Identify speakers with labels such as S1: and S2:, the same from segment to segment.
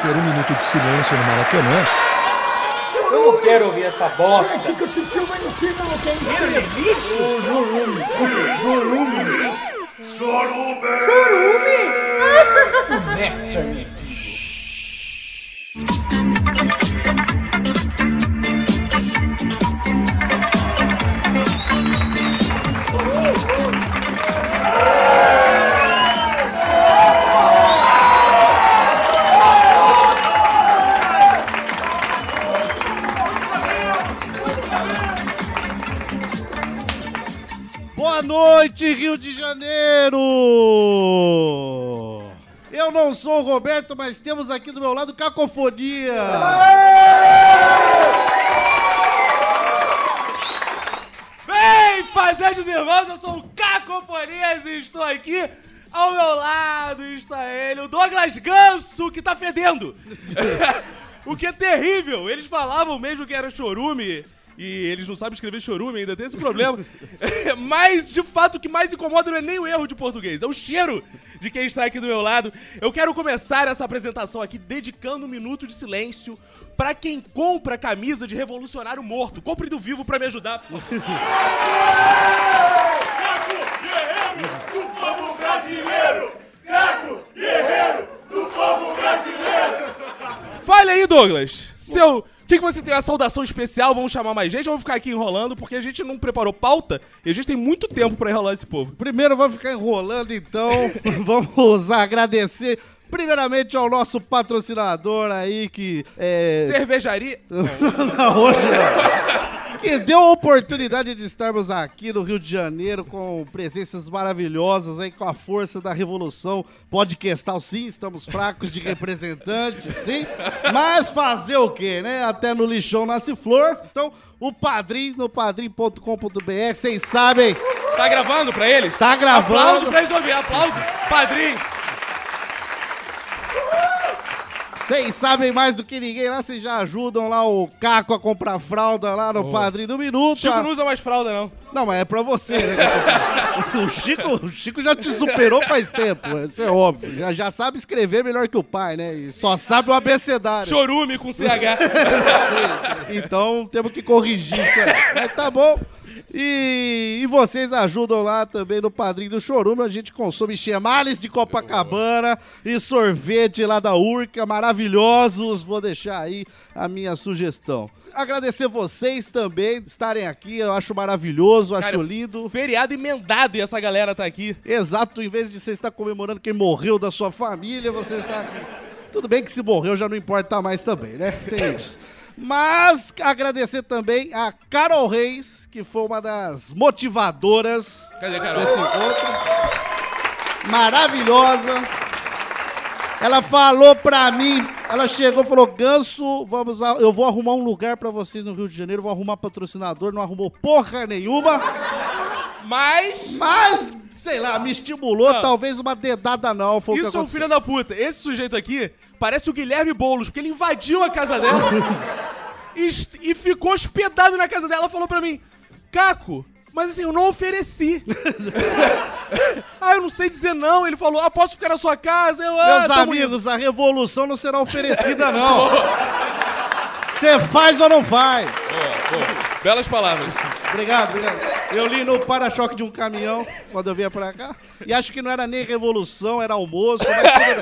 S1: ter um minuto de silêncio no Maracanã.
S2: Eu não quero ouvir essa bosta.
S3: Aqui que o tio vai ensinar o que é isso.
S2: Jurume, jurume,
S3: O néctar mendigo.
S4: Boa noite, Rio de Janeiro! Eu não sou o Roberto, mas temos aqui do meu lado Cacofonia!
S5: Bem, fazejos irmãos, eu sou o Cacofonias e estou aqui ao meu lado está ele, o Douglas Ganso, que tá fedendo. o que é terrível, eles falavam mesmo que era chorume. E eles não sabem escrever chorume ainda, tem esse problema. Mas, de fato, o que mais incomoda não é nem o erro de português, é o cheiro de quem está aqui do meu lado. Eu quero começar essa apresentação aqui dedicando um minuto de silêncio para quem compra camisa de revolucionário morto. Compre do vivo para me ajudar, por favor. Fale aí, Douglas. Seu. O que, que você tem? Uma saudação especial? Vamos chamar mais gente? Vamos ficar aqui enrolando, porque a gente não preparou pauta e a gente tem muito tempo pra enrolar esse povo.
S4: Primeiro vamos ficar enrolando, então. vamos agradecer primeiramente ao nosso patrocinador aí que é.
S5: Cervejaria.
S4: Não, hoje não. Que deu a oportunidade de estarmos aqui no Rio de Janeiro com presenças maravilhosas aí, com a força da revolução podcastal. Sim, estamos fracos de representante, sim. Mas fazer o quê, né? Até no lixão nasce flor. Então, o Padrim, no padrim.com.br, vocês sabem,
S5: Tá gravando pra eles?
S4: tá
S5: Aplauso
S4: gravando.
S5: pra eles ouvir, aplauso. Padrinho.
S4: Vocês sabem mais do que ninguém lá, vocês já ajudam lá o Caco a comprar fralda lá no Padrim do Minuto.
S5: Chico
S4: a-
S5: Tipo, não usa mais fralda, não.
S4: Não, mas é pra você, né? o, Chico, o Chico já te superou faz tempo, isso é óbvio. Já, já sabe escrever melhor que o pai, né? E só sabe o abecedário.
S5: Chorume com CH.
S4: Então temos que corrigir isso aí. Mas tá bom. E, e vocês ajudam lá também no Padrinho do Chorume. A gente consome chemales de Copacabana e sorvete lá da Urca, maravilhosos. Vou deixar aí a minha sugestão. Agradecer vocês também estarem aqui. Eu acho maravilhoso, acho
S5: Cara,
S4: lindo.
S5: Feriado emendado e essa galera tá aqui.
S4: Exato, em vez de você estar comemorando quem morreu da sua família, você está aqui. Tudo bem que se morreu já não importa mais também, né? Tem isso. Mas agradecer também a Carol Reis, que foi uma das motivadoras
S5: Cadê, Carol?
S4: desse encontro. Maravilhosa. Ela falou pra mim, ela chegou e falou: "Ganso, vamos a- eu vou arrumar um lugar pra vocês no Rio de Janeiro, vou arrumar patrocinador, não arrumou porra nenhuma".
S5: Mas.
S4: Mas, sei lá, me estimulou,
S5: Não.
S4: talvez uma dedada não. Foi
S5: Isso é um
S4: o que aconteceu.
S5: filho da puta. Esse sujeito aqui parece o Guilherme Boulos, porque ele invadiu a casa dela e, est- e ficou hospedado na casa dela. Falou pra mim, Caco, mas assim, eu não ofereci. ah, eu não sei dizer não. Ele falou, ah, posso ficar na sua casa? Eu, ah,
S4: Meus
S5: tamo indo."
S4: amigos, a revolução não será oferecida, não. Você faz ou não faz?
S5: Belas palavras.
S4: Obrigado, obrigado. Eu li no para-choque de um caminhão quando eu vinha pra cá. E acho que não era nem revolução, era almoço. Mas tudo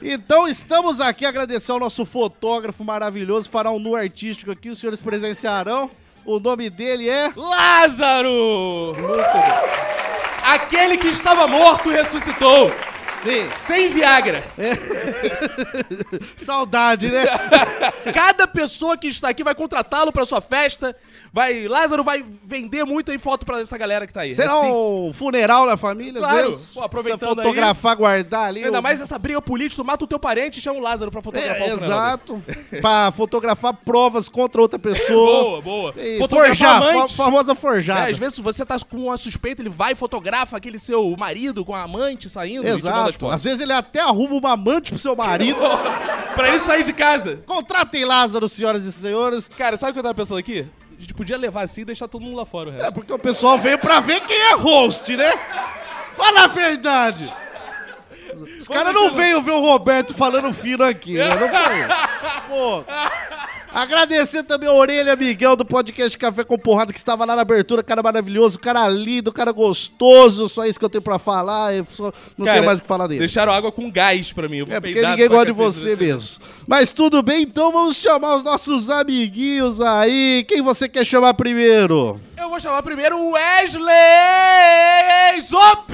S4: bem. Então estamos aqui agradecer ao nosso fotógrafo maravilhoso, fará um nu artístico aqui, os senhores presenciarão. O nome dele é.
S5: Lázaro! Aquele que estava morto ressuscitou,
S4: Sim.
S5: sem Viagra.
S4: Saudade, né?
S5: Cada pessoa que está aqui vai contratá-lo pra sua festa. Vai, Lázaro vai vender muito aí foto pra essa galera que tá aí.
S4: Será
S5: É assim.
S4: um funeral na família? às
S5: Claro.
S4: vezes?
S5: Pô, aproveitando
S4: Você fotografar, guardar ali.
S5: Ainda
S4: o-
S5: mais essa briga política, tu mata o teu parente e chama o Lázaro pra fotografar
S4: É,
S5: o funeral
S4: exato. pra fotografar provas contra outra
S5: dele.
S4: pessoa.
S5: Boa, boa.
S4: E
S5: Fotografar
S4: forjar, fa-
S5: amantes.
S4: famosa
S5: É,
S4: forjada.
S5: às vezes você tá com uma suspeita, ele vai e fotografa aquele seu marido com a amante saindo e te manda as
S4: Exato. Às
S5: fotos.
S4: vezes ele até arruma uma amante pro seu marido.
S5: pra ele sair de casa.
S4: Contratem Lázaro, senhoras e senhores.
S5: Cara, sabe o que eu tava pensando aqui? A gente podia levar assim e deixar todo mundo lá fora o resto.
S4: É porque o pessoal veio pra ver quem é host, né? Fala a verdade. Os caras não veio ver o Roberto falando fino aqui, né? Não foi. Pô. Agradecer também a Orelha Miguel do podcast Café com Porrada que estava lá na abertura, cara maravilhoso, cara lindo, cara gostoso, só isso que eu tenho pra falar, eu só- não
S5: Cara,
S4: tenho mais o que falar dele.
S5: Deixaram água com gás pra mim. Eu vou
S4: É porque
S5: peidar
S4: ninguém
S5: pra
S4: gosta de
S5: cacete né?
S4: você
S5: durante-
S4: mesmo. Mas tudo bem, então vamos chamar os nossos amiguinhos aí. Quem você quer chamar primeiro?
S5: Eu vou chamar primeiro o Wesley Zop!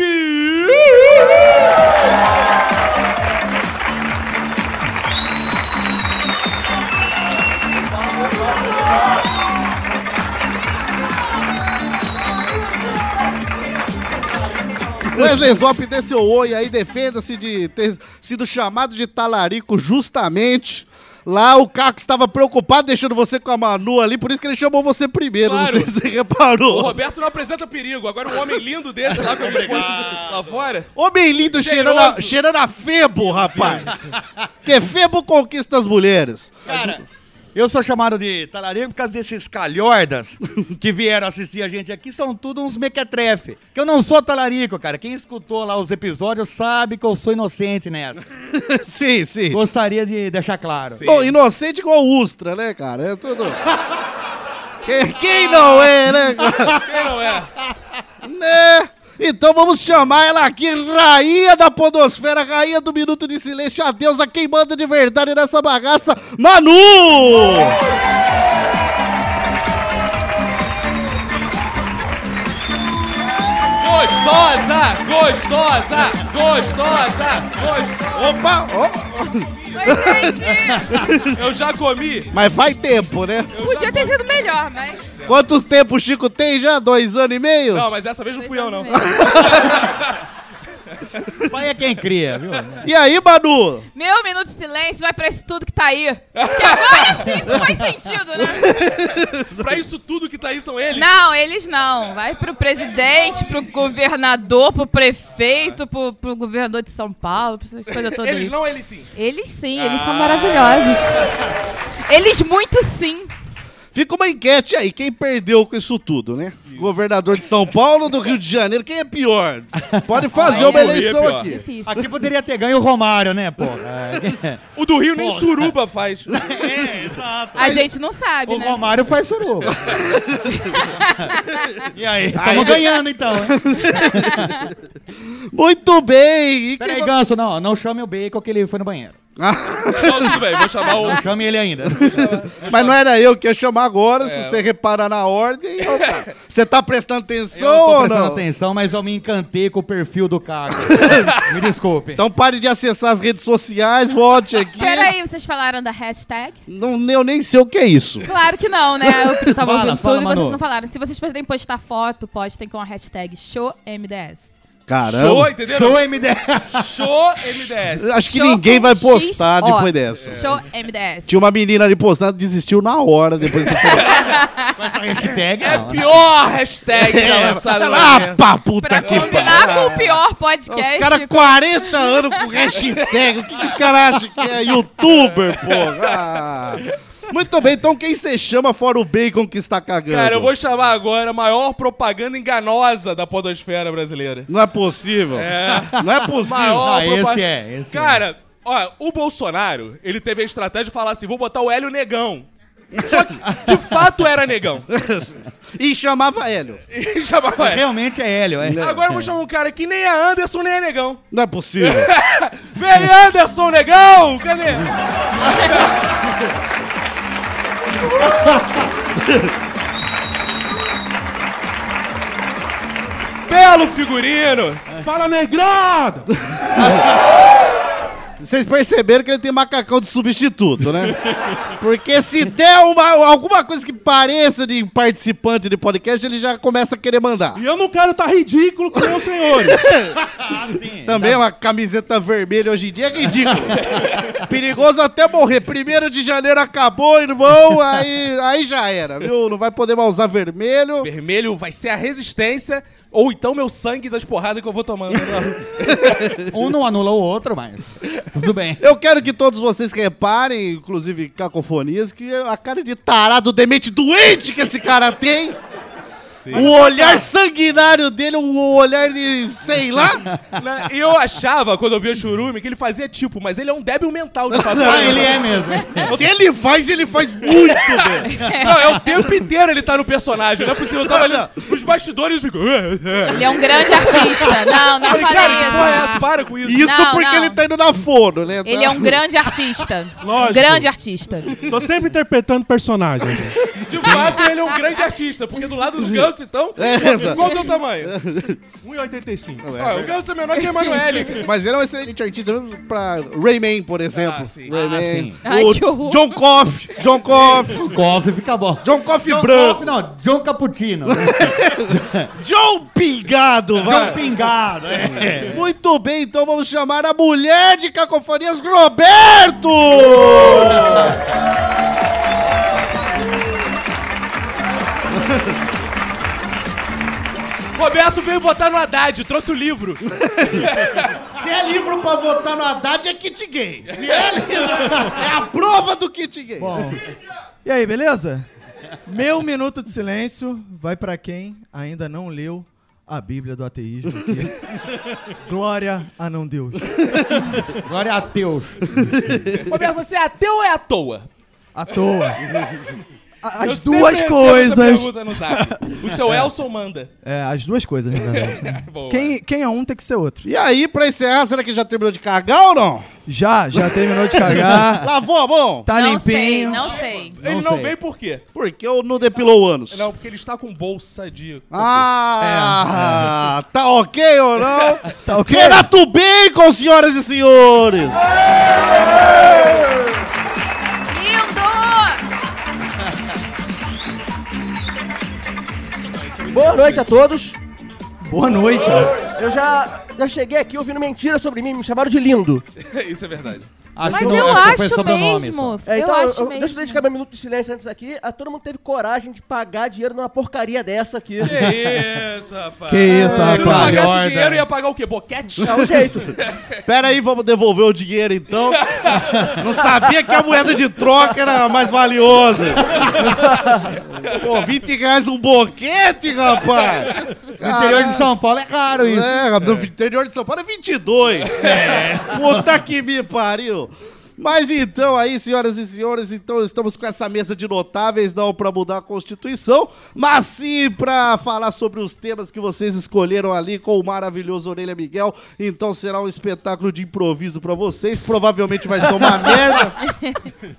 S4: Wesley Zop, dê seu oi aí, defenda-se de ter sido chamado de talarico justamente. Lá o Caco estava preocupado deixando você com a Manu ali, por isso que ele chamou você primeiro,
S5: Claro.
S4: não sei se você
S5: O
S4: reparou.
S5: Roberto não apresenta perigo. Agora um homem lindo desse lá com lá fora.
S4: Homem lindo cheirando a,
S5: Cheiroso.
S4: cheirando a Febo, rapaz. que Febo conquista as mulheres.
S6: Cara, eu sou chamado de talarico por causa desses calhordas que vieram assistir a gente aqui, são tudo uns mequetrefe. Que eu não sou talarico, cara. Quem escutou lá os episódios sabe que eu sou inocente nessa.
S4: sim, sim.
S6: Gostaria de deixar claro.
S4: Bom, inocente igual Ustra, né, cara? É tudo. quem, quem não é, né, cara?
S5: Quem não é?
S4: né? Então vamos chamar ela aqui, rainha da podosfera, rainha do minuto de silêncio, a deusa quem manda de verdade nessa bagaça, Manu!
S5: Gostosa! Gostosa! Gostosa! Gostosa!
S4: Opa! ó.
S7: Pois, é, gente,
S5: Eu já comi.
S4: Mas vai tempo, né?
S7: podia ter sido melhor, mas.
S4: Quantos tempos o Chico tem já? Dois anos e meio?
S5: Não, mas dessa vez não fui eu, não.
S6: Pai é quem cria, viu?
S4: E aí, Manu?
S7: Meu minuto de silêncio vai pra isso tudo que tá aí. Que agora sim, isso faz sentido, né?
S5: Pra isso tudo que tá aí são eles.
S7: Não, eles não. Vai pro presidente, pro governador, pro prefeito, pro, pro governador de São Paulo, pra essas coisas todas
S5: Eles
S7: aí.
S5: não, Ah. eles sim.
S7: Eles sim, eles são maravilhosos. Eles muito sim.
S4: Fica uma enquete aí, quem perdeu com isso tudo, né? Governador de São Paulo, do Rio de Janeiro, quem é pior? Pode fazer
S7: Ah, é?
S4: uma
S5: Quem
S4: eleição
S5: é pior?
S4: aqui.
S7: Difícil.
S6: Aqui poderia ter ganho o Romário, né, pô?
S5: O do Rio nem suruba faz.
S7: A gente não sabe,
S6: O
S7: né?
S6: Romário faz suruba. e aí? Tamo ganhando então, hein?
S4: Muito bem. E
S6: Peraí,
S4: quem-
S6: Ganso, não, não chame o Bacon que ele foi no banheiro.
S5: Não, tudo bem, vou chamar o.
S6: Não chame ele ainda.
S4: Mas não era eu que ia chamar agora, se você reparar na ordem. eu- Você tá prestando
S6: É, Eu
S4: atenção
S6: tô
S4: ou
S6: prestando
S4: não?
S6: atenção, mas eu me encantei com o perfil do Caco. me desculpem.
S4: Então pare de acessar as redes sociais, volte aqui.
S7: Peraí, vocês falaram da hashtag?
S4: Não, eu nem sei o que é isso.
S7: Claro que não, né? Eu tava
S6: Fala, fala,
S7: ouvindo tudo e
S6: Manu.
S7: vocês não falaram. Se vocês forem postar foto, postem com a hashtag ShowMDS.
S4: Caramba.
S5: Show, entendeu?
S6: Show MD.
S5: Show MDS.
S4: Acho que
S7: Show
S4: ninguém
S7: com
S4: vai
S7: X,
S4: postar
S7: ó.
S4: depois dessa.
S7: Show MDS.
S4: Tinha uma menina ali postando, desistiu na hora depois dessa foto.
S6: Hashtag.
S5: É
S6: não, né?
S5: pior hashtag já
S6: é
S5: lançada lá.
S4: Ah,
S5: dentro.
S4: pá, puta
S7: Pra
S4: que pariu.
S7: combinar com o pior
S4: Os
S7: podcast. tipo,
S4: caras 40 anos com hashtag. O que, que os caras acham que é youtuber, porra? Ah. Muito bem, então quem você chama fora o bacon que está cagando?
S5: Cara, eu vou chamar agora a maior propaganda enganosa da podosfera brasileira.
S4: Não é possível. Não é possível.
S5: Maior
S6: Ah,
S5: propa-
S6: esse é, esse
S5: Cara, ó, o Bolsonaro, ele teve a estratégia de falar assim, vou botar o Hélio Negão. Só que, de fato, era Negão.
S4: E chamava Hélio.
S5: E chamava Hélio.
S6: Realmente é Hélio, é.
S5: Agora eu vou chamar um cara que nem é Anderson, nem é Negão.
S4: Não é possível.
S5: Vem, Anderson, Negão! Cadê? Belo figurino!
S4: Vocês perceberam que ele tem macacão de substituto, né? Porque se der uma, alguma coisa que pareça de participante de podcast, ele já começa a querer mandar.
S2: E eu não quero estar ridículo com meus senhores.
S4: Também uma camiseta vermelha hoje em dia é ridículo. Perigoso até morrer. Primeiro de janeiro acabou, irmão. Aí, aí já era, viu? Não vai poder mais usar vermelho.
S5: Vermelho vai ser a resistência, ou então meu sangue das porradas que eu vou tomando. né?
S6: Um não anula o outro, mas. Tudo bem.
S4: Eu quero que todos vocês reparem, inclusive cacofonias, que a cara de tarado demente doente que esse cara tem. O olhar sanguinário dele, o olhar de sei lá.
S5: Né? E eu achava, quando eu via Churume, que ele fazia tipo, mas ele é um débil mental de fato.
S6: Ah, ele é mesmo.
S4: Se ele faz, ele faz muito bem.
S5: Não, é o tempo inteiro ele tá no personagem. Não é possível, eu tava
S4: Não,
S5: ali nos bastidores e fico. "Ah,
S7: Ele é um grande artista. Não, não
S5: Falei,
S7: falei "Ah,
S5: cara, que porra é essa?
S7: isso.
S5: Para com isso.
S4: Isso
S7: Não,
S4: porque
S7: não.
S4: ele tá indo na fono, né?
S7: Ele é um grande artista.
S2: Lógico.
S7: Grande artista.
S2: Tô sempre interpretando personagem. gente.
S5: De fato, ele é um grande artista, porque do lado do Ganso, então,
S4: exato.
S5: qual que é o tamanho?
S2: 1,85.
S5: Ah, o Ganso é menor que a Emanuele.
S4: Mas ele é um excelente artista mesmo pra Rayman, por exemplo.
S5: Ah, sim.
S4: Rayman.
S6: sim.
S7: Ai, que horror.
S4: John Coff, John Coff,
S6: Coffee fica bom.
S4: John Coff
S6: John
S4: branco,
S6: Coffee, não, John Cappuccino.
S4: John Pingado, vai.
S6: John Pingado, é.
S4: Muito bem, então vamos chamar a mulher de cacofonias, Roberto!
S5: Roberto veio votar no Haddad, trouxe o livro.
S4: Se é livro pra votar no Haddad, é kit gay. Se é livro, é a prova do kit gay.
S8: E aí, beleza? Meu minuto de silêncio vai pra quem ainda não leu a Bíblia do ateísmo. aqui. Glória a não Deus.
S6: Agora é ateus.
S5: Roberto, você é ateu ou é à toa?
S8: À toa. A-
S5: Eu
S8: As
S5: sempre
S8: duas
S5: recebo essa
S8: coisas.
S5: pergunta no zap. O seu Elson manda.
S8: É, as duas coisas, na verdade.
S5: Boa.
S8: Quem, quem é um tem que ser outro.
S4: E aí, pra encerrar, será que já terminou de cagar ou não?
S8: Já, já terminou de cagar.
S4: Lavou a mão?
S8: Tá
S7: Não sei,
S8: limpinho.
S7: não sei.
S5: Ele não,
S6: sei.
S5: veio por quê?
S4: Porque eu não depilou o ânus.
S5: Não, porque ele está com bolsa de.
S4: Ah, tá ok ou não?
S8: Tá ok?
S4: Renato Bacon, senhoras e senhores!
S7: Lindo!
S9: Boa noite a todos.
S8: Boa noite. ó.
S9: Eu já, já cheguei aqui ouvindo mentiras sobre mim, me chamaram de lindo.
S5: Isso é verdade.
S6: Acho
S7: Mas
S6: não-
S4: é
S6: é
S7: eu
S6: que foi
S7: acho
S6: sobrenome,
S7: mesmo.
S6: só.
S9: É,
S7: Eu acho
S9: Deixa eu
S7: mesmo.
S9: dedicar meu minuto de silêncio antes aqui. A todo mundo teve coragem de pagar dinheiro numa porcaria dessa aqui.
S5: Que isso, rapaz.
S8: Que isso,
S6: Ah,
S5: Se não
S8: rapaz.
S5: pagasse
S6: Acorda.
S5: dinheiro, ia pagar o quê? Boquete?
S9: É um jeito.
S4: Pera aí, vamos devolver o dinheiro então. Não sabia que a moeda de troca era a mais valiosa. Pô, 20 reais um boquete, rapaz.
S6: No interior de São Paulo é caro isso.
S4: É, no interior de São Paulo é 22. Puta que me pariu. Mas então aí, senhoras e senhores, então estamos com essa mesa de notáveis, não para mudar a Constituição, mas sim para falar sobre os temas que vocês escolheram ali com o maravilhoso Orelha Miguel. Então será um espetáculo de improviso para vocês, provavelmente vai ser uma merda.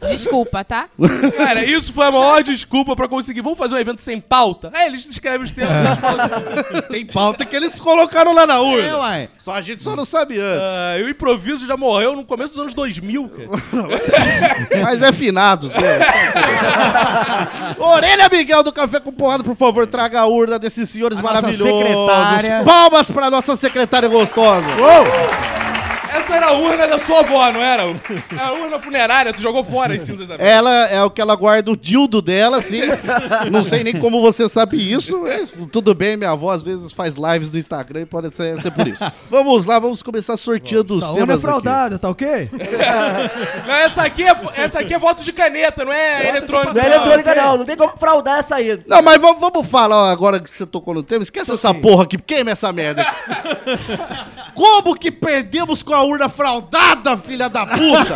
S7: Desculpa, tá?
S5: Cara, isso foi a maior desculpa pra conseguir. Vamos fazer um evento sem pauta? É, eles escrevem os temas.
S4: Tem pauta que eles colocaram lá na
S6: É,
S4: urna.
S6: uai.
S4: Só a gente só não sabia antes.
S5: Ah, e o improviso já morreu no começo dos anos 2000, cara.
S4: Mas é finados, né? Orelha Miguel do Café com Porrada, por favor, traga a urna desses senhores
S6: nossa
S4: maravilhosos.
S6: secretária.
S4: Palmas pra nossa secretária gostosa.
S5: Essa era a urna da sua avó, não era? A urna funerária, tu jogou fora as cinzas da
S4: Ela é o que ela guarda o dildo dela, assim. Não sei nem como você sabe isso. mas Tudo bem, minha avó às vezes faz lives no Instagram e pode ser, ser por isso. Vamos lá, vamos começar sorteando os
S8: Saúde é
S4: temas aqui.
S8: fraudada, tá ok?
S5: Não, essa aqui é, fo- essa aqui é voto de caneta, não é eletrônico.
S9: Não é eletrônica, não. Não tem como fraudar essa aí.
S4: Não, mas vamos, vamos falar agora que você tocou no tema. Esquece essa porra aqui, queima essa merda. aqui. Como que perdemos com a urna fraudada, filha da puta?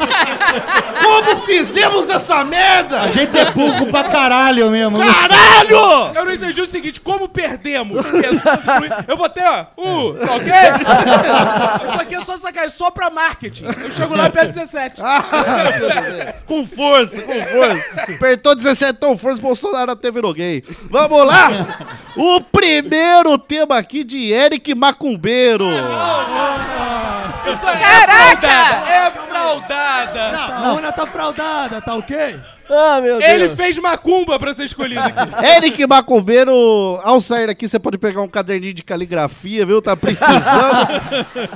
S4: Como fizemos essa merda?
S6: A gente é burro pra caralho mesmo.
S4: Caralho!
S5: Eu não entendi o seguinte, como perdemos? Eu vou ter, ó, um, tá ok? Isso aqui é só sacanagem, só pra marketing. Eu chego lá e pego 17.
S4: Ah, Com força, com força. Apertou 17 tão força, Bolsonaro até virou gay. Vamos lá! O primeiro tema aqui de Eric Macumbeiro.
S5: Isso aí
S7: Caraca!
S5: é fraudada, é fraudada.
S8: A urna tá fraudada, tá ok?
S9: Ah, meu Deus.
S5: Ele fez macumba pra ser escolhido aqui.
S4: Eric Macumbeiro, ao sair daqui, você pode pegar um caderninho de caligrafia, viu? Tá precisando.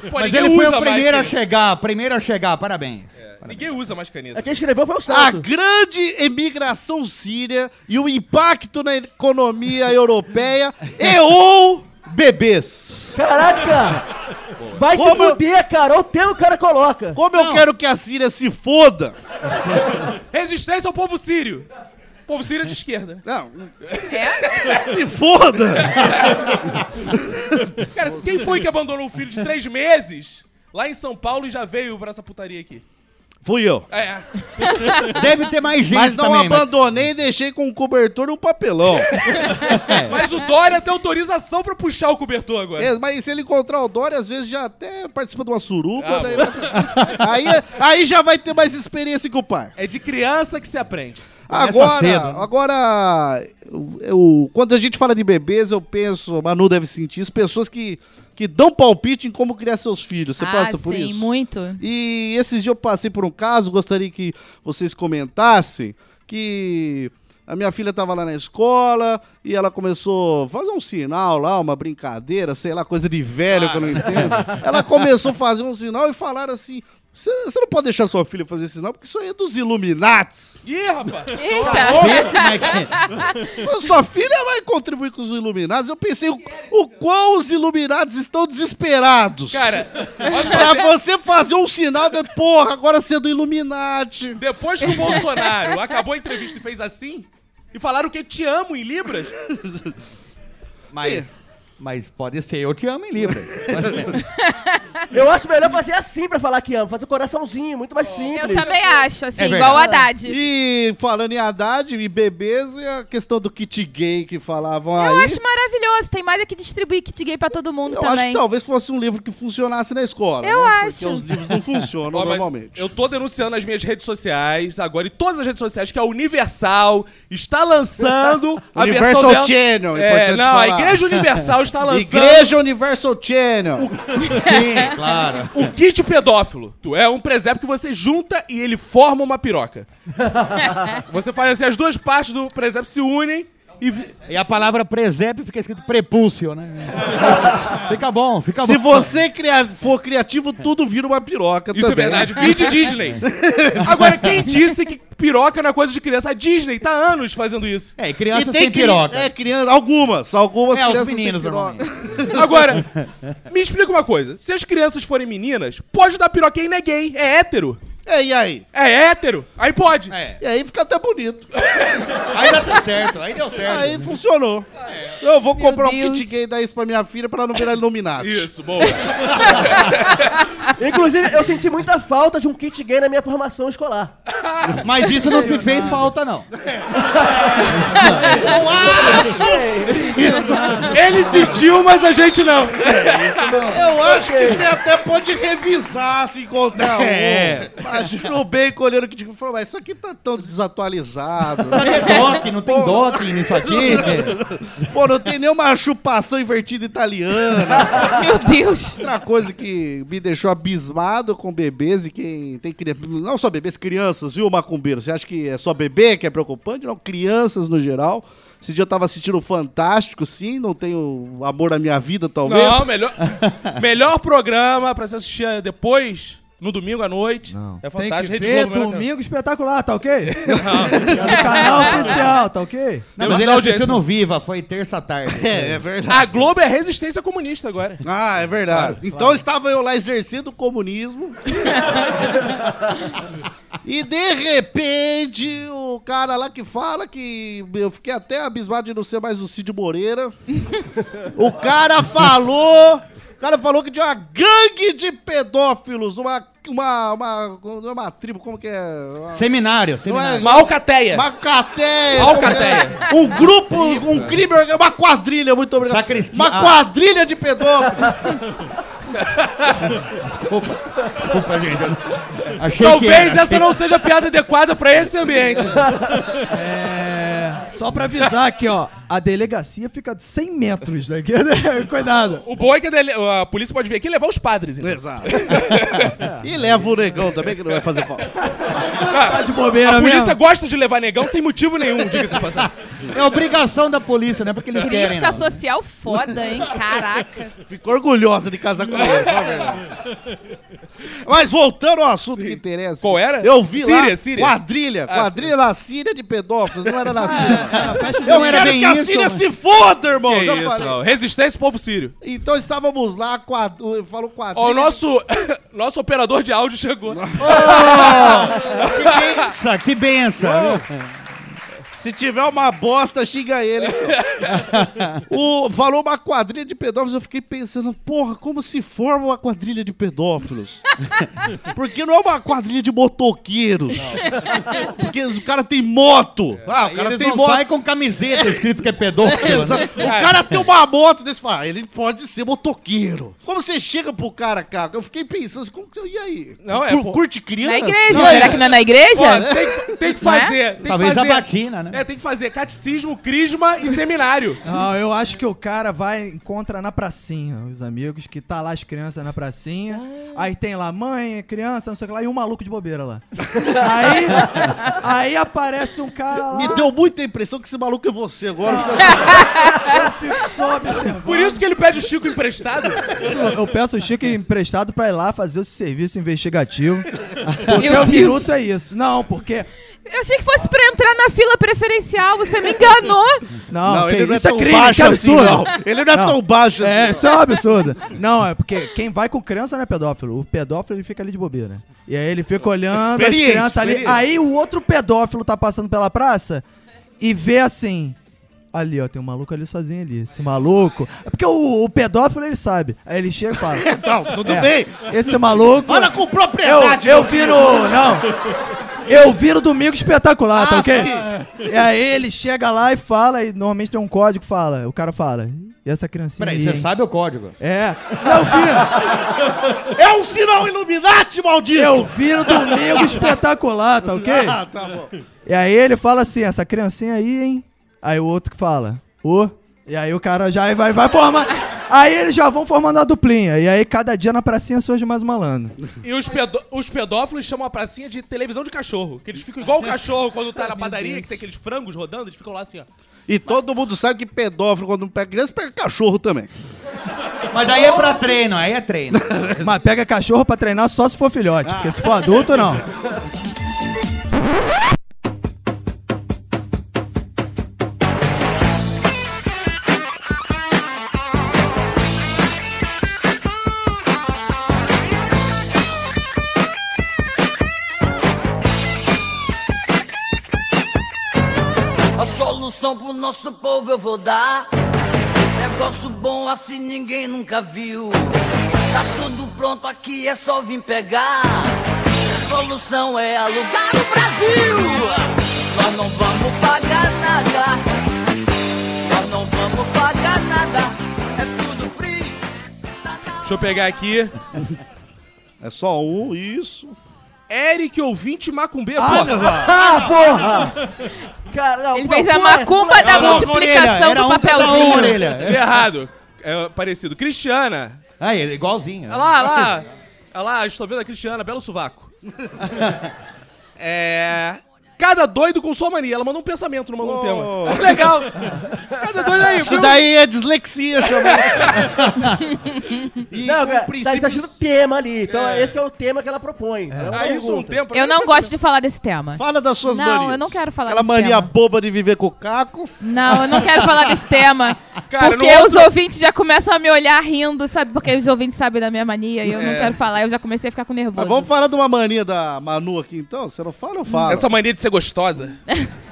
S5: Pô,
S6: Mas
S5: ninguém
S6: ele foi
S5: usa
S6: o
S5: mais
S6: primeiro a
S5: caneta.
S6: chegar, primeiro a chegar, parabéns.
S5: Ninguém usa mais caneta.
S9: É, Quem escreveu foi o
S4: A
S9: Santo.
S4: grande emigração síria e o impacto na economia europeia e ou bebês.
S9: Caraca! Vai se
S4: Como-
S9: fuder, cara. Olha o tema que o cara coloca.
S4: Como eu quero que a Síria se foda,
S5: Resistência ao povo sírio. O povo sírio é de esquerda, né?
S4: Não,
S7: É?
S4: se foda!
S5: Cara, quem foi que abandonou o filho de três meses lá em São Paulo e já veio pra essa putaria aqui?
S4: Fui eu.
S5: É.
S6: Deve ter mais gente
S4: Mas não
S6: também, né?
S4: abandonei e deixei com um cobertor e um papelão.
S5: Mas o Dória tem autorização pra puxar o cobertor agora.
S4: É, mas se ele encontrar o Dória, às vezes já até participa de uma suruba.
S5: Ah,
S4: daí- aí, aí já vai ter mais experiência com o par.
S5: É de criança que se aprende.
S4: Agora,
S6: cedo, né?
S4: agora eu- eu- quando a gente fala de bebês, eu penso, Manu deve sentir isso, pessoas que, que dão palpite em como criar seus filhos. Você
S7: ah,
S4: passa por
S7: sim,
S4: isso?
S7: muito.
S4: E esses dias eu passei por um caso, gostaria que vocês comentassem que a minha filha tava lá na escola e ela começou a fazer um sinal lá, uma brincadeira, sei lá, coisa de velho
S6: Ah.
S4: que eu não entendo. Ela começou a fazer um sinal e falaram assim: você não pode deixar sua filha fazer esse sinal, porque isso aí é dos Illuminati.
S5: Ih, rapaz!
S7: Eita!
S4: Falou, Sua filha vai contribuir com os Illuminados. Eu pensei o, o quão os Illuminados estão desesperados.
S5: Cara, olha só,
S4: pra você fazer um sinal, é porra, agora você é do Illuminati.
S5: Depois que o Bolsonaro acabou a entrevista e fez assim, e falaram que te amo em Libras,
S6: Mas, mas pode ser, eu te amo em Libra.
S9: Eu acho melhor fazer assim pra falar que ama. Fazer um coraçãozinho, muito mais simples.
S7: É, Eu também acho, assim,
S6: É verdade.
S7: igual o Haddad.
S4: E falando em Haddad e bebês, e a questão do kit gay que falavam
S7: Eu
S4: aí.
S7: acho maravilhoso. Tem mais é que distribuir kit gay pra todo mundo
S4: eu acho
S7: também.
S4: que talvez fosse um livro que funcionasse na escola.
S7: Eu
S4: né?
S7: acho.
S4: Porque os livros não funcionam
S5: Ó, mas
S4: normalmente.
S5: eu tô denunciando nas minhas redes sociais agora, e todas as redes sociais, que a Universal está lançando a
S4: Universal
S5: versão dela...
S4: Channel,
S5: é,
S4: importante
S5: não, a
S4: falar.
S5: Igreja Universal está lançando
S4: Igreja Universal Channel.
S6: Sim, claro.
S5: o kit pedófilo. Tu é um presépio que você junta e ele forma uma piroca. você faz assim, as duas partes do presépio se unem e... vi-
S6: E a palavra presépio fica escrito prepúcio, né? fica bom, fica
S4: Se
S6: bom.
S4: você cria- for criativo, tudo vira uma piroca
S5: Isso
S4: também. né?
S5: é verdade, vide Disney. Agora, quem disse que piroca não é coisa de criança? A Disney tá há anos fazendo isso.
S6: É, e
S4: E
S6: crianças
S4: tem
S6: têm
S4: cri-
S6: piroca.
S4: É, criança, algumas, algumas
S6: É, os
S4: crianças têm
S6: meninos,
S4: piroca.
S6: normalmente.
S5: Agora, me explica uma coisa. Se as crianças forem meninas, pode dar piroca e não é gay, é hétero.
S4: É, e aí?
S5: É hétero, aí pode.
S6: É,
S4: E aí fica até bonito.
S6: aí dá tá certo, aí deu certo.
S4: Aí funcionou.
S6: É.
S4: Eu vou
S7: Meu
S4: comprar um
S7: Deus.
S4: kit gay da isso pra minha filha pra ela não virar iluminado.
S5: Isso, boa.
S9: Inclusive, eu senti muita falta de um kit gay na minha formação escolar.
S6: Mas isso não te fez falta, não.
S5: Ele sentiu, mas a gente não.
S4: Eu acho que você até pode revisar se encontrar é. um. Imagina o bem colhendo que tipo, falou, mas isso aqui tá tão desatualizado. né?
S6: Doc, não tem doc nisso aqui.
S4: Pô, É, não tem nenhuma chupação invertida italiana.
S7: Meu Deus.
S4: Outra coisa que me deixou abismado com bebês e quem tem crianças. Não só bebês, crianças, viu, macumbeiro? Você acha que é só bebê que é preocupante? Não, crianças no geral. Esse dia eu tava assistindo Fantástico, sim, não tenho amor da minha vida, talvez.
S5: Não, melhor, melhor programa pra se assistir é, depois, no domingo à noite. É
S8: Tem
S5: fantástico.
S8: que
S5: Rede
S8: ver
S5: Globo, né?
S8: domingo espetacular, tá ok? É do canal oficial, tá ok?
S6: Não,
S5: Deus
S6: mas ele
S5: dá audiência.
S6: assistiu no Viva, foi terça tarde.
S4: É, é verdade.
S5: A Globo é resistência comunista agora.
S4: Ah, é verdade. então estava eu lá exercendo o comunismo. e de repente, o cara lá que fala que eu fiquei até abismado de não ser mais o Cid Moreira. o cara falou. O cara falou que tinha uma gangue de pedófilos, uma. Uma. Uma, não é uma tribo, como que é? Uma-
S6: Seminário,
S4: não é-
S6: seminário.
S5: Uma alcateia.
S4: uma cateia.
S5: Alcateia.
S4: como é? Um grupo, um crime, orga- uma quadrilha, muito obrigado.
S6: Sacristia-
S4: Uma
S6: Ah.
S4: quadrilha de pedófilos.
S6: Desculpa, gente.
S4: é,
S6: eu- Achei
S5: Talvez
S6: que era.
S5: essa não seja a piada adequada pra esse ambiente.
S8: É, só pra avisar aqui, ó. A delegacia fica a 100 metros daqui, né? Cuidado.
S5: O bom é que a, dele- a polícia pode vir aqui e levar os padres. Então.
S4: Exato. e leva o negão também, que não vai fazer falta.
S8: Tá de bobeira
S5: A polícia
S8: mesmo.
S5: gosta de levar negão sem motivo nenhum, diga-se de passagem.
S6: É obrigação da polícia, né? Porque eles querem.
S7: Crítica
S6: não.
S7: social foda, hein? Caraca.
S4: Ficou orgulhosa de casar com ele. Mas voltando ao assunto que interessa.
S5: Qual era?
S4: Eu vi lá.
S5: Síria, Síria.
S4: Quadrilha.
S5: Ah,
S4: quadrilha na Síria de pedófilos. Não era na Síria.
S6: Não
S4: Eu
S6: era
S4: quero
S6: bem
S4: que a
S6: isso,
S4: Síria
S6: mas-
S4: se foda, irmão.
S5: Que
S4: já
S5: isso,
S4: falei.
S5: não. Resistência povo sírio.
S4: Então estávamos lá, quadru... falou quadrilha.
S5: Ó, o nosso, nosso operador de áudio chegou.
S6: Nossa, que benção. viu?
S4: Se tiver uma bosta, xinga ele. então. o, falou uma quadrilha de pedófilos, eu fiquei pensando, porra, como se forma uma quadrilha de pedófilos? Porque não é uma quadrilha de motoqueiros. Porque o cara tem moto. ah, o cara
S6: Eles
S4: tem
S6: não
S4: moto.
S6: saem com camiseta escrito que é pedófilo, né?
S4: O cara tem uma moto desse fala, "Ah, ele pode ser motoqueiro. Como você chega pro cara, cara? Eu fiquei pensando, assim, como que, e aí?
S5: Não, é,
S4: Cur-
S5: pô.
S4: curte criança?
S7: Na igreja,
S4: Não,
S7: será que não é na
S5: Pô,
S7: igreja?
S5: tem, que- tem que
S7: Não é?
S5: fazer. Tem
S6: né? Talvez
S5: que fazer.
S6: a batina, né?
S5: É, tem que fazer catecismo, crisma e seminário.
S8: Não, eu acho que o cara vai encontra na pracinha, os amigos, que tá lá as crianças na pracinha. Aí tem lá mãe, criança, não sei o que lá, e um maluco de bobeira lá. aí, aí aparece um cara lá,
S4: é, Me deu muita impressão que esse maluco é você agora.
S7: Ah.
S8: só observando.
S5: Por isso que ele pede o Chico emprestado.
S8: Eu peço o Chico emprestado pra ir lá fazer o serviço investigativo. Porque
S7: Meu
S8: o
S7: Deus.
S8: minuto é isso. Não, porque.
S7: Eu achei que fosse pra entrar na fila preferencial, você me enganou.
S8: Não, que
S4: ele não é
S8: isso é
S4: tão
S8: crime, que
S4: baixo assim,
S8: absurdo.
S4: não. Ele não é
S8: Não.
S4: tão baixo
S8: É,
S4: assim.
S8: isso é um absurdo. Não, é porque quem vai com criança não é pedófilo. O pedófilo ele fica ali de bobeira. E aí ele fica olhando as
S4: Experiente,
S8: crianças ali.
S4: experiente.
S8: Aí o outro pedófilo tá passando pela praça e vê assim. Ali, ó, tem um maluco ali sozinho ali. Esse maluco. É porque o, o pedófilo ele sabe. Aí ele chega e fala.
S4: Então, tudo
S8: É,
S4: bem.
S8: Esse maluco.
S4: Fala com
S8: eu,
S4: propriedade.
S8: eu
S4: meu
S8: viro.
S4: filho.
S8: Não! Eu viro domingo espetacular, tá
S4: Ah,
S8: ok? E aí ele chega lá e fala, e normalmente tem um código que fala. O cara fala. E essa criancinha.
S6: Peraí,
S8: aí,
S6: você
S8: hein?"
S6: sabe o código.
S8: É. Eu viro,
S4: É um sinal Illuminati, maldito.
S8: eu viro domingo espetacular, tá ok?
S4: Ah, tá bom.
S8: E aí ele fala assim, essa criancinha aí, hein? Aí o outro que fala, ô. E aí o cara já vai, vai formar. Aí eles já vão formando a duplinha. E aí cada dia na pracinha surge mais um malandro.
S5: E os, pedó- os pedófilos chamam a pracinha de televisão de cachorro. Que eles ficam igual o cachorro quando tá na padaria, que tem aqueles frangos rodando, eles ficam lá assim, ó.
S4: E todo mundo sabe que pedófilo, quando pega criança, pega cachorro também.
S6: Mas daí é pra treino, aí é treino.
S8: Mas pega cachorro pra treinar só se for filhote. Porque se for adulto, não.
S10: A solução pro nosso povo eu vou dar. Negócio bom assim ninguém nunca viu. Tá tudo pronto aqui, é só vir pegar. A solução é alugar o Brasil. Nós não vamos pagar nada. Nós não vamos pagar nada. É tudo free.
S5: Deixa eu pegar aqui.
S4: É só um, isso.
S5: Eric ouvinte macumbeiro.
S9: Ah, porra! Cara, não,
S7: Ele
S9: pô,
S7: fez a
S9: pô, é
S7: macumba da
S6: Não, orelha,
S7: multiplicação
S6: era
S7: do
S6: um pra cada um,
S7: papelzinho.
S6: orelha.
S5: Pô, errado. É parecido. Cristiana.
S6: Aí, é igualzinho.
S5: Olha lá, olha lá. Olha lá, estou vendo a Cristiana, belo sovaco. É. Cada doido com sua mania. Ela mandou um pensamento, não mandou um tema. Legal. Cada doido aí,
S4: Isso
S5: viu?
S4: daí é dislexia, chamou.
S9: Não, cara, tá-
S4: princípio-
S9: tá escrito tema ali. Então, esse que é o tema que ela propõe. Ela
S4: é
S5: Aí isso um
S9: pergunta.
S5: tempo.
S7: Eu não gosto de falar desse tema.
S4: Fala das suas
S7: Não,
S4: manias.
S7: eu não quero falar
S4: Aquela
S7: desse
S4: mania
S7: tema.
S4: boba de viver com o caco.
S7: Não, eu não quero falar desse tema.
S5: Cara,
S7: porque
S5: no
S7: os ouvintes já começam a me olhar rindo, sabe? Porque os ouvintes sabem da minha mania e eu não quero falar. Eu já comecei a ficar com
S4: Mas
S7: nervoso.
S4: vamos falar de uma mania da Manu aqui, então? Você não fala, eu falo.
S5: Essa mania de ser gostosa.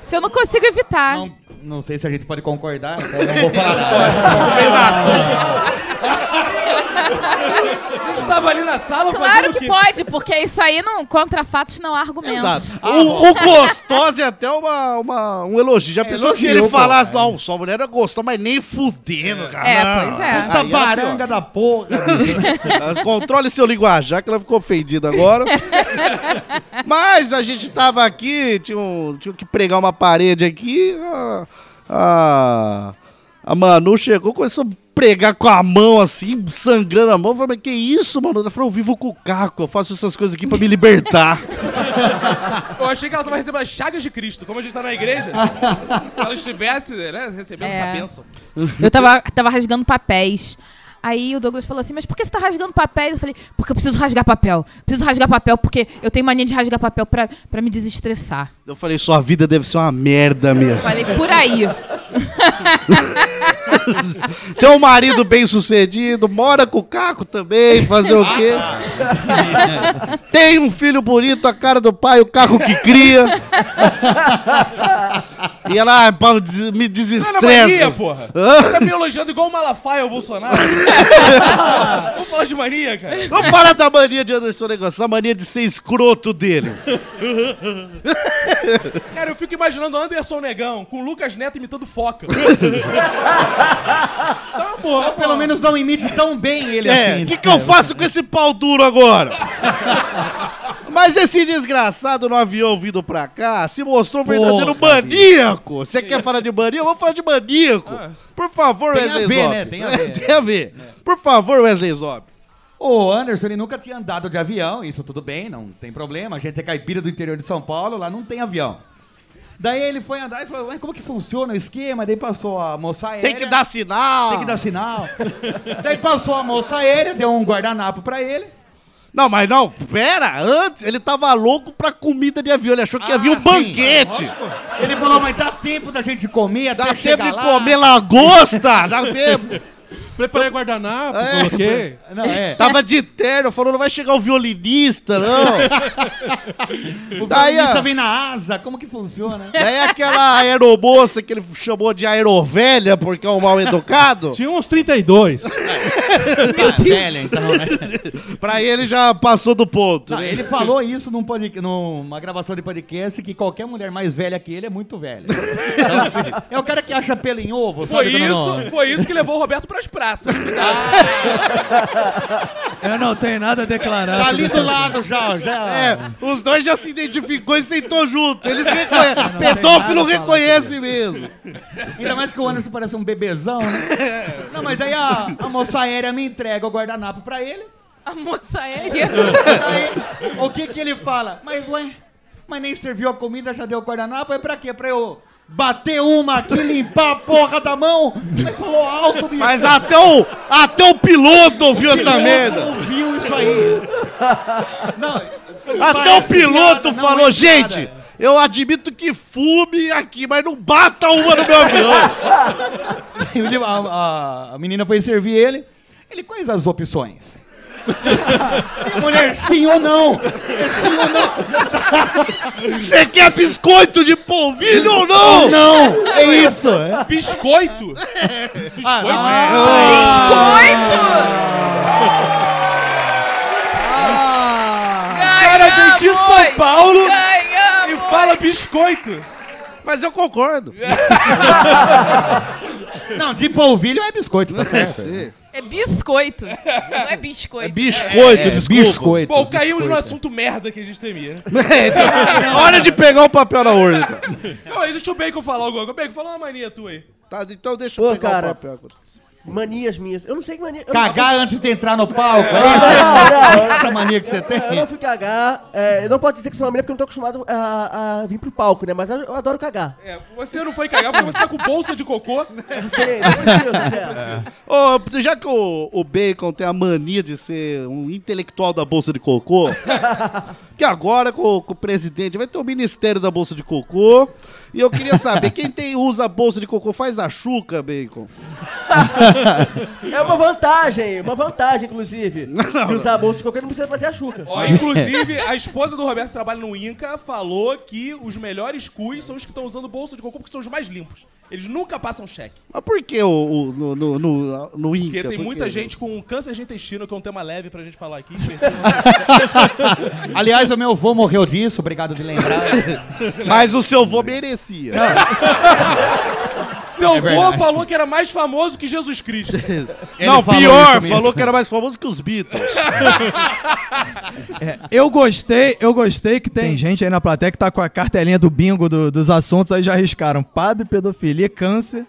S7: Se eu não consigo evitar.
S6: Não, não sei se a gente pode concordar, então eu não vou falar nada.
S5: A gente tava ali na sala
S7: Claro
S5: fazendo o
S7: que
S5: quê?
S7: pode, porque isso aí não contra fatos não há argumentos.
S4: Exato.
S8: Ah,
S4: o, o gostoso é até uma, uma- um elogio.
S8: É
S4: Já pensou se ele
S6: elogio, pô,
S4: falasse,
S6: é.
S4: não, sua mulher é gostosa, mas nem fudendo, cara.
S7: É,
S4: Não.
S7: pois é.
S4: Aí é
S6: Tabaranga da porra.
S4: Mas Controle seu linguajar, que ela ficou ofendida agora. Mas a gente tava aqui, tinha, um- tinha que pregar uma parede aqui. A, a, a Manu chegou, começou a pregar com a mão assim, sangrando a mão. Eu falei, mas que isso, Manu? Ela falou, eu vivo com o caco, eu faço essas coisas aqui pra me libertar.
S5: Eu achei que ela tava recebendo as chagas de Cristo, como a gente tá na igreja. ela estivesse, né, recebendo
S7: É.
S5: essa bênção.
S7: Eu tava, tava rasgando papéis. Aí o Douglas falou assim, mas por que você tá rasgando papéis? Eu falei, porque eu preciso rasgar papel. Preciso rasgar papel porque eu tenho mania de rasgar papel pra, pra me desestressar.
S4: Eu falei, sua vida deve ser uma merda mesmo.
S7: Falei, por aí.
S4: Tem um marido bem sucedido, mora com o Caco também, fazer
S5: Ah,
S4: o quê?
S5: tá.
S4: Tem um filho bonito, a cara do pai, o Caco que cria. E ela ah, Paulo, des- me
S5: Tá
S4: desestressa.
S5: na mania, porra.
S4: Hã?
S5: Tá me elogiando igual o Malafaia ou o Bolsonaro. Vamos falar de mania, cara.
S4: Não para da mania de Anderson Negócio, a mania de ser escroto dele.
S5: Cara, eu fico imaginando Anderson Negão com o Lucas Neto imitando foca. tá, porra,
S6: Pelo menos não imite tão bem ele
S4: É,
S6: assim.
S4: o que, que eu faço com esse pau duro agora? Mas esse desgraçado no avião vindo pra cá se mostrou um verdadeiro maníaco. Você quer falar de maníaco? Vamos falar de maníaco. Por favor,
S6: Ah. Tem a
S4: Wesley
S6: ver,
S4: Zop.
S6: né? Tem a ver.
S4: Tem a ver. Por favor, Wesley Zop.
S6: O Anderson, ele nunca tinha andado de avião, isso tudo bem, não tem problema. A gente é caipira do interior de São Paulo, lá não tem avião. Daí ele foi andar e falou, mas como que funciona o esquema? Daí passou a moça aérea.
S4: Tem que dar sinal.
S6: É, né? Tem que dar sinal. Daí passou a moça aérea, deu um guardanapo pra ele.
S4: Não, mas não, pera. Antes ele tava louco pra comida de avião. Ele achou que havia um
S6: Ah, sim,
S4: banquete.
S6: Ele falou, mas dá tempo da gente comer até
S4: Dá
S6: chegar
S4: tempo de
S6: lá.
S4: comer lagosta. Dá tempo.
S2: Preparei guardanapo,
S4: É.
S2: coloquei.
S6: Não, é.
S4: Tava de terno, falou, não vai chegar o violinista, não.
S6: O
S4: Daí,
S6: violinista
S4: ó.
S6: vem na asa, como que funciona?
S4: Daí é aquela aeromoça que ele chamou de aerovelha porque é um mal educado,
S2: Tinha uns 32.
S6: Meu Deus. então, né?
S4: pra ele já passou do ponto.
S6: Não,
S4: né?
S6: ele falou isso num podca- numa gravação de podcast que qualquer mulher mais velha que ele é muito velha. Então, assim, é o cara que acha pelo em ovo,
S4: tá
S5: Foi
S6: sabe? quando não-
S5: isso, foi isso que levou o Roberto pras praças.
S8: Eu não tenho nada a
S6: Tá
S8: declarar.
S6: ali do lado já, já.
S4: É, os dois já se identificou e sentou junto. Eles reconhecem.
S8: Não tem
S4: Pedófilo
S8: nada a falar
S4: reconhece mesmo.
S6: Ainda mais que o Anderson parece um bebezão, né? Não, mas daí a, a moça aérea me entrega o guardanapo pra ele.
S7: A moça é aérea.
S6: Daí, o que que ele fala? Mas ué, mas nem serviu a comida, já deu o guardanapo, é pra quê? Pra eu bater uma aqui, limpar a porra da mão? Ele falou alto, bicho.
S4: Mas até o, até o piloto ouviu essa merda.
S6: ouviu isso aí. Não,
S4: Até o
S6: parece
S4: piloto
S6: piada, não
S4: falou,
S6: é piada.
S4: gente, eu admito que fume aqui, mas não bata uma no meu avião.
S6: Ele- a, a- a menina foi servir ele. Ele, quais as opções? Mulher, sim ou não?
S4: Você quer biscoito de polvilho ou não?
S6: Não, é isso. É.
S5: Biscoito?
S7: Biscoito!
S5: Cara, vem de
S8: um
S5: São Paulo e
S7: Ganhamos!
S5: fala biscoito.
S4: Mas eu concordo.
S6: Não, de polvilho é biscoito, tá certo?
S7: É biscoito. Não é biscoito.
S4: Biscoito, desculpa.
S5: Bom, caímos no assunto merda que a gente temia. né?
S4: Hora de pegar o papel na urna. então.
S5: Não, aí deixa o Bacon falar alguma coisa. Bacon, fala uma mania tua aí.
S4: Tá, então deixa
S9: Pô,
S4: eu pegar
S9: cara.
S4: o papel. agora.
S9: Manias minhas. Eu não sei que mania. eu não-
S6: Cagar antes de entrar no palco. é
S9: Não,
S6: Essa mania que você tem.
S9: não, eu não fui cagar. É, eu não posso dizer que sou uma menina porque eu não tô acostumado a, a vir pro palco, né? Mas eu, eu adoro cagar.
S5: É, você não foi cagar porque você tá com bolsa de cocô.
S9: Eu Não sei, não preciso, né?
S4: Ô, já que o, o Bacon tem a mania de ser um intelectual da Bolsa de Cocô, que agora com, o- com o presidente vai ter o Ministério da Bolsa de Cocô. E eu queria saber, quem tem, usa a Bolsa de Cocô faz a chuca, Bacon?
S9: É uma vantagem, uma vantagem, inclusive. De usar a bolsa de qualquer um, não precisa fazer a chuca.
S5: Ó, inclusive, a esposa do Roberto que trabalha no Inca falou que os melhores cus são os que estão usando bolsa de cocô porque são os mais limpos. Eles nunca passam cheque.
S4: Mas por que o, o- no, no, no, no Inca?
S5: Porque tem
S4: Por
S5: muita
S4: quê? né?
S5: gente com câncer de intestino, que é um tema leve pra gente falar aqui.
S6: Aliás, o meu avô morreu disso, obrigado de lembrar.
S4: Mas o seu vô merecia. É
S5: Seu avô falou que era mais famoso que Jesus Cristo.
S4: Não,
S6: falou
S4: pior,
S6: isso mesmo.
S4: falou que era mais famoso que os Beatles.
S8: Eu gostei, eu gostei que tem... gente aí na plateia que tá com a cartelinha do bingo do- dos assuntos, aí já arriscaram. Padre, pedofilia, câncer.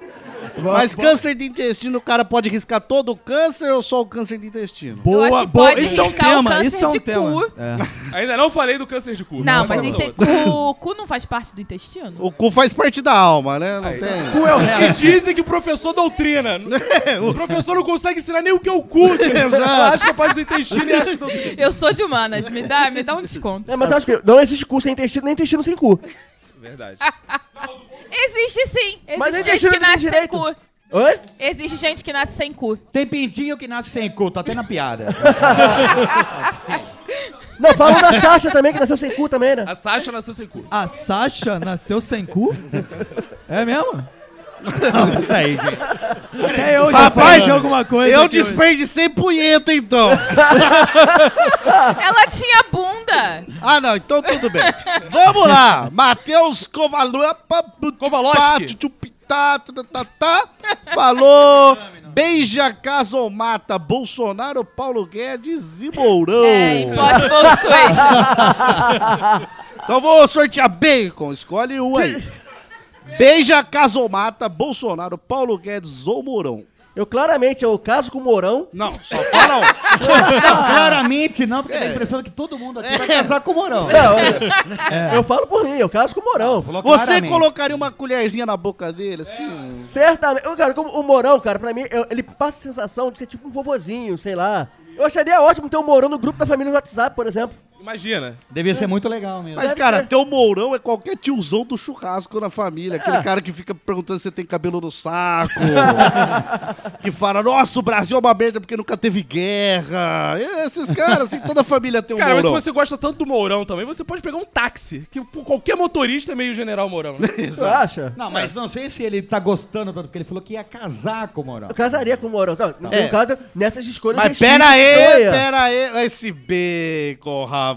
S4: Mas câncer de intestino, o cara pode riscar todo o câncer ou só o câncer de intestino?
S7: Eu acho
S8: Boa,
S7: que
S8: boa.
S7: pode
S8: Isso é um
S7: riscar o
S8: tema,
S7: câncer
S8: isso é um
S7: de
S8: tema.
S7: cu.
S8: É.
S5: Ainda não falei do câncer de cu.
S7: Não, mas
S5: falamos
S7: inte-
S5: outro.
S7: o cu não faz parte do intestino?
S4: O cu faz parte da alma, né? Não tem.
S8: Cu é o
S5: E
S8: resto.
S5: dizem que o professor doutrina.
S4: É,
S5: O professor não consegue ensinar nem o que é o cu.
S4: Exato.
S5: Acho que é parte do intestino e acha que doutrina.
S7: Eu sou de humanas, me dá, me dá um desconto.
S9: É, mas eu acho que não existe cu sem intestino, nem intestino sem cu.
S5: Verdade.
S7: Existe sim. Existe
S9: Mas nem
S7: gente
S9: intestino
S7: que
S9: tem
S7: nasce sem
S9: direito.
S7: cu.
S9: Oi?
S7: Existe gente que nasce sem cu.
S6: Tem pintinho que nasce sem cu, tá até na piada.
S9: Não, fala da Sasha também, que nasceu sem cu também, né?
S5: A Sasha nasceu sem
S6: Ah,
S5: cu.
S8: A Sasha nasceu sem cu? É mesmo?
S6: Peraí, gente.
S8: Até eu já
S4: Rapaz,
S8: falei alguma coisa.
S4: Eu
S8: aqui hoje.
S4: desperdicei punheta, então.
S7: Ela tinha bunda.
S4: Ah, não, então tudo bem. Vamos lá. Matheus
S5: Kowalowski.
S4: Kovalowski. tá, Falou. Beija, casa ou mata, Bolsonaro, Paulo Guedes e Mourão.
S7: É, impossible situation.
S4: Então vou sortear bacon, escolhe um aí. Beija, casa ou mata, Bolsonaro, Paulo Guedes ou Mourão.
S9: Eu claramente, eu caso com o Mourão.
S4: Não, só fala um.
S6: Claramente não,
S5: É,
S6: porque dá a impressão que todo mundo aqui vai casar com o Morão.
S9: Não, eu, eu falo por mim, eu caso com o Mourão.
S4: Você colocaria uma colherzinha na boca dele,
S9: É.
S4: assim?
S9: Certamente. Ô, Cara, como o Mourão, cara, pra mim, eu- ele passa a sensação de ser tipo um vovozinho, sei lá. Eu acharia ótimo ter o Mourão no grupo da família no WhatsApp, por exemplo.
S5: Imagina.
S6: Devia ser muito legal mesmo.
S4: Mas, cara, ter o Mourão é qualquer tiozão do churrasco na família. Aquele
S9: É.
S4: cara que fica perguntando se tem cabelo no saco. que fala, nossa, o Brasil é uma merda porque nunca teve guerra. Esses caras, assim, toda família tem um
S5: Cara, mas se
S4: Mourão.
S5: você gosta tanto do Mourão também, você pode pegar um táxi. Que pô, qualquer motorista é meio general Mourão. né?
S9: Você acha?
S6: Não, mas não sei se ele tá gostando tanto, porque ele falou que ia casar com o Morão.
S9: Eu casaria com o Mourão. Não, no
S4: É.
S9: caso, nessas escolhas...
S4: Mas
S9: eu
S4: pera
S9: escolho.
S4: aí, pera aí. Esse bacon, rapaz.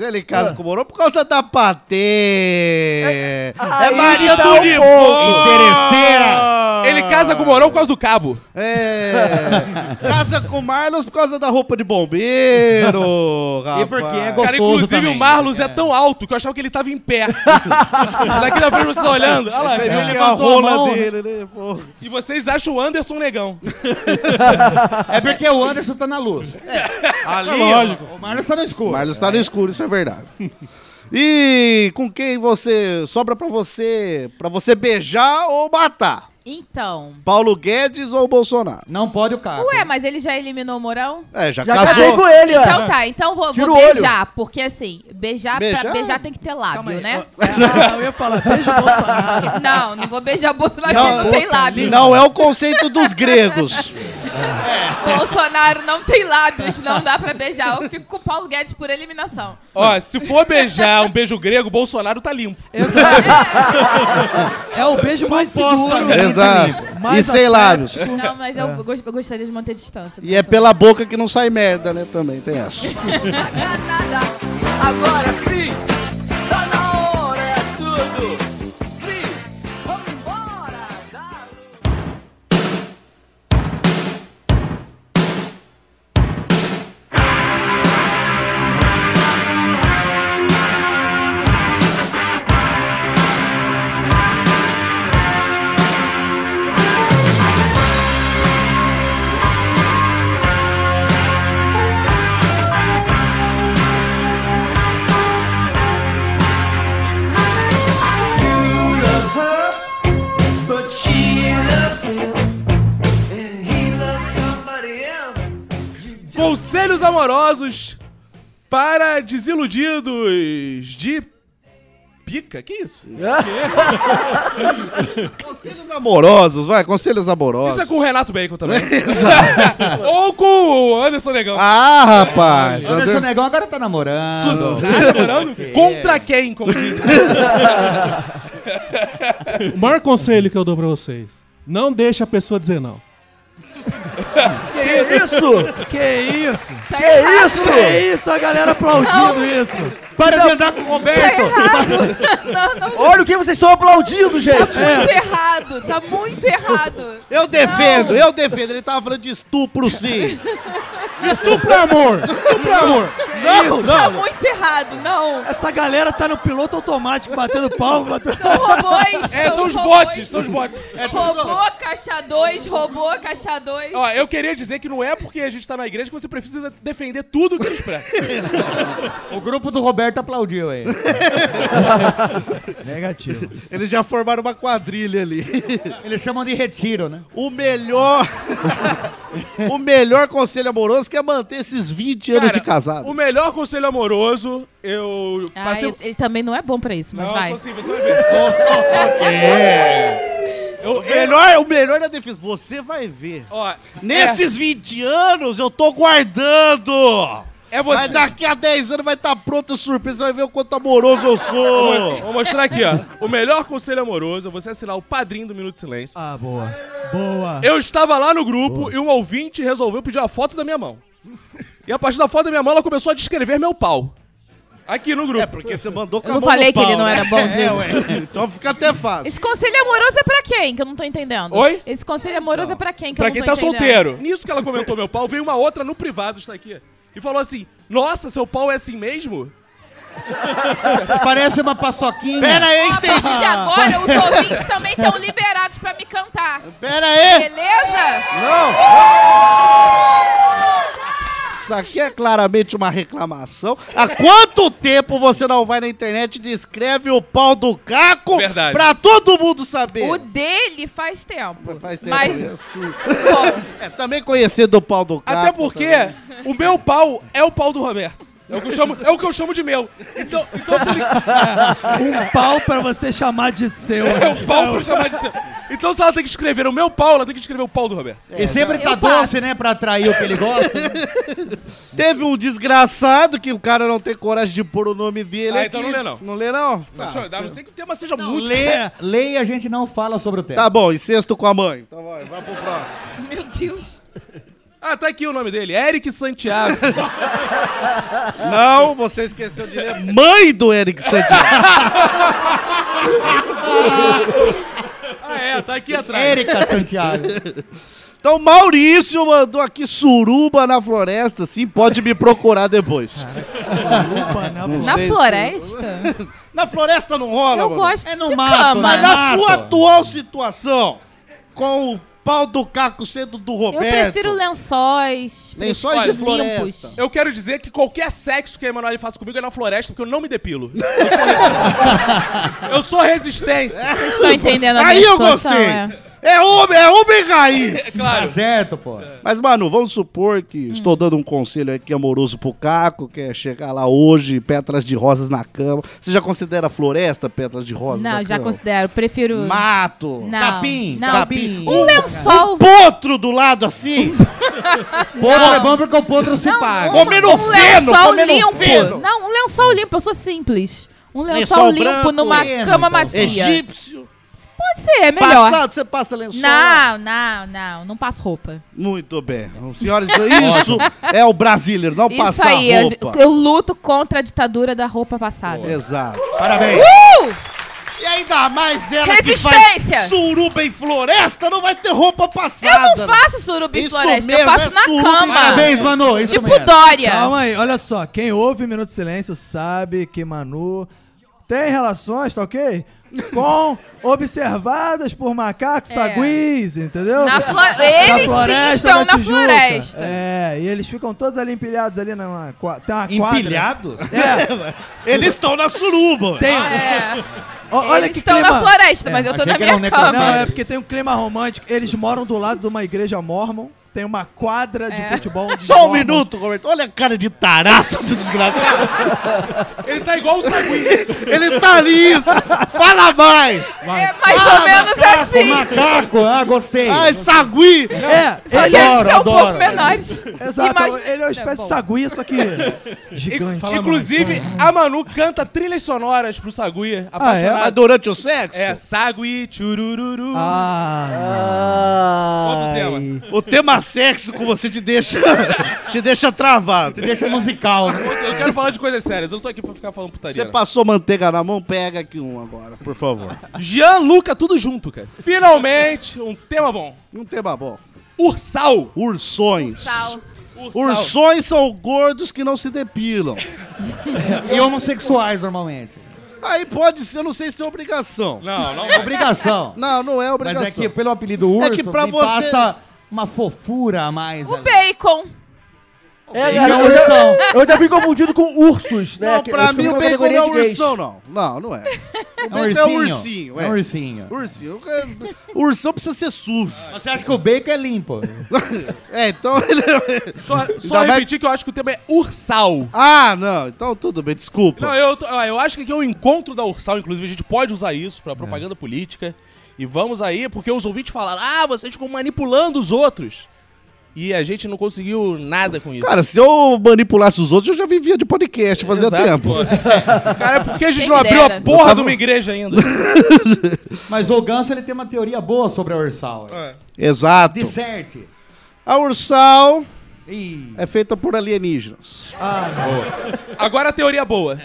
S4: Ele casa
S9: Ah.
S4: com o Mourão por causa da patê. É,
S9: aí
S4: Maria
S9: tá
S4: do
S9: um
S4: Uniforme.
S5: Então, Ele casa com o Mourão por causa do cabo.
S4: É. Casa com o Marlos por causa da roupa de bombeiro, rapaz.
S6: E porque é
S5: Cara,
S6: Gostoso
S5: inclusive
S6: também.
S5: o Marlos é. tão alto que eu achava que ele tava em pé. Daqui na frente você tá olhando. Olha lá,
S4: Você
S5: ele
S4: viu que é
S5: levantou
S4: a
S5: a
S4: rola
S5: mão.
S4: dele, né? Porra.
S5: E vocês acham o Anderson negão.
S6: É porque o Anderson tá na luz. Ali, lógico. O Marlos tá no escuro.
S4: Marlos tá no escuro, isso é verdade. E com quem você sobra pra você, para você beijar ou matar?
S7: Então.
S4: Paulo Guedes ou Bolsonaro?
S6: Não pode o Caco.
S7: Ué, mas ele já eliminou o Mourão?
S4: É, já,
S9: Já casei
S4: casou.
S9: com ele, ó.
S7: Então tá, então vou,
S9: Tira
S7: vou
S9: o olho.
S7: beijar, porque assim, beijar,
S4: Beijar?
S7: pra beijar tem que ter lábio,
S8: Calma aí,
S7: né?
S8: ó. É, eu ia falar, beijo Bolsonaro.
S7: Não, não vou beijar o Bolsonaro
S4: Não,
S7: porque não tem lábios.
S4: Não é o conceito dos gregos.
S7: Bolsonaro não tem lábios, não dá pra beijar. Eu fico com o Paulo Guedes por eliminação.
S5: Ó, se for beijar um beijo grego, Bolsonaro tá limpo.
S8: É o beijo mais
S6: um
S8: seguro.
S4: Exato.
S8: Mais
S4: E sem
S8: afeto.
S4: lábios.
S7: Não, mas eu, gos- eu gostaria de manter distância.
S4: E é pela boca que não sai merda, né? Também tem essa.
S10: É nada, agora sim, tá na hora, é tudo. Sim, vamos embora. Tá?
S11: But she loves him, and he loves somebody else.
S5: Conselhos amorosos para desiludidos de pica? Que isso?
S4: Conselhos amorosos, vai, conselhos amorosos.
S5: Isso é com o Renato Bacon também. Ou com o Anderson Negão.
S4: Ah, rapaz.
S6: O Anderson Negão agora tá namorando.
S5: Contra quem, como diz.
S2: O maior conselho que eu dou pra vocês: não deixa a pessoa dizer não.
S8: Que isso?
S7: Tá errado.
S8: Que é isso, a galera aplaudindo isso.
S6: Para de andar com o Roberto!
S7: Tá Não, não,
S9: Olha o que vocês estão aplaudindo, gente.
S7: tá muito errado, tá muito errado.
S4: Eu defendo, eu defendo. Ele tava falando de estupro, sim. estupro, é amor. Estupro, amor. Não,
S7: Tá
S4: não.
S7: muito errado, não.
S8: Essa galera tá no piloto automático, batendo palma, batendo...
S7: São robôs.
S5: É, são os
S7: robôs.
S5: bots, são os bots. É,
S7: Robô caixa 2, robô caixa 2.
S5: Ó, eu queria dizer que não é porque a gente tá na igreja que você precisa defender tudo que eles pregam.
S6: O grupo do Roberto aplaudiu aí.
S8: Negativo.
S4: Eles já formaram uma quadrilha ali.
S6: Eles chamam de retiro, né?
S4: O melhor. o melhor conselho amoroso que é manter esses 20 anos de casado.
S5: O melhor conselho amoroso, eu
S7: Ah,
S5: passei...
S7: ele, ele também não é bom pra isso, mas
S5: Não,
S7: vai.
S5: só assim, você vai ver. Eu,
S4: O melhor, o melhor da defesa. Você vai ver.
S5: ó, é-
S4: Nesses 20 anos eu tô guardando.
S5: é- É você.
S4: Mas daqui a 10 anos vai estar pronto a surpresa, você vai ver o quanto amoroso eu
S5: Vou,
S4: sou.
S5: vou mostrar aqui, ó. O melhor conselho amoroso é você assinar o padrinho do Minuto de Silêncio.
S8: Ah, boa. Boa.
S5: Eu estava lá no grupo e um ouvinte resolveu pedir uma foto da minha mão. E a partir da foto da minha mão, ela começou a descrever meu pau. Aqui no grupo. É,
S4: porque você mandou
S7: Eu não falei que ele não
S5: né?
S7: era bom disso.
S4: Então fica até fácil.
S7: Esse conselho amoroso é pra quem? Que eu não tô entendendo.
S5: Oi?
S7: Esse conselho amoroso é pra quem? Que
S5: pra
S7: eu não
S5: quem
S7: tô
S5: tá
S7: entendendo.
S5: solteiro. Nisso que ela comentou meu pau, veio uma outra no privado, está aqui, e falou assim: Nossa, seu pau é assim mesmo?
S6: Parece uma paçoquinha.
S4: Pera aí,
S7: A
S4: que tem.
S7: partir de agora, os ouvintes também estão liberados pra me cantar.
S4: Pera aí!
S7: Beleza?
S4: Não! Isso aqui é claramente uma reclamação. Há quanto tempo você não vai na internet e descreve o pau do caco
S5: Verdade.
S4: pra todo mundo
S5: É.
S4: saber?
S7: O dele faz tempo.
S4: Faz tempo
S7: Mas,
S4: isso.
S7: pô,
S4: É, também conhecido do pau do caco.
S5: Até porque o meu pau é o pau do Roberto. É o que eu chamo, é o que eu chamo de meu. Então, então se ele.
S8: Um pau pra você chamar de seu.
S5: É o pau pra chamar de seu. Então se ela tem que escrever o meu pau, ela tem que escrever o pau do Roberto.
S6: E sempre tá
S7: Eu
S6: doce,
S7: passo.
S6: né? Pra atrair o que ele gosta.
S4: Teve um desgraçado que o cara não tem coragem de pôr o nome dele.
S5: Ah, então
S4: aqui.
S5: não lê, não.
S4: Não lê, não? Tá.
S5: Deixa eu- a não ser que o tema seja muito.
S6: Lê, lê e a gente não fala sobre o tema.
S4: Tá bom, incesto com a mãe. Então vai, vai pro próximo.
S7: meu Deus.
S5: Ah, tá aqui o nome dele, Eric Santiago.
S4: Não, você esqueceu de ler. Mãe do Eric Santiago.
S5: ah, é, tá aqui atrás.
S6: Érica Santiago.
S4: Então, Maurício mandou aqui suruba na floresta. Sim, pode me procurar depois.
S8: Opa, na
S7: Na floresta?
S4: Na floresta não rola,
S7: Eu
S4: mano.
S7: gosto
S6: É no
S7: de
S6: mato,
S7: cama.
S6: né?
S4: Na
S6: Mato.
S4: sua atual situação, com o pau do caco sendo do
S7: Eu
S4: Roberto.
S7: prefiro lençóis.
S4: Lençóis
S7: frescos,
S4: de floresta.
S7: limpos.
S5: Eu quero dizer que qualquer sexo que a Emanuele faça comigo é na floresta, porque eu não me depilo. Eu sou resistência. Eu sou
S4: É,
S5: resistência.
S7: Vocês estão entendendo a minha
S4: Aí eu
S7: situação,
S4: gostei.
S7: é.
S4: É homem, é homem raiz.
S5: É
S6: Tá
S5: claro.
S6: certo, pô.
S4: Mas, Manu, vamos supor
S7: Hum.
S4: que estou dando um conselho aqui amoroso pro Caco, que é chegar lá hoje, pétalas de rosas na cama. Você já considera floresta pétalas de rosas na
S7: Não, já
S4: cama?
S7: considero. Prefiro.
S4: Mato.
S7: Não,
S6: Capim,
S7: não.
S6: capim.
S7: Um lençol.
S4: Potro do lado assim.
S6: Potro é bom porque o potro se paga.
S4: um- Comendo
S7: um
S4: feno,
S7: lençol
S4: comendo
S7: limpo.
S4: feno.
S7: Não, um lençol limpo, eu sou simples. Um lençol,
S4: Lençol
S7: limpo
S4: branco,
S7: numa
S6: feno,
S7: cama
S6: então.
S7: macia.
S4: Egípcio.
S7: Pode ser, é melhor.
S4: Passado, você passa lençol. lá?
S7: Não, não, não. Não passo roupa.
S4: Muito bem. Senhoras, isso é o brasileiro, não
S7: Isso
S4: passar
S7: aí.
S4: roupa.
S7: Eu, eu luto contra a ditadura da roupa passada.
S4: Exato.
S6: Parabéns.
S7: Uh!
S4: E ainda mais ela que
S7: Resistência.
S4: faz suruba em floresta, não vai ter roupa
S7: Eu
S4: passada.
S7: não faço suruba em
S4: Isso
S7: floresta.
S4: mesmo,
S7: eu faço
S4: é
S7: na
S4: suruba.
S7: cama.
S6: Parabéns, Manu. Isso
S7: Tipo
S6: mesmo.
S7: Dória.
S8: Calma aí, olha só. Quem ouve Minuto de Silêncio sabe que Manu tem relações, tá ok? Com observadas por macacos
S7: É.
S8: saguis, entendeu? É
S7: Na flo- Eles sim estão na
S8: Tijuca.
S7: floresta.
S8: É, e eles ficam todos ali empilhados ali na na qua- tem uma quadra.
S6: Empilhado?
S8: É,
S4: Eles estão na suruba.
S8: tem.
S7: É.
S8: ó, olha
S7: Eles
S8: que
S7: estão
S8: clima.
S7: na floresta, mas
S6: É,
S7: eu tô
S6: achei
S7: na
S6: que era
S7: minha
S6: um
S7: cama.
S6: necrotério.
S8: Não, é porque tem um clima romântico. Eles moram do lado de uma igreja mormon. Tem uma quadra de
S7: É.
S8: futebol. onde
S4: Só um
S8: mormons-
S4: minuto, Roberto. Olha a cara de tarado do desgraçado.
S5: Ele tá igual o sanguíneo.
S4: Ele tá liso. Fala mais.
S7: É mais ou menos assim.
S6: Macaco, ah, gostei.
S4: Ai, sagui.
S8: É,
S7: Só que
S6: Adoro,
S7: eles são um pouco
S6: adoro.
S7: menores.
S8: Exato,
S7: Imagina-
S8: ele é uma
S7: É
S8: espécie
S7: bom.
S8: de saguia, só que gigante.
S5: Inclusive, a Manu canta trilhas sonoras pro Saguia.
S8: Ah, é?
S4: Mas
S5: Apaixonado.
S4: durante o sexo?
S5: É, Sagui, churururu.
S8: Ah,
S5: Outro tema.
S4: O tema sexo com você te deixa, te deixa travado.
S6: Deixa musical.
S5: Eu quero falar de coisas sérias. Eu não tô aqui pra ficar falando putaria.
S4: Você
S5: não.
S4: passou manteiga na mão, pega aqui um agora, por favor.
S5: Jean, Luca, tudo junto, cara. Finalmente, um tema bom.
S4: Um tema bom.
S5: Ursal.
S4: Ursões.
S7: Um Sal.
S4: Ursões são gordos que não se depilam.
S6: E homossexuais, normalmente.
S4: Aí pode ser, eu não sei se é obrigação.
S5: Não, não. não.
S6: Obrigação.
S4: Não, não é
S6: Mas
S4: obrigação.
S6: é que pelo apelido urso,
S4: que pra
S6: me
S4: você-
S6: passa uma fofura a mais.
S7: O
S6: ali.
S7: bacon.
S9: É,
S6: Bacon
S9: cara,
S6: é
S9: eu,
S6: ursão.
S9: já, eu já fui confundido com ursos, né?
S4: Não,
S9: Que-
S4: pra
S9: eu
S4: mim
S9: descobri
S4: o
S9: uma
S4: bacon
S9: categoria
S4: não é
S9: de gays.
S4: ursão, não. Não, não é. O
S6: É um
S4: bacon é um
S6: ursinho.
S4: ursinho,
S6: É um
S4: é.
S6: ursinho.
S4: Ursinho. é- Ursão precisa ser sujo.
S6: Mas Você acha que o bacon é limpo?
S4: É, então ele.
S5: Só, só
S4: Ainda
S5: repetir que eu acho que o tema é ursal.
S4: Ah, não. Então tudo bem, desculpa.
S5: Não, eu, tô- ah, eu acho que aqui é o encontro da Ursal, inclusive, a gente pode usar isso
S4: É.
S5: pra propaganda política. E vamos aí, porque os ouvintes falaram: ah, vocês ficam manipulando os outros. E a gente não conseguiu nada com isso.
S4: Cara, se eu manipulasse os outros, eu já vivia de podcast fazia
S5: Exato,
S4: tempo.
S5: pô. é. Cara, por que a gente
S7: Quem
S5: não abriu
S7: dera.
S5: a porra
S4: Eu tava-
S5: de uma igreja ainda?
S6: Mas o Ganso ele tem uma teoria boa sobre a Ursal.
S9: É.
S4: Exato.
S6: Disserte.
S4: A Ursal
S6: Ih, Ah,
S4: é feita por alienígenas.
S5: Agora a teoria é boa.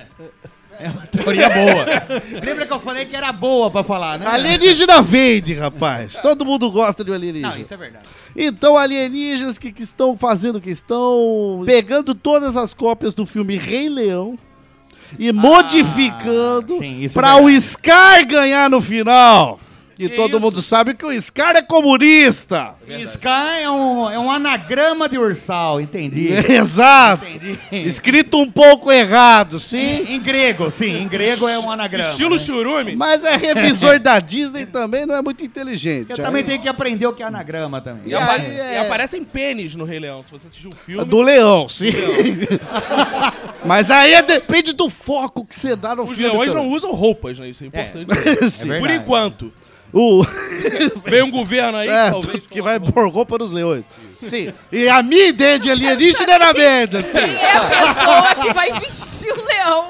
S6: teoria boa. Lembra que eu falei que era boa pra falar, né?
S4: Alienígena vende, rapaz. Todo mundo gosta de um alienígena.
S6: Não, isso é verdade.
S4: Então, alienígenas que, que estão fazendo o que estão pegando todas as cópias do filme Rei Leão e modificando
S6: Ah, sim, isso é
S4: pra o Scar ganhar no final. E
S5: Que
S4: todo
S5: isso?
S4: mundo sabe que o Scar é comunista.
S6: Sky é um, é um anagrama de Ursal, entendi.
S4: Exato.
S6: Entendi.
S4: Escrito um pouco errado, sim.
S6: Em, em grego, sim, em grego é um anagrama.
S5: Estilo
S6: né?
S5: churume.
S4: Mas é revisor da Disney também não é muito inteligente.
S6: Eu também
S4: Aí-
S6: tenho que aprender o que é anagrama também.
S5: E, apa-
S4: aí, é-
S5: e aparecem pênis no Rei Leão, se você assistiu o filme.
S4: Do leão, sim. Mas aí é- depende do foco que você dá no
S5: Os
S4: filme.
S5: leões não
S4: também.
S5: usam roupas, né? Isso é importante.
S4: é
S5: dizer. Por
S6: verdade.
S5: enquanto.
S4: O...
S5: Vem um governo aí,
S4: É,
S5: talvez.
S4: que vai pôr roupa nos leões. Sim. E a minha ideia de alienígena era merda. Sim.
S7: Quem é a pessoa que vai vestir o leão?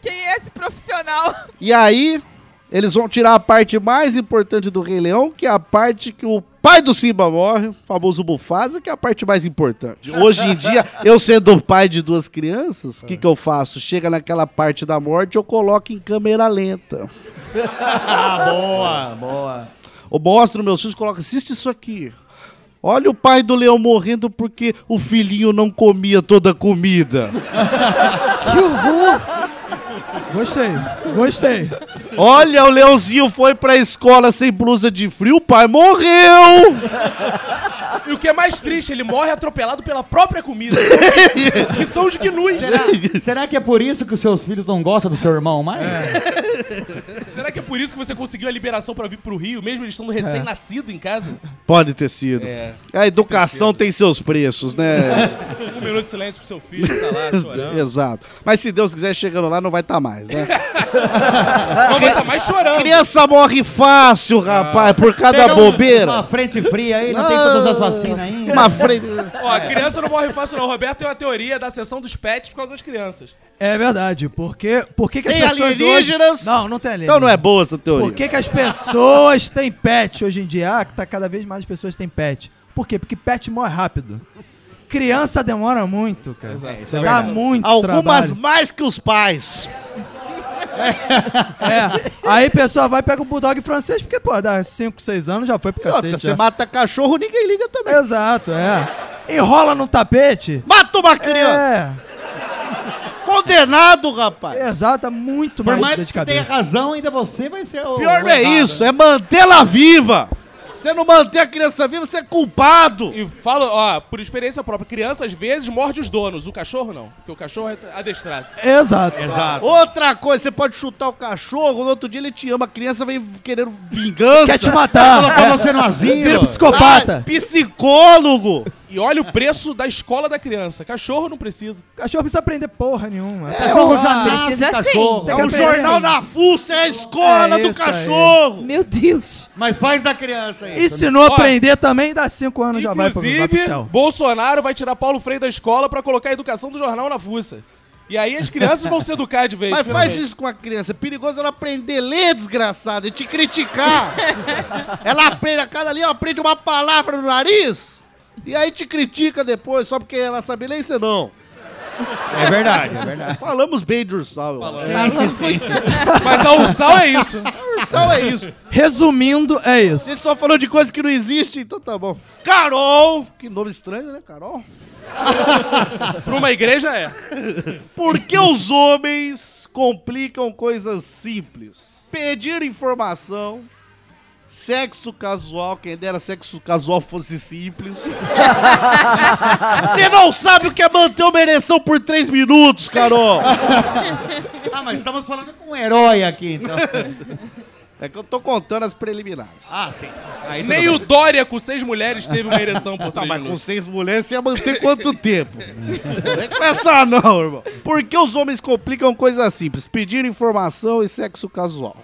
S7: Quem é esse profissional?
S4: E aí, eles vão tirar a parte mais importante do Rei Leão, que é a parte que o pai do Simba morre, o famoso Mufasa, que é a parte mais importante. Hoje em dia, eu sendo pai de duas crianças, o que, que eu faço? Chega naquela parte da morte, eu coloco em câmera lenta.
S6: Ah, Boa, boa.
S4: Eu mostro meus filhos, coloco, assiste isso aqui. Olha o pai do leão morrendo porque o filhinho não comia toda a comida.
S8: Gostei, gostei.
S4: Olha, o leãozinho foi pra escola sem blusa de frio, o pai morreu!
S5: E o que é mais triste, ele morre atropelado pela própria comida. que são os gnus. Será?
S6: Será que é por isso que os seus filhos não gostam do seu irmão mais?
S9: É.
S5: Será que é por isso que você conseguiu a liberação pra vir pro Rio, mesmo eles
S4: É.
S5: estando recém-nascido em casa?
S4: Pode ter sido.
S5: É.
S4: A educação tem seus preços, né?
S5: Um minuto de silêncio pro seu filho, tá lá chorando.
S4: Exato. Mas se Deus quiser, chegando lá, não vai estar mais, né?
S5: Não vai tá mais chorando.
S4: Criança morre fácil, rapaz, por cada
S6: Pega um- Uma
S4: bobeira.
S6: frente fria aí, não tem todas as vacinas ainda.
S4: Uma frente.
S5: Ó, a criança não morre fácil, não. O Roberto tem uma teoria da sessão dos pets por causa das crianças.
S8: É verdade, porque, por que que as
S4: Tem
S8: pessoas hoje-
S4: alienígenas?
S8: Não, não tem alienígenas.
S4: Então não é boa essa teoria.
S8: Por que, que as pessoas têm pet hoje em dia? Ah, que tá cada vez mais as pessoas têm pet. Por quê? Porque pet morre rápido. Criança demora muito, cara.
S5: isso é
S8: Dá
S5: verdade.
S8: muito
S4: Algumas
S8: trabalho.
S4: mais que os pais.
S8: É. Aí a pessoa vai e pega um bulldog francês, porque, pô, dá 5, 6 anos já foi pro
S6: tá
S4: E outra,
S8: cacete. é.
S4: você
S8: já.
S4: mata cachorro, ninguém liga também.
S8: Exato, é. Enrola num tapete.
S4: Mata uma criança!
S8: É,
S4: Condenado, rapaz!
S8: exato, é muito
S6: Por
S8: mais,
S6: mais
S8: dor
S6: que
S8: de
S6: você tenha
S8: cabeça.
S6: razão, ainda você vai ser o.
S4: Pior
S6: o
S4: não é
S6: errado,
S4: isso,
S6: né?
S4: é mantê-la viva! Você não manter a criança viva, você é culpado!
S5: E falo, ó, por experiência própria, criança às vezes morde os donos, o cachorro não, porque o cachorro é adestrado.
S8: Exato.
S4: Outra coisa, você pode chutar o cachorro, no outro dia ele te ama, a criança vem querendo vingança.
S8: Quer te matar. É.
S6: Colocou você no asilo.
S8: Vira
S4: Ai,
S8: psicopata.
S4: psicólogo!
S5: E olha o preço da escola da criança, cachorro não precisa.
S8: O cachorro precisa aprender porra nenhuma.
S6: O cachorro já
S8: Ah,
S6: nasce
S7: precisa sim.
S6: cachorro.
S8: Tem
S4: É
S8: que
S4: um
S8: aprender.
S4: jornal na fuça, é a escola
S8: É
S4: do
S8: isso aí.
S4: cachorro!
S7: Meu Deus.
S6: Mas faz da criança isso.
S8: Ensinou
S5: Ó,
S8: a aprender também, dá 5 anos já vai pro, vai pro
S5: Inclusive,
S8: céu.
S5: Bolsonaro vai tirar Paulo Freire da escola pra colocar a educação do jornal na fuça. E aí as crianças vão se educar de vez.
S4: Mas
S5: finalmente.
S6: né?
S4: faz isso com a criança. É perigoso ela aprender a ler, desgraçada, e te criticar. ela aprende a cada ali, ó, aprende uma palavra no nariz e aí te critica depois, só porque ela sabe ler e você não.
S6: É verdade, é verdade.
S4: Falamos bem de Ursal. Falamos.
S5: Mas a Ursal é isso.
S4: Ursal é isso.
S8: Resumindo, é
S4: A
S8: isso.
S4: gente só falou de coisa que não existe, então tá bom. Carol! Que nome estranho, né, Carol?
S5: Pra uma igreja é.
S4: Por que os homens complicam coisas simples? Pedir informação, sexo casual, quem dera sexo casual fosse simples. Você não sabe o que é manter uma ereção por três minutos, Carol!
S6: Ah, mas estamos falando com um herói aqui, então.
S4: É que eu tô contando as preliminares.
S6: Ah, sim. Aí tudo
S5: Nem
S6: bem.
S5: o Dória com seis mulheres teve uma ereção por três
S4: Tá, Ah, Mas com
S5: minutos.
S4: seis mulheres você ia manter quanto tempo? Não é com essa não, irmão. Por que os homens complicam coisas simples? Pedir informação e sexo casual.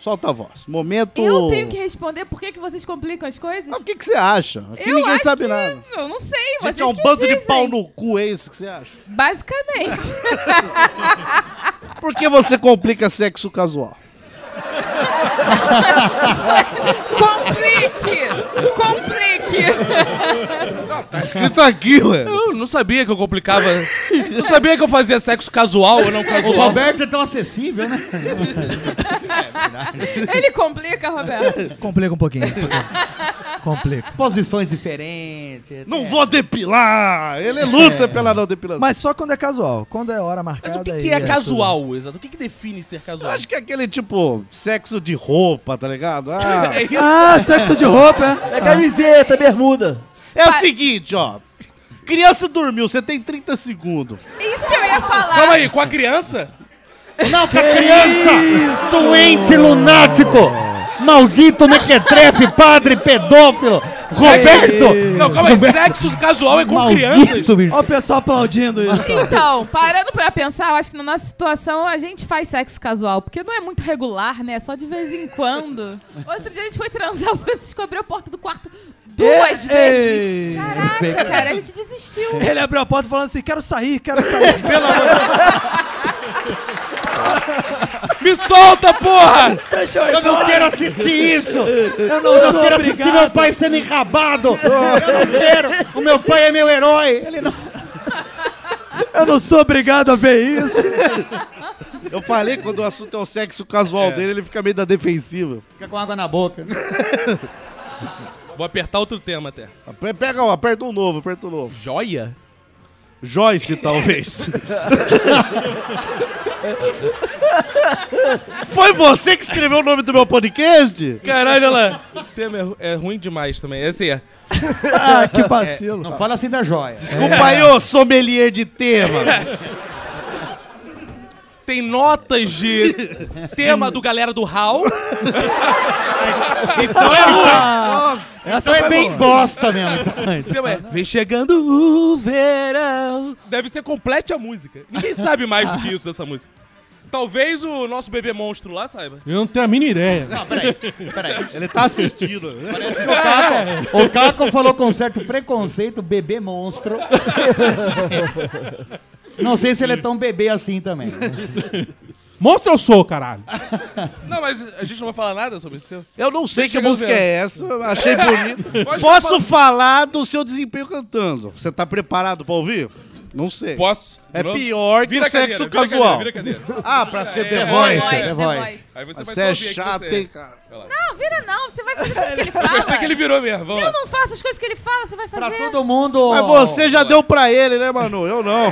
S4: solta a voz. Momento.
S7: Eu tenho que responder por que, que vocês complicam as coisas?
S4: O que, que você acha? Aqui
S7: eu
S4: ninguém
S7: acho
S4: sabe
S7: que-
S4: nada.
S7: Eu não sei, vocês
S4: Gente, é um
S7: que
S4: bando de
S7: dizem.
S4: pau no cu, é isso que você acha?
S7: Basicamente.
S4: Por que você complica sexo casual?
S7: Complique! Complique!
S5: Tá
S4: escrito aqui, ué.
S5: Eu não sabia que eu complicava. não sabia que eu fazia sexo casual ou não casual.
S6: O Roberto é tão acessível, né?
S7: Ele complica, Roberto.
S8: Complica um pouquinho. Complica.
S6: Posições diferentes.
S4: Não vou depilar! Ele luta pela não depilação.
S8: Mas só quando é casual. Quando é hora marcada.
S5: Mas o que,
S8: aí
S5: que é
S8: tudo.
S5: casual, exato? O que, que define ser
S4: Eu
S5: casual?
S4: acho que é aquele tipo, sexo de roupa, tá ligado? Ah,
S5: É isso.
S8: Ah, sexo de roupa, é?
S9: É camiseta, bermuda.
S4: É o seguinte, ó. Criança dormiu, você tem 30 segundos.
S7: Isso que eu ia falar.
S5: Calma aí, com a criança?
S6: Não, que criança! Doente lunático! Maldito
S4: né, é
S6: mequetrefe, padre pedófilo! Roberto!
S5: Não, calma aí, sexo casual é com crianças.
S8: Ó, o pessoal aplaudindo isso.
S7: Então, parando pra pensar, eu acho que na nossa situação a gente faz sexo casual, porque não é muito regular, né? Só de vez em quando. Outro dia a gente foi transar, o Francisco abriu a porta do quarto duas vezes.
S8: Ei, ei.
S7: Caraca, cara, a gente desistiu.
S4: É
S8: Ele abriu a porta falando assim: quero sair, quero sair.
S5: Me solta, porra!
S8: Deixa eu ir
S6: Eu não
S8: embora.
S6: quero assistir isso!
S8: Eu não
S6: Eu não
S8: sou
S6: quero assistir meu
S8: obrigado.
S6: pai sendo enrabado! Eu não quero! O meu pai é meu herói! Ele não...
S8: Eu não sou obrigado a ver isso.
S4: Eu falei quando o assunto é o sexo casual dele, ele fica meio da defensiva.
S6: Fica com água na boca.
S5: Vou apertar outro tema até.
S4: Pe- Pega, ó, aperta um novo, aperta um novo.
S5: Joia?
S4: Joyce, talvez. Foi você que escreveu o nome do meu podcast?
S5: Caralho, ela. O tema é, ru- é ruim demais também. É assim, é.
S8: Ah, que vacilo.
S6: Não fala assim da joia.
S5: É.
S4: Desculpa aí, ô sommelier de tema.
S5: Tem notas de tema do galera do Hall.
S8: Essa
S6: Então é
S8: foi
S6: bem
S8: boa.
S6: bosta mesmo.
S5: O tema é Vem chegando o verão. Deve ser complete a música. Ninguém sabe mais do que isso dessa música. Talvez o nosso bebê monstro lá saiba.
S2: Eu não tenho a mínima ideia.
S4: Ele tá assistindo.
S6: O Caco falou com certo preconceito, bebê monstro. Não sei se ele é tão bebê assim também.
S2: Monstro eu sou, caralho.
S5: Não, mas a gente não vai falar nada sobre esse tema.
S4: Eu não sei
S5: Vem
S4: que
S5: chegando
S4: música
S5: o verão.
S4: é essa, achei bonito.
S5: Eu acho que eu
S4: Posso
S5: falo-
S4: falar do seu desempenho cantando. Você tá preparado pra ouvir? Não sei.
S5: Posso?
S4: É pior que
S5: Vira
S4: o
S5: a cadeira,
S4: sexo
S5: vira a
S4: casual.
S5: cadeira, vira a cadeira.
S4: Ah, pra ser The
S5: É,
S7: The
S4: Voice.
S7: Voice, The
S6: Voice.
S7: Voice.
S5: Aí você vai
S4: Você
S5: só
S4: é
S5: ouvir aqui
S4: chato,
S5: você
S4: hein, cara?
S7: Não, vira não. Você vai fazer tudo que ele
S5: Gostei que ele
S7: fala.
S5: virou mesmo. Vamos
S7: Eu
S5: lá.
S7: não faço as coisas que ele fala, você vai
S6: Pra
S7: fazer.
S6: todo mundo.
S4: Mas você já deu pra ele, né, Manu? Eu não.
S7: Ele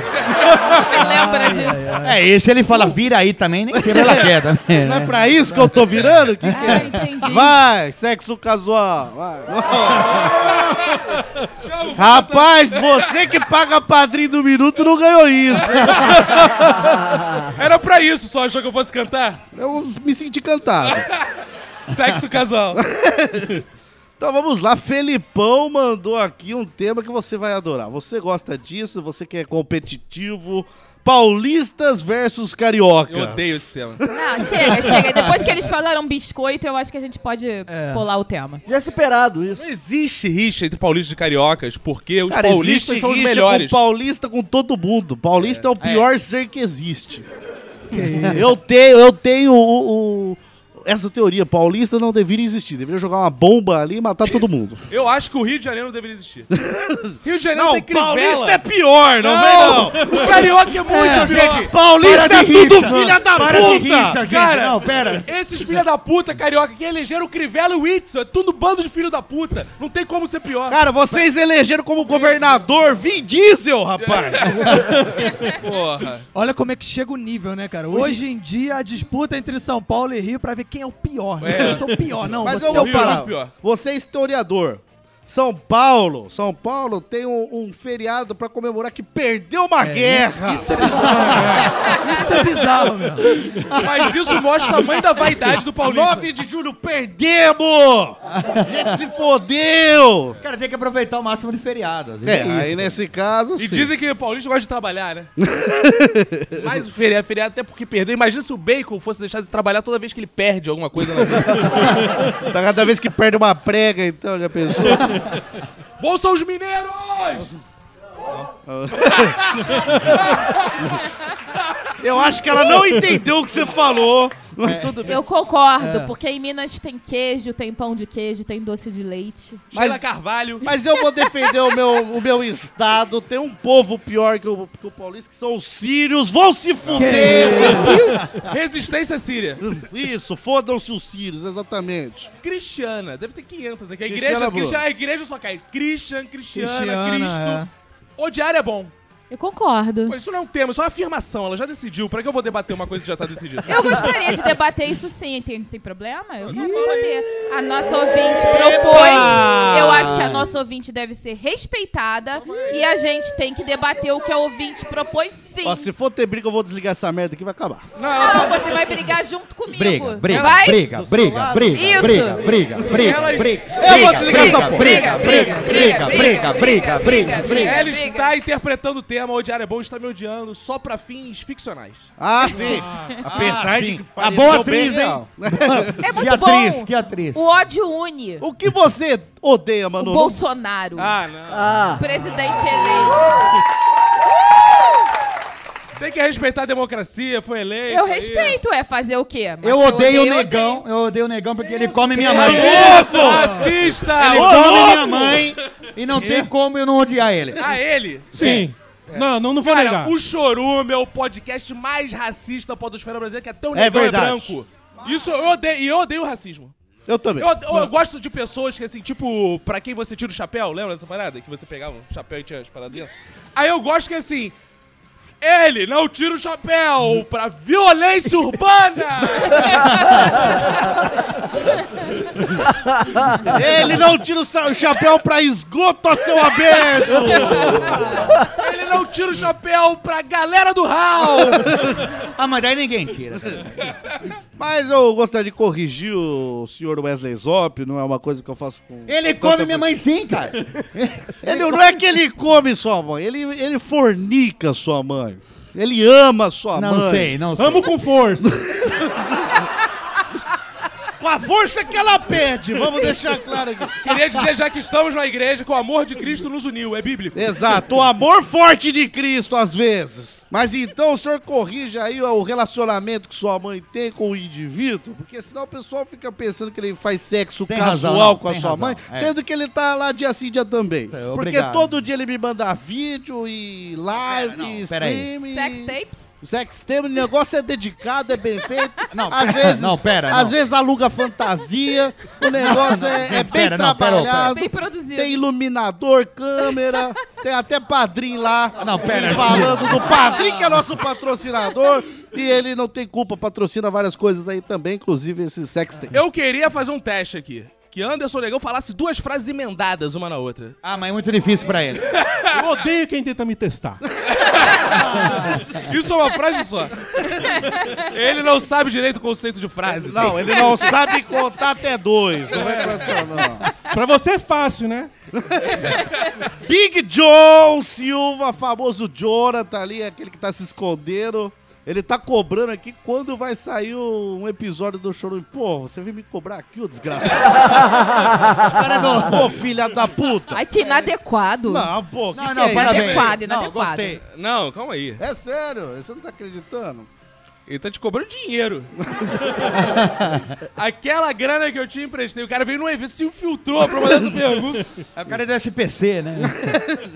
S7: lembra disso.
S6: É, esse ele fala, vira aí também, nem sempre ela quer também.
S4: Não é pra isso que eu tô virando? Que que é?
S7: Ah, entendi.
S4: Vai, sexo casual. vai. Rapaz, você que paga padrinho do minuto não ganhou isso.
S5: Era pra isso só, achou que eu fosse cantar?
S4: Eu me senti cantado.
S5: Sexo casual.
S4: Então vamos lá, Felipão mandou aqui um tema que você vai adorar. Você gosta disso, você que é competitivo. Paulistas versus carioca.
S5: Eu odeio esse tema.
S7: Não, chega, chega. Depois que eles falaram biscoito, eu acho que a gente pode pular o tema.
S9: Já é superado isso.
S5: Não existe rixa entre paulistas e cariocas, porque os
S4: Cara,
S5: paulistas
S4: existe
S5: são os
S4: rixa
S5: melhores.
S4: Com paulista com todo mundo. Paulista é, o pior ser que existe. Eu tenho, eu tenho o- o- essa teoria. Paulista não deveria existir. Deveria jogar uma bomba ali e matar todo mundo.
S5: Eu acho que o Rio de Janeiro não deveria existir. Rio de Janeiro
S4: Não,
S5: tem crivela.
S4: paulista é pior, não, não. vem
S5: O carioca é muito pior.
S4: não. Paulista
S6: Para
S4: é
S6: de
S4: tudo
S6: rixa.
S4: filha da
S6: Para de
S4: puta.
S6: rixa, gente.
S5: Cara,
S6: Não, pera.
S5: esses filha da puta carioca que elegeram o Crivella e o Whitson, é tudo bando de filho da puta. Não tem como ser pior.
S4: Cara, vocês elegeram como governador Vin Diesel, rapaz.
S5: Porra.
S8: Olha como é que chega o nível, né, cara? Hoje em dia, a disputa entre São Paulo e Rio pra ver quem é o pior, né? Eu sou o pior, não.
S4: Mas
S8: você
S4: eu
S8: é
S4: vou
S8: o pior.
S4: falar,
S5: pior.
S4: você é historiador. São Paulo, São Paulo tem um, um feriado pra comemorar que perdeu uma guerra. Isso, é bizarro.
S8: isso é bizarro, meu.
S5: Mas isso mostra o tamanho da vaidade do paulista.
S4: 9 de julho perdemos! A gente se fodeu!
S6: Cara, tem que aproveitar o máximo de feriado. às
S4: É,
S6: vezes isso,
S4: aí
S6: cara.
S4: nesse caso,
S5: E
S4: sim.
S5: dizem que o Paulista gosta de trabalhar, né? Mas o feriado, feriado até porque perdeu. Imagina se o Bacon fosse deixar de trabalhar toda vez que ele perde alguma coisa na vida.
S4: Tá Cada vez que perde uma prega, então, já pensou?
S5: Bom são os mineiros!
S4: Eu acho que ela não entendeu o que você falou, mas tudo bem.
S7: Eu concordo,
S4: É.
S7: porque em Minas tem queijo, tem pão de queijo, tem doce de leite.
S5: Sheila Carvalho.
S4: Mas eu vou defender o meu, o meu estado. Tem um povo pior que o, que o paulista, que são os sírios. Vão se fuder!
S5: Resistência síria.
S4: Isso, fodam-se os sírios, exatamente.
S5: Cristiana. Deve ter 500 aqui. A
S4: Cristiana
S5: igreja,
S4: boa.
S5: Cristiana, a igreja só cai. Christian, Cristiana,
S8: Cristiana,
S5: Cristo. Odiar é bom.
S7: Eu concordo.
S5: Isso não é um tema, isso é uma afirmação. Ela já decidiu. Pra que eu vou debater uma coisa que já tá decidida?
S7: Eu gostaria de debater isso sim. Tem, tem problema? Eu quero debater. A nossa ouvinte propôs. Eu acho que a nossa ouvinte deve ser respeitada. E a gente tem que debater o que a ouvinte propôs sim.
S4: Ó, se for ter briga, eu vou desligar essa merda aqui vai acabar.
S7: Não, você vai brigar junto comigo.
S6: Briga, briga,
S7: vai?
S6: briga, briga, briga,
S7: Isso.
S6: briga, briga, briga,
S5: Ela-
S6: briga.
S4: Eu vou desligar essa porra.
S6: briga, briga, briga, briga, briga, briga, briga.
S5: Ela
S7: É
S5: está interpretando o tema Odiar é bom, está me odiando só pra fins ficcionais.
S4: Ah, sim. Apesar de que
S6: A
S4: pareceu
S6: boa atriz,
S4: bem
S6: hein?
S4: real.
S7: É muito
S6: Que atriz,
S7: bom.
S6: que atriz.
S7: O ódio une.
S4: O que você odeia,
S7: O
S4: Manu?
S7: Bolsonaro.
S5: Ah, não.
S9: Ah,
S7: Presidente eleito.
S5: Tem que respeitar a democracia, foi eleito.
S7: Eu
S5: aí.
S7: respeito, é fazer o quê? Mas
S6: Eu
S7: que
S6: odeio o
S7: eu
S6: negão, eu odeio o negão porque ele come minha
S5: É
S6: mãe.
S5: isso, Racista!
S6: Ele
S5: Ô,
S6: come minha mãe e não tem como eu não odiar ele.
S5: A ele.
S2: Sim. Não, não, não vou
S5: É. Cara,
S2: negar.
S5: o Chorume é o podcast mais racista podosfera brasileira, que até o
S4: É
S5: negão é,
S4: verdade.
S5: branco. Isso eu odeio, e eu odeio o racismo.
S4: Eu também.
S5: Eu, ode- eu gosto de pessoas que, assim, tipo, pra quem você tira o chapéu, lembra dessa parada? Que você pegava um chapéu e tinha as paradas dentro? Aí eu gosto que, assim, ele não tira o chapéu pra violência urbana!
S4: Ele não tira o sa- o chapéu pra esgoto a céu aberto.
S5: Ele não tira o chapéu pra galera do Raul!
S6: Ah, mas daí ninguém tira.
S4: Mas eu gostaria de corrigir o senhor Wesley Zop, não é uma coisa que eu faço com...
S6: Ele come minha mãe sim, cara.
S4: Ele não é que ele come sua mãe, ele, ele fornica sua mãe. Ele ama sua mãe.
S6: Não sei, não sei.
S2: Amo com força.
S4: Com a força que ela pede, vamos deixar claro aqui.
S5: Queria dizer, já que estamos na igreja, que o amor de Cristo nos uniu, é bíblico.
S4: Exato, o amor forte de Cristo às vezes. Mas então o senhor corrige aí ó, o relacionamento que sua mãe tem com o indivíduo, porque senão o pessoal fica pensando que ele faz sexo
S6: Tem
S4: casual
S6: razão,
S4: com a
S6: tem
S4: sua
S6: razão,
S4: mãe,
S6: é.
S4: sendo que ele tá lá dia sim, dia também.
S6: É,
S4: porque
S6: obrigado.
S4: todo dia ele me manda vídeo e live,
S6: É, não, peraí.
S4: stream.
S7: Sex tapes?
S4: O sex tape, o negócio é dedicado, é bem feito.
S6: Não,
S4: às
S6: pera,
S4: vezes,
S6: não, pera,
S4: Às
S6: não.
S4: vezes aluga fantasia, o negócio é, é bem
S6: Pera, não, pera, ô, pera.
S4: trabalhado.
S7: Bem produzido.
S4: Tem iluminador, câmera, tem até padrinho lá.
S6: Ah, Não, pera,
S4: E Falando do padrinho que é nosso patrocinador. E ele não tem culpa, patrocina várias coisas aí também, inclusive esse sex tape.
S5: Eu queria fazer um teste aqui. Que Anderson Negão falasse duas frases emendadas uma na outra.
S6: Ah, mas é muito difícil pra ele.
S2: Eu odeio quem tenta me testar.
S5: Isso é uma frase só. Ele não sabe direito o conceito de frase.
S4: Não, ele não sabe contar até dois. né? Não vai contar, não.
S2: Pra você é fácil, né?
S4: Big John Silva, famoso Jonathan ali, aquele que tá se escondendo. Ele tá cobrando aqui quando vai sair o- um episódio do Chorume. Pô, você veio me cobrar aqui, ô desgraçado. Cara, não, Ô, filha da puta.
S7: Ai, que inadequado.
S4: Não, pô, que que
S6: não,
S4: é
S6: parabéns.
S7: Inadequado,
S6: Não,
S7: inadequado.
S6: gostei.
S5: Não, calma aí.
S4: É sério, você não tá acreditando?
S5: Ele tá te cobrando dinheiro. Aquela grana que eu te emprestei, o cara veio num evento, se infiltrou pra mandar essa pergunta.
S6: É o cara do SPC, né?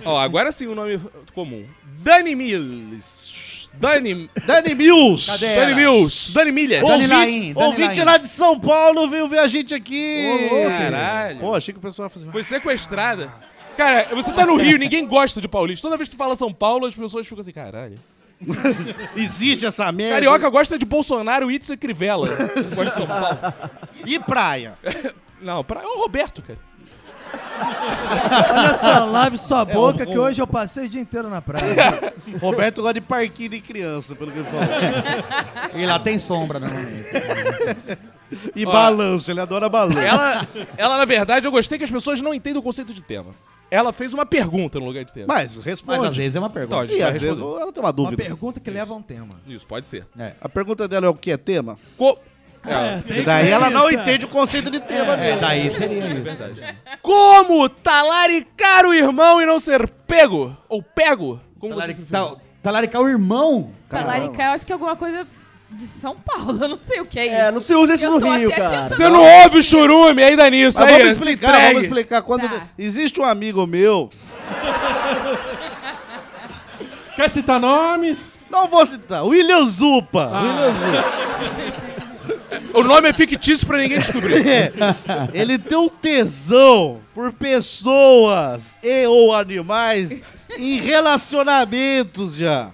S5: Ó, agora sim o nome comum. Dani Mills. Dani...
S4: Dani Mills!
S6: Cadê
S5: Dani Mills. Dani Milhas.
S6: Dani
S4: Ouvinte,
S6: Laim, Dani
S4: ouvinte
S6: Laim.
S4: lá de São Paulo veio ver a gente aqui.
S5: Caralho.
S4: Pô, achei que o pessoal ia fazer.
S5: Foi sequestrada. Cara, você tá no Rio, ninguém gosta de paulista. Toda vez que tu fala São Paulo, as pessoas ficam assim, caralho.
S4: Existe essa merda.
S5: Carioca gosta de Bolsonaro, Itzel e Crivella. Não Gosta de São Paulo.
S4: E praia.
S5: Não, pra... é o Roberto, cara.
S8: Olha só, lave sua
S4: É,
S8: boca
S4: o-
S8: que
S4: o-
S8: hoje eu passei o dia inteiro na praia.
S4: Roberto gosta de parquinho de criança, pelo que ele falou.
S6: E lá tem sombra, né? normalmente.
S4: E balanço, ele adora balanço.
S5: Ela, ela, na verdade, eu gostei que as pessoas não entendem o conceito de tema. Ela fez uma pergunta no lugar de tema.
S4: Mas responde.
S6: Mas às vezes é uma pergunta.
S5: Então, a gente
S4: E
S5: vai
S4: às vezes
S5: responder.
S4: ela tem uma
S8: Uma
S4: dúvida.
S8: pergunta que leva a um tema.
S5: Isso, pode ser.
S4: A pergunta dela é o que é tema?
S5: Co- é.
S4: E daí ela não entende o conceito de tema
S6: É,
S4: mesmo.
S6: daí seria isso.
S5: Como talaricar o irmão e não ser pego? Ou pego? Como você
S6: Talaric-
S5: prefere?
S6: tal- Talaricar o irmão.
S7: Talarica, eu acho que é alguma coisa de São Paulo, eu não sei o que é isso.
S9: É, não se usa isso
S7: Eu
S9: no
S7: tô
S9: Rio,
S7: até
S9: cara.
S5: Você não ouve o churume, aí dá nisso.
S4: Mas
S5: aí,
S4: vamos
S5: se
S4: explicar, vamos
S5: entregue.
S4: explicar. Quando
S7: Tá.
S4: Existe um amigo meu,
S2: Quer citar nomes?
S4: não vou citar, William Zupa. William Zupa.
S5: O nome é fictício pra ninguém descobrir. Ah.
S4: Ele tem um tesão por pessoas e ou animais em relacionamentos já.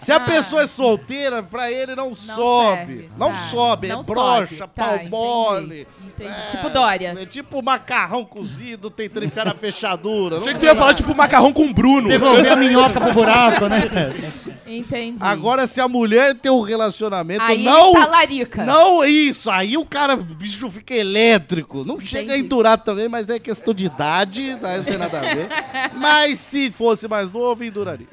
S4: Se a pessoa é solteira, pra ele não, sobe.
S7: Ah. serve,
S4: Não
S7: tá.
S4: sobe,
S7: Não
S4: é brocha,
S7: sobe,
S4: pau
S7: tá,
S4: mole.
S7: Entendi. Tipo Dória.
S4: É tipo macarrão cozido, tem que ficar na fechadura.
S5: Achei que
S4: Não-
S5: tu ia falar tipo macarrão com Bruno.
S6: Devolver a minhoca pro buraco, né?
S7: Entendi.
S4: Agora, se a mulher tem um relacionamento,
S7: Aí tá
S4: não.
S7: talarica.
S4: Não isso, aí o cara, o bicho fica elétrico. Não chega a
S7: Entendi.
S4: endurar também, mas é questão de idade, tá? não tem nada a ver. Mas se fosse mais novo, enduraria.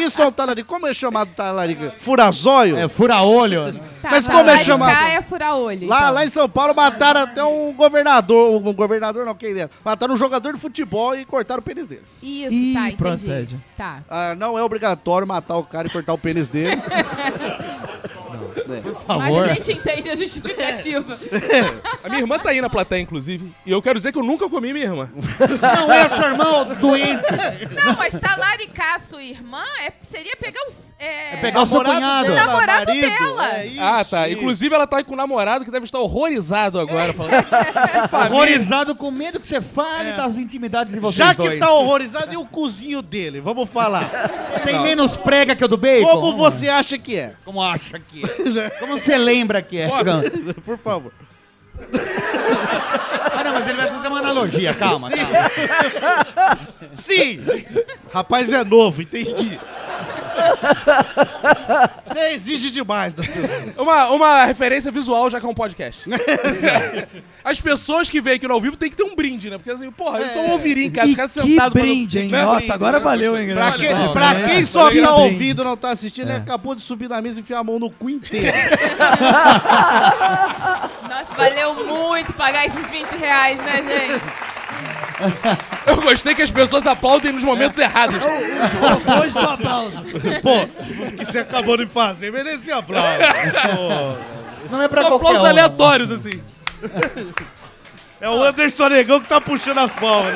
S4: Isso é um talarico. Como é chamado talarico? Furazóio?
S6: É, fura-olho.
S7: Tá,
S4: Mas como é
S7: talaricar
S4: chamado?
S7: é furar olho.
S4: Lá,
S7: então.
S4: lá em São Paulo mataram até um governador, um governador não, quem é? Mataram um jogador de futebol e cortaram o pênis dele.
S7: Isso,
S8: Ih,
S7: tá, entendi.
S8: procede.
S7: Tá.
S4: Ah, não é obrigatório matar o cara e cortar o pênis dele.
S7: Mas a gente entende a justificativa.
S5: A minha irmã tá aí na plateia, inclusive. E eu quero dizer que eu nunca comi minha irmã.
S6: Não é seu irmão doente.
S7: não, mas talaricar sua irmã é- seria pegar os. É,
S6: Pegar o seu cunhado.
S7: dela. Namorado dela.
S4: É isso,
S5: Ah, tá.
S4: isso.
S5: Inclusive, ela tá aí com o namorado que deve estar horrorizado agora. Falando,
S6: Horrorizado com medo que você fale das intimidades de vocês
S4: Já
S6: dois.
S4: que tá horrorizado, e o cozinho dele? Vamos falar.
S6: Tem menos prega que o do bacon?
S4: Como você acha que é?
S6: Como acha que é? Como você lembra que é? Ah,
S4: Por favor.
S6: não, mas ele vai fazer uma analogia, calma. calma.
S4: Sim! Rapaz é novo, entendi. Você exige demais das pessoas.
S5: uma, uma referência visual, já que é um podcast. As pessoas que vêm aqui no ao vivo tem que ter um brinde, né? Porque assim, porra, eles só ouviria em casa,
S8: E
S5: ficar
S8: que
S5: sentado. falando-
S8: brinde, hein?
S5: Né?
S8: Nossa,
S5: Brinde,
S8: agora
S5: né?
S8: valeu, hein?
S4: Pra,
S8: galera?
S4: que-
S8: Não,
S4: pra
S8: não é
S4: quem
S8: essa.
S4: só
S8: Obrigado,
S4: tá
S8: hein?
S4: ouvindo e não tá assistindo, ele acabou de subir na mesa e enfiar a mão no cu inteiro.
S7: Nossa, valeu muito pagar esses 20 reais, né, gente?
S5: Eu gostei que as pessoas aplaudem nos momentos errados.
S8: Depois do aplauso.
S4: Pô, o que você acabou de fazer merecia aplauso.
S6: Não é pra
S5: Só
S6: qualquer
S5: aplausos
S6: um.
S5: aleatórios, assim.
S4: É o Anderson Negão que tá puxando as palmas.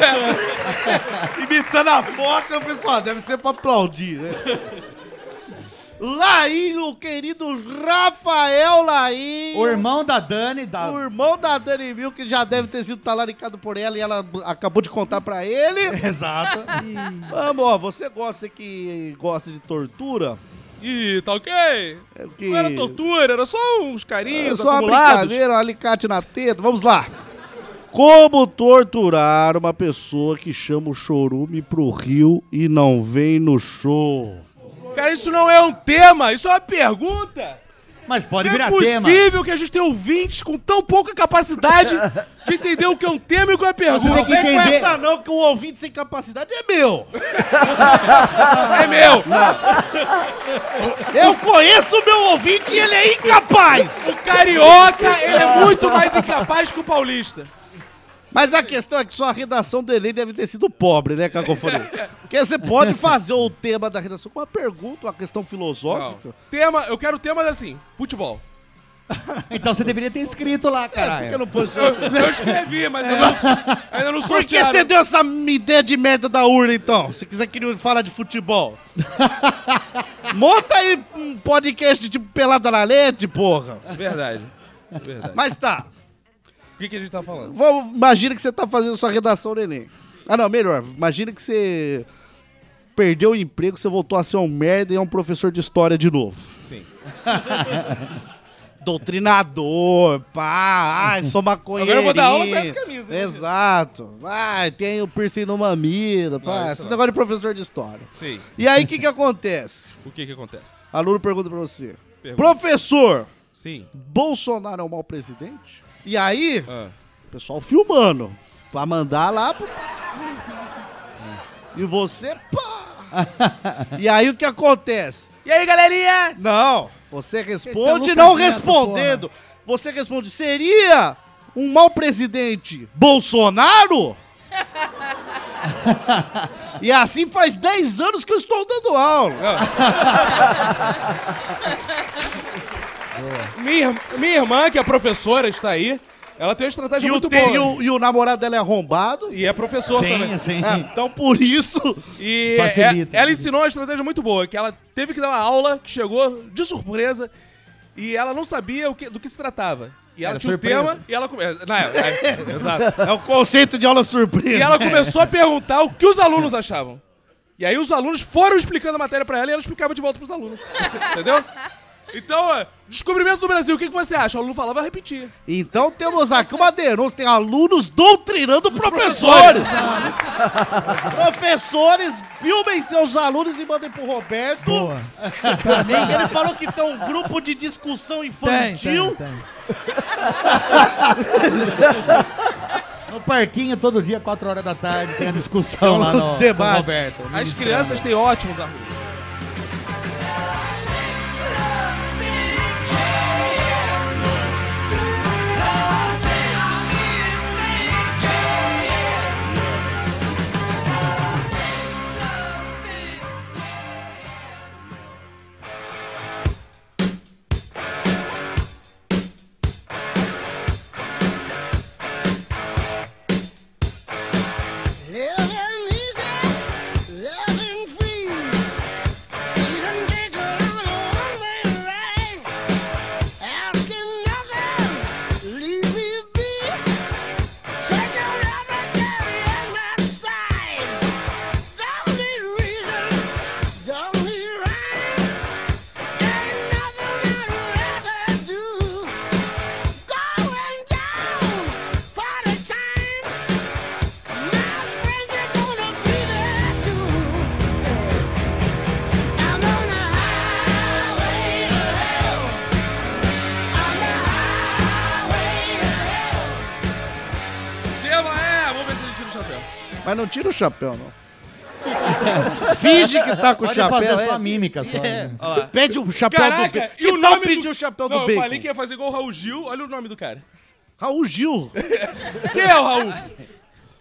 S4: Imitando a foca, pessoal, "Ah, deve ser pra aplaudir, né? Laim, o querido Rafael Laim.
S6: O irmão da Dani, da...
S4: O irmão da Dani Mil, que já deve ter sido talaricado por ela e ela b- acabou de contar pra ele.
S6: Exato.
S4: Vamos, ó, você gosta que gosta de tortura?
S5: Ih, tá ok?
S4: É o que-
S5: Não era tortura, era só uns
S4: É
S5: carinhos
S4: só uma
S5: acumulados.
S4: brincadeira, um alicate na teta. Vamos lá. Como torturar uma pessoa que chama o chorume pro rio e não vem no show?
S5: Cara, isso não é um tema, isso é uma pergunta.
S6: Mas pode
S5: Não é
S6: virar tema.
S5: possível que a gente tenha ouvintes com tão pouca capacidade de entender o que é um tema e o que é uma pergunta.
S6: tem que
S4: Não
S6: entender-
S4: essa não, que o ouvinte sem capacidade é meu.
S5: É meu!
S4: Eu conheço o meu ouvinte e ele é incapaz.
S5: O carioca, ele é muito mais incapaz que o paulista.
S4: Mas a questão é que sua redação do Enem deve ter sido pobre, né, Cacofonia? Porque você pode fazer o tema da redação com uma pergunta, uma questão filosófica.
S5: Tema, eu quero temas assim, futebol.
S6: Então você deveria ter escrito lá,
S4: Por que
S6: caralho.
S4: não pôs
S5: Eu, eu escrevi, mas ainda não, ainda não
S4: É. Por que
S5: sortearam.
S4: você deu essa ideia de merda da urna, então? Se quiser que ele fala de futebol. Monta aí um podcast tipo Pelada na Lente, porra.
S5: Verdade. Verdade.
S4: Mas tá,
S5: O que, que a gente tá falando?
S4: vamos, imagina que você tá fazendo sua redação no Enem. Ah, não, melhor. Imagina que você perdeu o emprego, você voltou a ser um merda e é um professor de história de novo.
S5: Sim.
S4: Doutrinador, pá, ai, sou maconheiro.
S5: Agora eu vou dar aula com essa camisa, hein,
S4: Exato. Ai, tem o piercing no mamilo, pá.
S5: isso
S4: Esse
S5: não.
S4: negócio de professor de história.
S5: Sim.
S4: E aí, o que que acontece?
S5: O que que acontece?
S4: Aluno pergunta pra você.
S5: Pergunta.
S4: Professor,
S5: Sim.
S4: Bolsonaro é um mau presidente? E aí,
S5: Ah.
S4: o pessoal filmando. Pra mandar lá pro... E você, pá! e aí o que acontece?
S5: E aí, galerinha?
S4: Não, você
S5: Esse é o
S4: responde
S5: Lucas
S4: não
S5: Neto,
S4: respondendo. Você responde, seria um mau presidente Bolsonaro? e assim faz 10 anos que eu estou dando aula.
S5: Minha, ir- minha irmã, que é professora, está aí. Ela tem uma estratégia
S4: E o,
S5: É muito
S4: te-
S5: boa.
S4: e o- e o namorado dela é arrombado.
S5: E é professor
S4: Sim,
S5: também.
S4: sim. É, então por isso.
S5: E
S4: Facilita.
S5: é- ela ensinou uma estratégia muito boa, que ela teve que dar uma aula, que chegou de surpresa, e ela não sabia o que- do que se tratava. E ela
S4: Era
S5: tinha
S4: surpresa.
S5: um tema e ela começa. Não, é, é, exato.
S4: É o conceito de aula surpresa.
S5: E ela começou a perguntar o que os alunos achavam. E aí os alunos foram explicando a matéria pra ela e ela explicava de volta pros alunos. Entendeu? Então, ó, descobrimento do Brasil, o que, que você acha? O aluno falava repetir.
S4: Então temos aqui uma denúncia, tem alunos doutrinando professores. professores, filmem seus alunos e mandem pro Roberto.
S8: Boa.
S4: Pra mim, Ele falou que tem um grupo de discussão
S8: Tem,
S4: infantil.
S8: tem, tem.
S6: No parquinho, todo dia, 4 horas da tarde, tem a discussão lá no
S4: um Debate.
S6: com o Roberto.
S5: As crianças têm ótimos amigos.
S11: Living easy, living free. Season ticket on a one-way ride. Asking nothing, leave me be. Taking everything in my stride. Don't need reason, don't need rhyme. Ain't nothing I'd rather do. Going down for the time.
S5: Tema é, vamos ver se ele tira o chapéu.
S4: Mas não tira o chapéu, não. Finge que tá com o
S5: Pode
S4: chapéu.
S5: fazer
S4: é.
S5: só a mímica, só,
S4: É.
S5: né? Olha lá.
S4: Pede o chapéu do
S5: Caraca,
S4: bacon.
S5: e o
S4: Que tal
S5: nome
S4: pedir
S5: do...
S4: o chapéu
S5: Não,
S4: do
S5: eu
S4: bacon?
S5: falei que ia fazer igual o Raul Gil. Olha o nome do cara.
S4: Raul Gil.
S5: Quem é o Raul?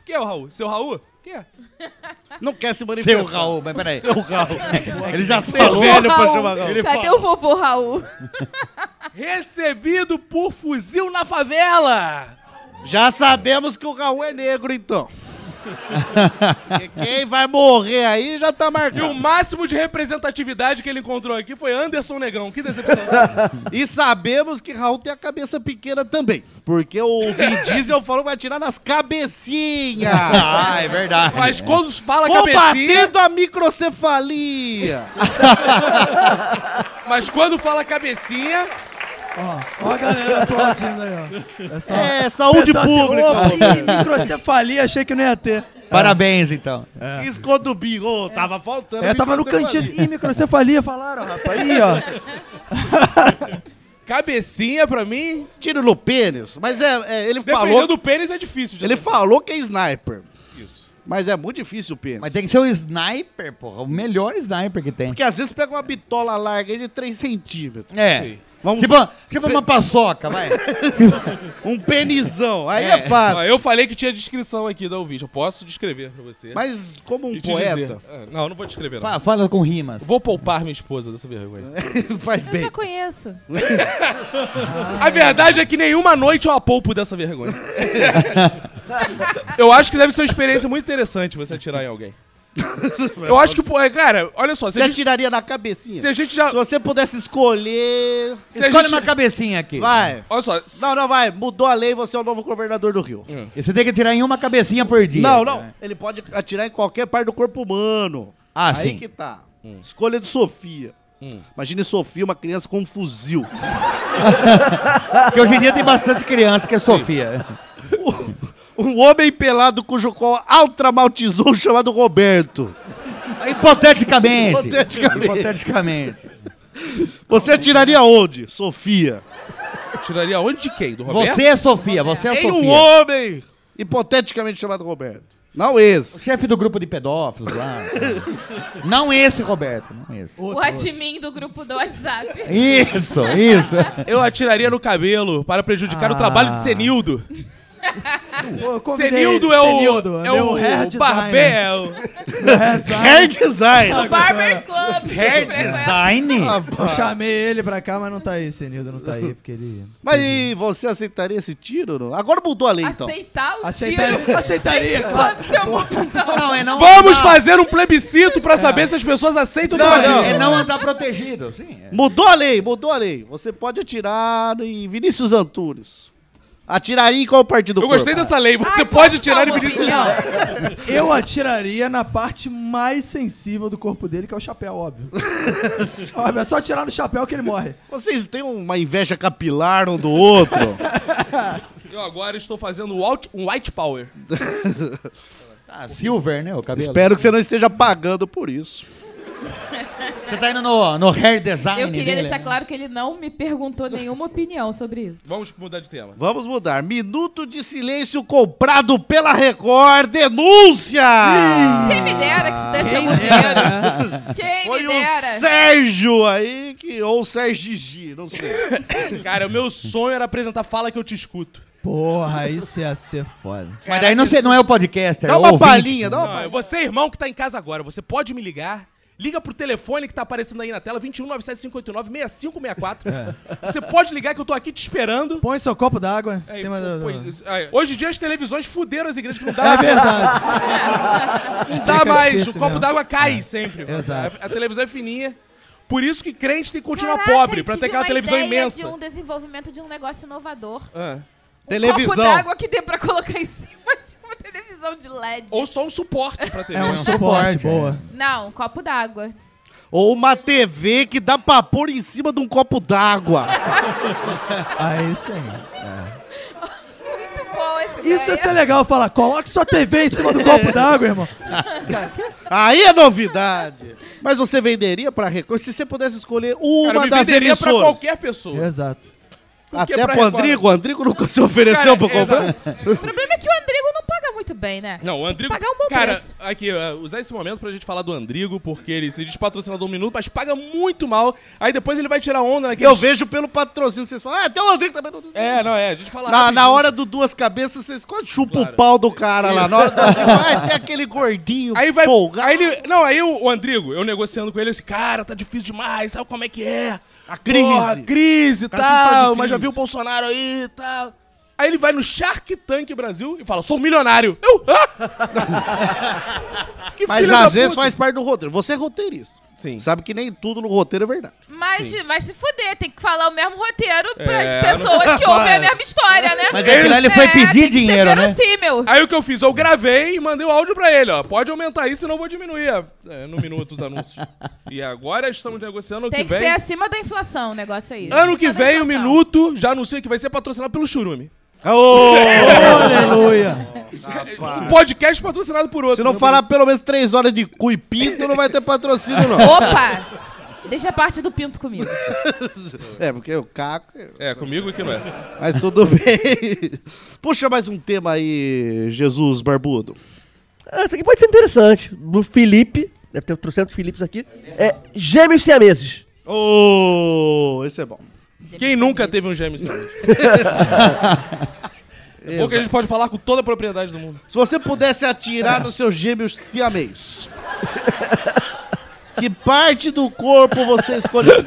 S5: Quem é o Raul? Seu Raul? Quem é?
S4: Não quer se manifestar.
S6: Seu Raul, mas peraí.
S4: Seu Raul. Ele já
S6: Seu
S4: falou.
S6: velho pra
S7: Raul,
S6: chamar Raul. Ele
S7: Cadê
S6: falou.
S7: o vovô Raul?
S5: Recebido por fuzil na favela.
S4: Já sabemos que o Raul é negro, então. Porque Quem vai morrer aí já tá
S5: E
S4: marcado.
S5: o máximo de representatividade que ele encontrou aqui foi Anderson Negão. Que decepção.
S4: E sabemos que Raul tem a cabeça pequena também. Porque o Vin Diesel falou que vai tirar nas cabecinhas.
S6: Ah, é verdade.
S5: Mas quando fala cabecinha...
S4: Combatendo a microcefalia.
S5: Mas quando fala cabecinha...
S8: Ó a galera aplaudindo aí, ó. É, só-
S4: É, saúde
S8: Pessoal, assim,
S4: pública.
S8: "Ô, ih, microcefalia, achei que não ia ter.
S6: Parabéns, então.
S4: É. Escondo bingo. Ô, tava faltando.
S8: É, tava no
S4: microcefalia.
S8: cantinho assim, ih, microcefalia, falaram, rapaz. Ih, ó.
S5: Cabecinha, pra mim...
S4: Tiro no pênis. Mas é, é, ele
S5: Dependendo
S4: falou.
S5: do pênis, é difícil. De
S4: Ele
S5: acertar.
S4: falou que é sniper.
S5: Isso.
S4: Mas é muito difícil o pênis.
S6: Mas tem que ser o sniper, porra. O melhor sniper que tem.
S4: Porque às vezes pega uma bitola larga aí de 3 centímetros.
S6: É.
S4: Vamos-
S6: Tipo, tipo uma paçoca, vai.
S4: Um penizão. Aí é, fácil.
S5: Ó, Eu falei que tinha descrição aqui da ouvinte. Eu posso descrever pra você.
S4: Mas como um
S5: E te dizer.
S4: poeta,
S5: É, Não, eu não vou descrever. não.
S6: Fa- Fala com rimas.
S5: Vou poupar minha esposa dessa vergonha.
S4: faz
S7: Eu
S4: bem.
S7: já conheço.
S5: A verdade é que nenhuma noite eu a poupo dessa vergonha. eu acho que deve ser uma experiência muito interessante você atirar em alguém. Eu acho que, pô, é, cara, olha só, se
S4: Você
S5: a gente,
S4: atiraria na cabecinha?
S5: se a gente já.
S4: Se você pudesse escolher...
S5: Se a
S6: Escolhe
S5: gente-
S6: uma cabecinha aqui.
S4: Vai.
S5: Olha só.
S4: Não, não, vai. Mudou a lei, você é o novo governador do Rio.
S6: E Você tem que tirar em uma cabecinha por dia.
S4: Não, não. Ele pode atirar em qualquer parte do corpo humano.
S6: Ah,
S4: Aí
S6: sim.
S4: que tá. Escolha de Sofia. Imagine Sofia, uma criança com um fuzil. tá.
S6: Porque hoje em dia tem bastante criança que é Sofia.
S4: Um homem pelado cujo qual ultramaltizou um chamado Roberto.
S6: Hipoteticamente.
S4: Hipoteticamente. Tá
S6: Hipoteticamente.
S4: Você atiraria onde? Sofia.
S5: Tiraria onde de quem? Do Roberto?
S6: Você é Sofia, você é
S4: Em um
S6: Sofia.
S4: homem hipoteticamente chamado Roberto. Não esse.
S6: O chefe do grupo de pedófilos lá. não esse, Roberto, não esse.
S7: O admin do grupo do WhatsApp.
S6: Isso, isso.
S5: Eu atiraria no cabelo para prejudicar o trabalho de Senildo.
S8: Pô, eu convidei
S5: Senildo é o.
S8: Senildo,
S5: é
S8: meu
S5: o,
S8: hair
S5: o
S8: designer.
S5: barbeiro.
S8: Meu hair designer.
S4: Hair design.
S7: O Barber Club. que
S6: Hair
S7: frequenta.
S4: Tá.
S6: design?
S8: Eu chamei ele pra cá, mas não tá aí, Senildo, não tá aí, porque ele...
S4: Mas e você aceitaria esse tiro? ou não? Agora mudou a lei, então.
S7: Aceitar o
S8: Aceitaria,
S7: tiro.
S8: aceitaria, claro.
S7: Quando ser uma opção.
S6: Não, é não
S5: Vamos
S6: andar-
S5: fazer um plebiscito para saber se as pessoas aceitam
S4: Não,
S5: o debate.
S4: não.
S6: É
S2: né?
S6: não andar protegido, sim. é.
S4: Mudou a lei, mudou a lei. Você pode atirar em Vinícius Antunes. Atiraria em qual partido?
S5: Eu gostei dessa lei. Você
S7: Ai,
S5: pode
S7: posso
S5: tirar
S7: dar
S5: o
S7: uma
S5: Vinícius.
S7: Ah, então opinião?
S8: Eu atiraria na parte mais sensível do corpo dele, que é o chapéu, óbvio. óbvio, é só atirar no chapéu que ele morre.
S4: Vocês têm uma inveja capilar um do outro.
S5: Eu agora estou fazendo um alt- um white power.
S6: Ah, silver, né, o cabelo.
S4: Espero que você não esteja pagando por isso.
S6: Você tá indo no, no hair design
S7: Eu queria
S6: dele,
S7: deixar
S6: né?
S7: claro que ele não me perguntou nenhuma opinião sobre isso.
S5: Vamos mudar de tema.
S4: Vamos mudar. Minuto de silêncio comprado pela Record. Denúncia!
S7: Ah. Quem me dera que se desse algum dinheiro. Quem
S4: Foi
S7: me
S4: o
S7: dera.
S4: Sérgio aí, que, ou o Sérgio Gigi, não sei.
S5: Cara, o meu sonho era apresentar Fala Que Eu Te Escuto.
S8: Porra, isso ia ser foda.
S6: Mas daí não, sei- não é o podcast, é
S4: Dá
S6: o
S4: uma
S6: ouvinte.
S4: palhinha, dá uma
S5: Não,
S4: palhinha.
S5: você, irmão, que tá em casa agora, você pode me ligar. Liga pro telefone que tá aparecendo aí na tela, 21 97589 6564. Você pode ligar que eu tô aqui te esperando.
S8: É. Põe seu copo d'água em
S5: Aí,
S8: cima
S5: pô,
S8: do...
S5: pô,
S8: do-
S5: isso- aí, Hoje em dia as televisões fuderam as igrejas que não
S8: É
S5: dá,
S8: verdade.
S5: não dá mais. O
S8: difícil
S5: copo
S8: mesmo. É.
S5: d'água cai sempre.
S8: exato.
S5: A, a televisão é fininha. Por isso que crente tem que continuar
S7: Caraca,
S5: pobre, pra
S7: tive
S5: ter aquela
S7: uma
S5: televisão
S7: ideia
S5: imensa.
S7: de um desenvolvimento de um negócio inovador.
S5: Ah.
S7: Um copo
S4: Televisão.
S7: d'água que dê pra colocar em cima de uma televisão de LED.
S5: Ou só um suporte pra
S8: É
S5: televisão.
S8: um suporte,
S6: Suporte,
S8: boa.
S7: Não, um copo d'água.
S4: Ou uma TV que dá pra pôr em cima de um copo d'água.
S8: Aí sim.
S7: Muito bom esse
S8: Isso
S5: é
S8: ia ser legal, falar, coloque sua TV em cima do copo d'água, irmão.
S4: Aí é novidade. Mas você venderia pra Record se você pudesse escolher uma
S5: Cara, eu me
S4: das
S5: venderia pra
S4: emissoras.
S5: qualquer pessoa.
S8: Exato.
S5: que
S4: Até
S5: pra
S4: pro
S5: Record?
S4: Andrigo. O Andrigo nunca se ofereceu
S5: Cara,
S4: pra comprar.
S7: O problema é que o Andrigo não paga muito bem, né?
S5: Não, o Andrigo.
S7: Pagar um bom
S5: cara,
S7: preço.
S5: aqui, ó, usar esse momento pra gente falar do Andrigo, porque ele se diz patrocinador um minuto, mas paga muito mal. Aí depois ele vai tirar onda naquele.
S4: Eu vejo pelo patrocínio. Vocês falam, ah, até o Andrigo também. não-
S5: É, não, é. A gente fala.
S4: Na,
S5: rapidinho.
S4: na hora do duas cabeças, vocês quase chupam
S5: Claro.
S4: o pau do cara lá. Na hora do Andrigo, ah, tem aquele gordinho
S5: Aí vai.
S4: folgado.
S5: Aí ele, não, aí o, o Andrigo, eu negociando com ele, assim, cara, tá difícil demais, sabe como é que é?
S4: A crise.
S5: Porra, crise e
S4: Cara, tudo fala de
S5: tal,
S4: crise.
S5: mas já viu o Bolsonaro aí e tal. Aí ele vai no Shark Tank Brasil e fala, sou um milionário. Eu, hã? que
S4: Mas
S5: filho da
S4: às vezes
S5: puta.
S4: faz parte do roteiro. Você é roteirista.
S5: Sim.
S4: Sabe que nem tudo no roteiro é verdade.
S7: Mas vai se fuder, tem que falar o mesmo roteiro pras
S5: É,
S7: pessoas que ouvem a mesma história, né?
S6: Mas aquilo lá ele foi pedir
S7: tem que ser
S6: dinheiro, né?
S7: verossímil.
S5: Aí o que eu fiz? Eu gravei e mandei o áudio pra ele, ó. Pode aumentar aí, senão eu vou diminuir a- é, no minuto os anúncios. e agora estamos negociando o que
S7: Tem que
S5: vem.
S7: ser assim, acima da inflação o negócio aí.
S5: Ano que
S7: Acima da
S5: vem, o
S7: inflação.
S5: minuto, já anuncia que vai ser patrocinado pelo Churume.
S8: Aleluia.
S5: Um podcast patrocinado por outro.
S4: Ah. Se não
S5: né?
S4: falar pelo menos três horas de cu e pinto, não vai ter patrocínio, não.
S7: Opa! Deixa a parte do pinto comigo.
S4: É, porque o Caco.
S5: É, comigo que não é.
S4: Mas tudo bem. Puxa mais um tema aí, Jesus Barbudo.
S9: Ah, isso aqui pode ser interessante. Do Felipe, deve ter 300 Filipes aqui. É Gêmeos Siameses.
S4: Ô, esse é bom.
S5: Quem nunca teve um gêmeo sangue? Ou que a gente pode falar com toda a propriedade do mundo.
S4: Se você pudesse atirar nos seus gêmeos siamês, que parte do corpo você escolheria?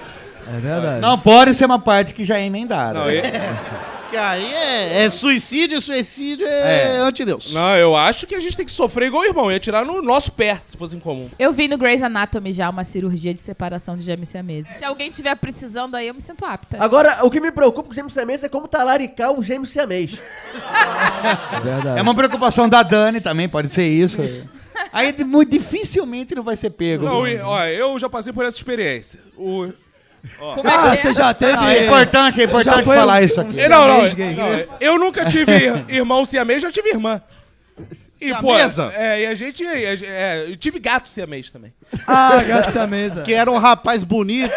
S8: É verdade.
S6: Não pode ser uma parte que já é emendada.
S5: Não, eu,
S4: Que aí é, é suicídio, suicídio é,
S6: É.
S4: antideus.
S5: não, eu acho que a gente tem que sofrer igual o irmão. Ia tirar no nosso pé, se fosse em comum.
S7: Eu vi no Grey's Anatomy já uma cirurgia de separação de gêmeos siameses. Se alguém tiver precisando aí, eu me sinto apta.
S5: Ah,
S9: Agora, o que me preocupa com o Gêmeos Siameses é como talaricar o Gêmeo Siamês.
S8: É verdade.
S6: É uma preocupação da Dani também, pode ser isso. Aí de- muito dificilmente não vai ser pego.
S5: Não, e- ó, eu já passei por essa experiência. O... ó.
S6: Como é que Ah, é? você já teve- Ah, é importante, é importante Já foi falar um- isso aqui.
S5: Eu- Não, não,
S6: siamês gay,
S5: não, é,
S6: né?
S5: Eu nunca tive ir- irmão siamês, já tive irmã. E, pô,
S4: Siamesa?
S5: é, e a gente. e a ge- é, eu tive gato siamês também.
S4: Ah,
S8: gato siamesa.
S4: Que era um rapaz bonito.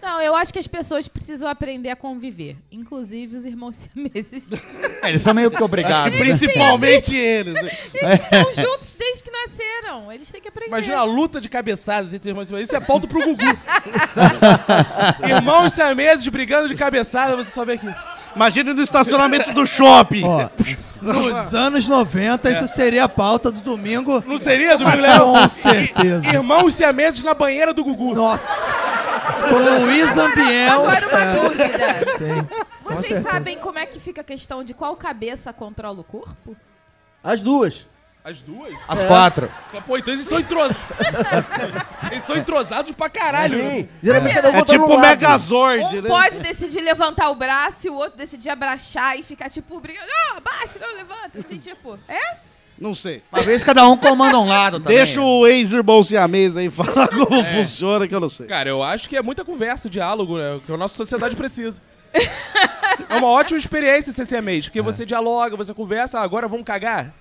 S7: Não, eu acho que as pessoas precisam aprender a conviver. Inclusive os irmãos siameses.
S6: É, eles são meio que
S8: Ah,
S6: obrigados.
S4: Acho que
S6: né?
S4: principalmente eles. né?
S7: Eles estão juntos desde que nasceram. Eles têm que aprender.
S5: Imagina a luta de cabeçadas entre irmãos siameses. Isso é pauta pro Gugu. irmãos siameses brigando de cabeçada, você só vê aqui.
S4: Imagina no estacionamento do shopping. É.
S8: Ó, nos anos 90, isso seria a pauta do domingo.
S5: Não seria, Domingo Leão?
S8: Com certeza.
S5: I- Irmãos siameses na banheira do Gugu.
S8: Nossa. Com Luiz Ambiel.
S7: Agora uma
S8: é,
S7: dúvida.
S8: Sim. com
S7: Vocês
S8: certeza.
S7: sabem como é que fica a questão de qual cabeça controla o corpo?
S9: As duas.
S5: As duas?
S6: As quatro.
S5: Pô, então eles são entrosados. eles são entrosados pra caralho. né?
S9: Sim,
S5: Geralmente
S7: cada um
S4: É tipo o Megazord,
S7: um
S4: né?
S7: pode decidir levantar o braço e o outro decidir abraçar e ficar tipo brigando. Não, abaixa, não, levanta. Assim, tipo, é?
S4: Não sei.
S6: Uma vez cada um comanda um lado também. É.
S4: Deixa o ex-irmão siamês aí falar como funciona, que eu não sei.
S5: Cara, eu acho que é muita conversa, diálogo, né? Que a nossa sociedade precisa. é uma ótima experiência ser siamês,
S4: É.
S5: porque você dialoga, você conversa, ah, agora vamos cagar.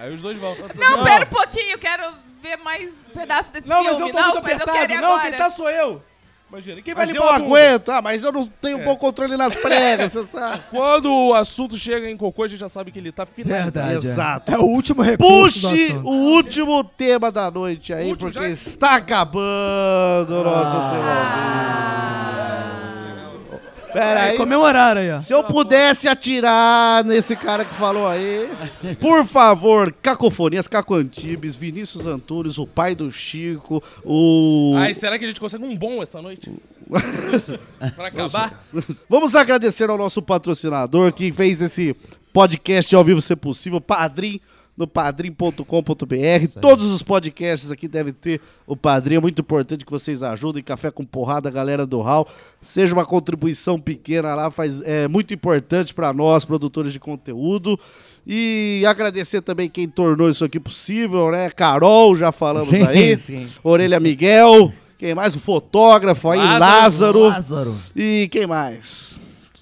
S5: É, aí os dois vão.
S7: Não, pera um pouquinho, eu quero ver mais um pedaço desse
S5: Não,
S7: filme.
S5: mas eu tô
S7: não,
S5: muito
S7: mas eu
S5: apertado.
S7: quero ir
S5: Não,
S7: agora.
S5: quem tá sou eu. Imagina, quem vai
S4: Mas eu
S5: limpar a bunda?
S4: aguento, ah, mas eu não tenho bom controle nas pregas, você sabe.
S5: Quando o assunto chega em cocô, a gente já sabe que ele tá finalizado.
S8: Verdade. é.
S4: Exato.
S8: É o último recurso do
S4: Puxe
S8: assunto.
S4: o último tema da noite aí, porque está acabando o nosso tema. Pera
S8: Aí
S4: aí.
S8: comemoraram aí, ó.
S4: Se eu pudesse atirar nesse cara que falou aí. Por favor, Cacofonias, Cacantibes, Vinícius Antunes, o pai do Chico, o.
S5: Ai, será que a gente consegue um bom essa noite? pra acabar?
S4: Vamos agradecer ao nosso patrocinador que fez esse podcast ao vivo ser possível, Padrim, no padrim.com.br. Todos os podcasts aqui devem ter o Padrim. É muito importante que vocês ajudem. Café com porrada, galera do Hall. Seja uma contribuição pequena lá, faz, é muito importante para nós, produtores de conteúdo. E agradecer também quem tornou isso aqui possível, né? Carol, já falamos
S6: Sim,
S4: aí.
S6: sim.
S4: Orelha Miguel. Quem mais? O fotógrafo aí,
S5: Lázaro.
S8: Lázaro.
S4: e quem mais?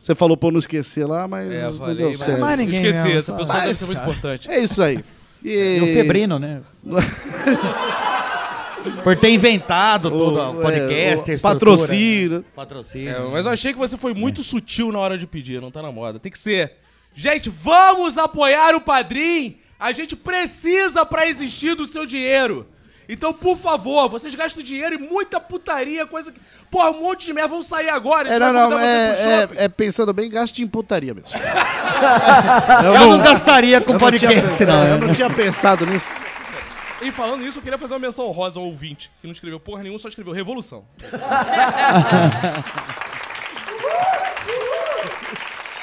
S4: Você falou pra eu não esquecer lá, mas
S6: É,
S4: não deu certo.
S8: mas- ninguém
S5: Esqueci,
S8: mesmo,
S5: essa
S8: só-
S5: pessoa
S8: Mas-
S5: deve ser muito importante.
S4: É isso aí. E...
S6: E o Febrino, né? Por ter inventado todo o podcast,
S4: é, o-
S6: a estrutura. né?
S4: patrocínio.
S6: Patrocínio.
S5: É, mas eu achei que você foi muito sutil na hora de pedir, não tá na moda. Tem que ser. Gente, vamos apoiar o Padrim! A gente precisa pra existir do seu dinheiro. Então, por favor, vocês gastam dinheiro e muita putaria, coisa que. Porra, um monte de merda, vamos sair agora, a
S4: É,
S5: gente
S4: não,
S5: vai
S4: não,
S5: mandar você pro
S4: é,
S5: shopping.
S4: é, é pensando bem, gasto em putaria mesmo.
S6: Eu, não gastaria com podcast, não. né?
S4: Eu não tinha pensado nisso.
S5: E falando isso, eu queria fazer uma menção rosa ao ouvinte, que não escreveu porra nenhuma, só escreveu Revolução.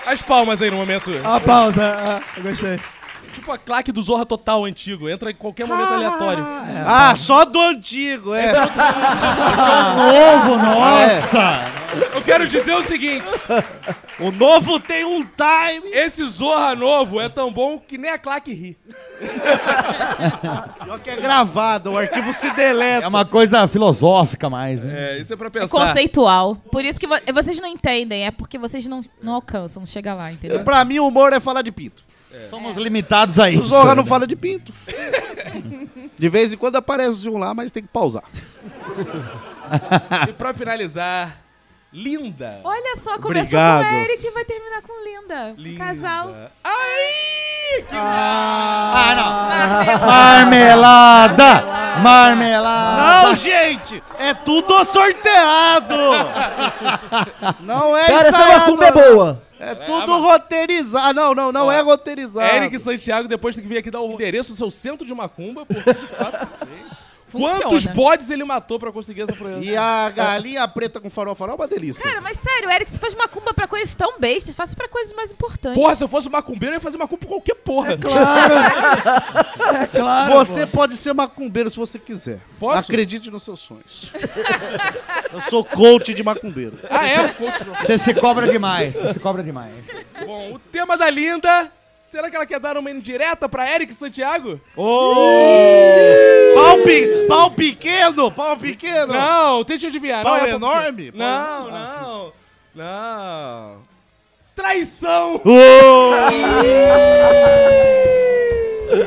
S5: As palmas aí no momento.
S8: Ó, pausa. ah, eu gostei.
S5: Tipo a claque do Zorra Total antigo. Entra em qualquer momento aleatório.
S6: É,
S8: é.
S6: tá.
S4: Ah, só do antigo, é.
S6: Novo, é nossa!
S5: Eu quero dizer o seguinte:
S4: O novo tem um time.
S5: esse Zorra novo é tão bom que nem a claque ri.
S4: Pior que é gravado, o arquivo se
S6: É.
S4: deleta.
S6: uma coisa filosófica mais, né?
S5: É, isso é pra
S7: É
S5: pensar.
S7: conceitual. Por isso que vo- vocês não entendem, é porque vocês não, não alcançam, não chega lá, entendeu?
S4: Pra mim, o humor é falar de pinto.
S6: Somos limitados a isso.
S4: O Zorra
S9: Né?
S4: não fala de pinto. De vez em quando aparece um lá, mas tem que pausar.
S5: E pra finalizar, linda.
S7: Olha só, começou com
S4: Obrigado.
S7: o Eric e vai terminar com Linda. Um Casal.
S5: Ai! Que...
S6: Ah, não.
S7: Ah,
S6: Marmelada! Marmelada!
S4: Não, gente! É tudo sorteado! Não é
S9: Cara, essa
S4: ensaiado,
S9: macumba é boa.
S4: É tudo roteirizado. Não, não, não é roteirizado.
S5: Eric Santiago depois tem que vir aqui dar o endereço do seu centro de macumba, porque de fato.
S7: Funciona.
S5: Quantos bodes ele matou pra conseguir essa proeza?
S4: E a galinha preta com farol farol é uma delícia.
S7: Cara, mas sério, Eric, você faz macumba pra coisas tão bestas, faça pra coisas mais importantes.
S5: Porra, se eu fosse macumbeiro, eu ia fazer macumba por qualquer porra.
S8: É claro.
S4: você pode ser macumbeiro se você quiser.
S5: Posso?
S4: Acredite nos seus sonhos. Eu sou coach de macumbeiro.
S5: Ah, é? Continua.
S6: Você se cobra demais, você se cobra demais.
S5: Bom, o tema da Linda Será que ela quer dar uma indireta pra Eric Santiago?
S4: Ô! Pau, pe- pau pequeno! Pau pequeno!
S5: Não, deixa eu adivinhar.
S4: Pau
S5: não é
S4: enorme?
S5: Porque... Não, não. Não. Traição!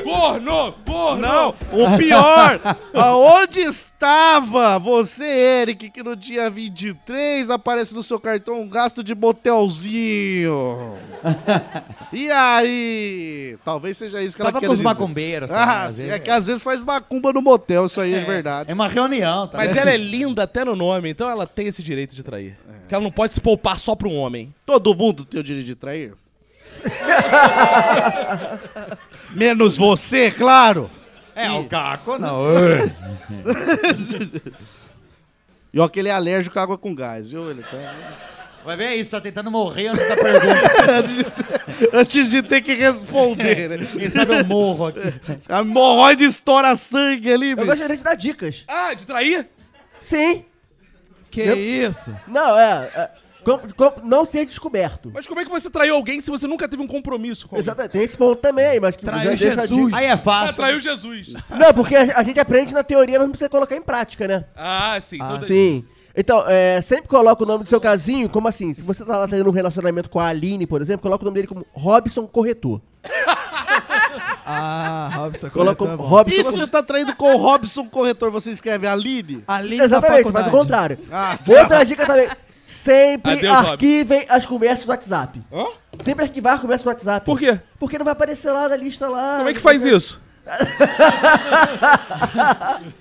S5: Corno! Corno!
S4: Não, o pior, aonde estava você, Eric, que no dia 23 aparece no seu cartão um gasto de motelzinho? E aí? Talvez seja isso que ela
S6: Tava
S4: quer
S6: com os
S4: dizer.
S6: macumbeiros, tá?
S4: Ah,
S6: Às
S4: sim,
S6: vezes,
S4: é que às vezes faz macumba no motel, isso aí é, verdade.
S6: É uma reunião, tá?
S5: Mas
S6: vendo?
S5: ela é linda até no nome, então ela tem esse direito de trair. Porque ela não pode se poupar só pra um homem.
S4: Todo mundo tem o direito de trair? Menos você, claro.
S6: É, o Caco não.
S4: E ó que ele é alérgico à água com gás, viu? Ele tá...
S6: Vai ver isso, tá tentando morrer antes da pergunta.
S4: Antes de ter que responder, né?
S6: Quem sabe eu morro aqui.
S4: A hemorroide estoura sangue ali,
S9: Eu
S4: bicho.
S9: gostaria de dar dicas.
S5: Ah, de trair?
S9: Sim.
S8: Que
S9: Eu-
S8: isso?
S9: Não, é. é, com- com- não ser descoberto.
S5: Mas como é que você traiu alguém se você nunca teve um compromisso com alguém?
S9: Exatamente. Tem esse ponto também aí, mas que
S8: Traiu
S9: já deixa a
S8: Jesus.
S9: dica.
S6: Aí é
S5: Ah,
S6: fácil.
S5: traiu Jesus.
S9: Não, porque a, a gente aprende na teoria, mas não precisa colocar em prática, né?
S5: Ah, sim. então daí-
S9: Sim. Então, é, sempre coloca o nome do seu casinho, como assim? Se você tá lá tendo um relacionamento com a Aline, por exemplo, coloca o nome dele como Robson Corretor.
S8: Ah, Robson,
S5: Tá
S9: Coloca
S8: corretor é
S9: o
S8: bom.
S9: Robson Ah.
S4: E se você tá traindo com o Robson Corretor, você escreve Aline?
S8: Além da
S9: Exatamente,
S8: faculdade.
S6: um-
S9: faz o contrário.
S4: Ah,
S9: Outra dica também. Sempre
S5: Adeus, Rob.
S9: arquivem as conversas do WhatsApp.
S5: Hã?
S9: Sempre arquivar conversas do WhatsApp.
S5: Por quê?
S9: Porque não vai aparecer lá na lista lá.
S5: Como é que faz isso?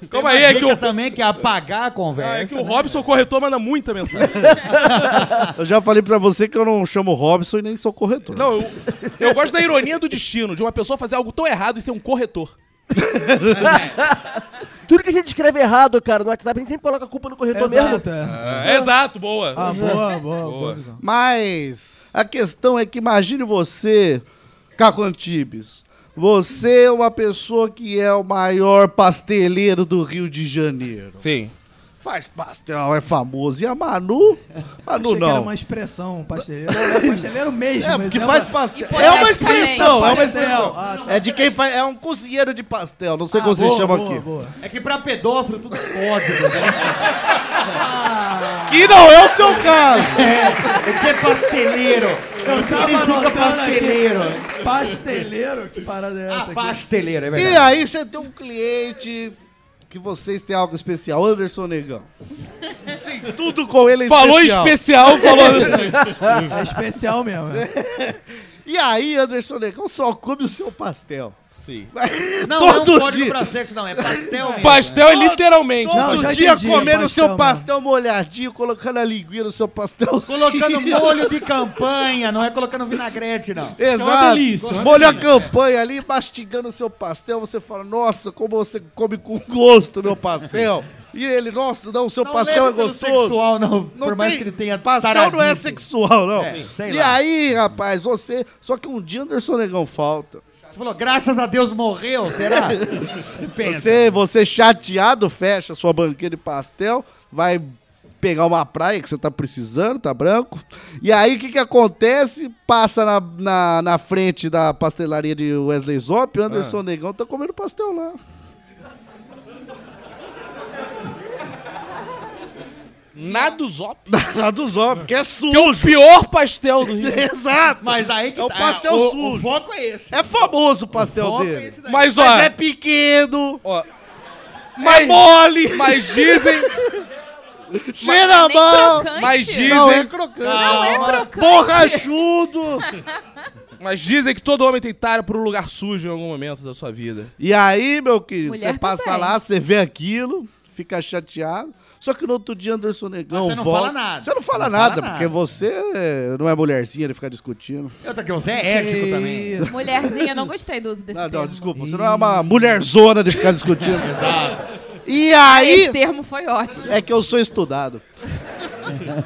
S5: Calma aí, é que o,
S6: Dica também que é apagar a conversa.
S5: ah, é que o Robson corretor manda muita mensagem.
S4: Eu já falei pra você que eu não chamo Robson e nem sou corretor.
S5: Não, eu, eu gosto da ironia do destino, de uma pessoa fazer algo tão errado e ser um corretor.
S9: Tudo que a gente escreve errado, cara, no WhatsApp, a gente sempre coloca a culpa no corretor mesmo.
S8: Exato, é.
S5: exato, boa.
S8: Ah, boa, boa, boa. visão.
S4: Mas a questão é que imagine você, Caco Antibes. Você é uma pessoa que é o maior pasteleiro do Rio de Janeiro.
S5: Sim.
S4: Faz pastel, é famoso. E a Manu? Manu
S8: Achei que era
S4: não.
S8: uma expressão, pasteleiro. É pasteleiro mesmo,
S4: É,
S8: mas
S4: porque
S8: é
S4: faz
S8: uma-
S4: pastel.
S7: E
S4: É uma
S7: politicamente.
S4: expressão, é uma
S8: Pastel.
S4: expressão.
S8: Ah, tá.
S4: É de quem faz. É um cozinheiro de pastel, não sei
S8: Ah,
S4: como se
S8: boa,
S4: chama
S8: boa,
S4: aqui.
S8: boa.
S6: É que pra pedófilo tudo é código, né?
S4: Que não é o seu caso.
S6: O que é pasteleiro? Não sabe
S8: anotando
S6: pasteleiro.
S8: Pasteleiro? Que parada é essa
S6: Ah,
S8: aqui?
S6: pasteleiro, é
S4: E
S6: verdade.
S4: aí você tem um cliente que vocês têm algo especial, Anderson Negão. Sim, tudo com ele é
S5: Falou em
S4: especial.
S5: especial, falou.
S8: É especial mesmo. né?
S4: E aí, Anderson Negão só come o seu pastel.
S5: Sim.
S6: Não,
S4: todo
S6: não é um código
S4: dia.
S6: pra sexo, não. É pastel mesmo.
S5: Pastel é literalmente.
S8: Não,
S4: Todo
S8: já
S4: dia
S8: entendi,
S4: comendo o seu
S8: pastel,
S4: pastel molhadinho, colocando a linguinha no seu pastel.
S6: Colocando molho de campanha, não é colocando vinagrete, não.
S4: Exato.
S2: É uma delícia, uma
S4: Molhou a campanha ali, mastigando o seu pastel, você fala, nossa, como você come com gosto meu pastel. E ele, nossa, não, o seu
S6: Não
S4: pastel
S6: leva
S4: é
S6: pelo
S4: gostoso.
S6: sexual, não.
S4: Não
S6: por mais
S4: tem-
S6: que ele tenha
S4: Pastel não é
S6: taradismo.
S4: sexual, não.
S6: É, sei
S4: e
S6: lá.
S4: aí, rapaz, você. Só que um dia Anderson Negão falta.
S6: Você falou, graças a Deus morreu, será? Pensa.
S4: Você, você chateado, fecha sua banquinha de pastel, vai pegar uma praia que você tá precisando, tá branco. E aí, o que que acontece? Passa na, na, na frente da pastelaria de Wesley Zop, o Anderson Negão tá comendo pastel lá.
S5: Nada zop.
S4: Lá do Zop, que é sujo.
S5: Que é o pior pastel do Rio.
S4: Exato.
S6: Mas aí que
S4: É o
S6: tá,
S4: pastel
S6: o,
S4: sujo.
S6: O foco é esse.
S4: É famoso o pastel
S6: foco é
S4: dele.
S6: esse daí.
S5: Mas, ó,
S4: Mas é pequeno,
S5: ó,
S4: é
S5: mas,
S4: mole,
S5: mas dizem,
S4: cheira
S7: é Nem
S4: mal.
S7: crocante.
S5: mas dizem,
S4: Não é crocante.
S7: Não é crocante.
S4: Borrachudo.
S5: mas dizem que todo homem tem tara por um lugar sujo em algum momento da sua vida.
S4: E aí, meu querido,
S7: Mulher
S4: você passa
S7: também.
S4: lá, você vê aquilo, fica chateado. Só que no outro dia, Anderson Negão
S6: Mas você não
S4: volta.
S6: fala nada.
S4: Você não fala
S6: Não fala
S4: nada, porque
S6: nada.
S4: você é, não é mulherzinha de ficar discutindo.
S6: Eu tô aqui, você é ético
S8: Que
S6: também.
S8: isso.
S7: Mulherzinha, não gostei do uso desse
S4: Não,
S7: termo.
S4: não, desculpa, você não é uma mulherzona de ficar discutindo. E
S7: Esse
S4: aí,
S7: termo foi ótimo.
S4: é que eu sou estudado.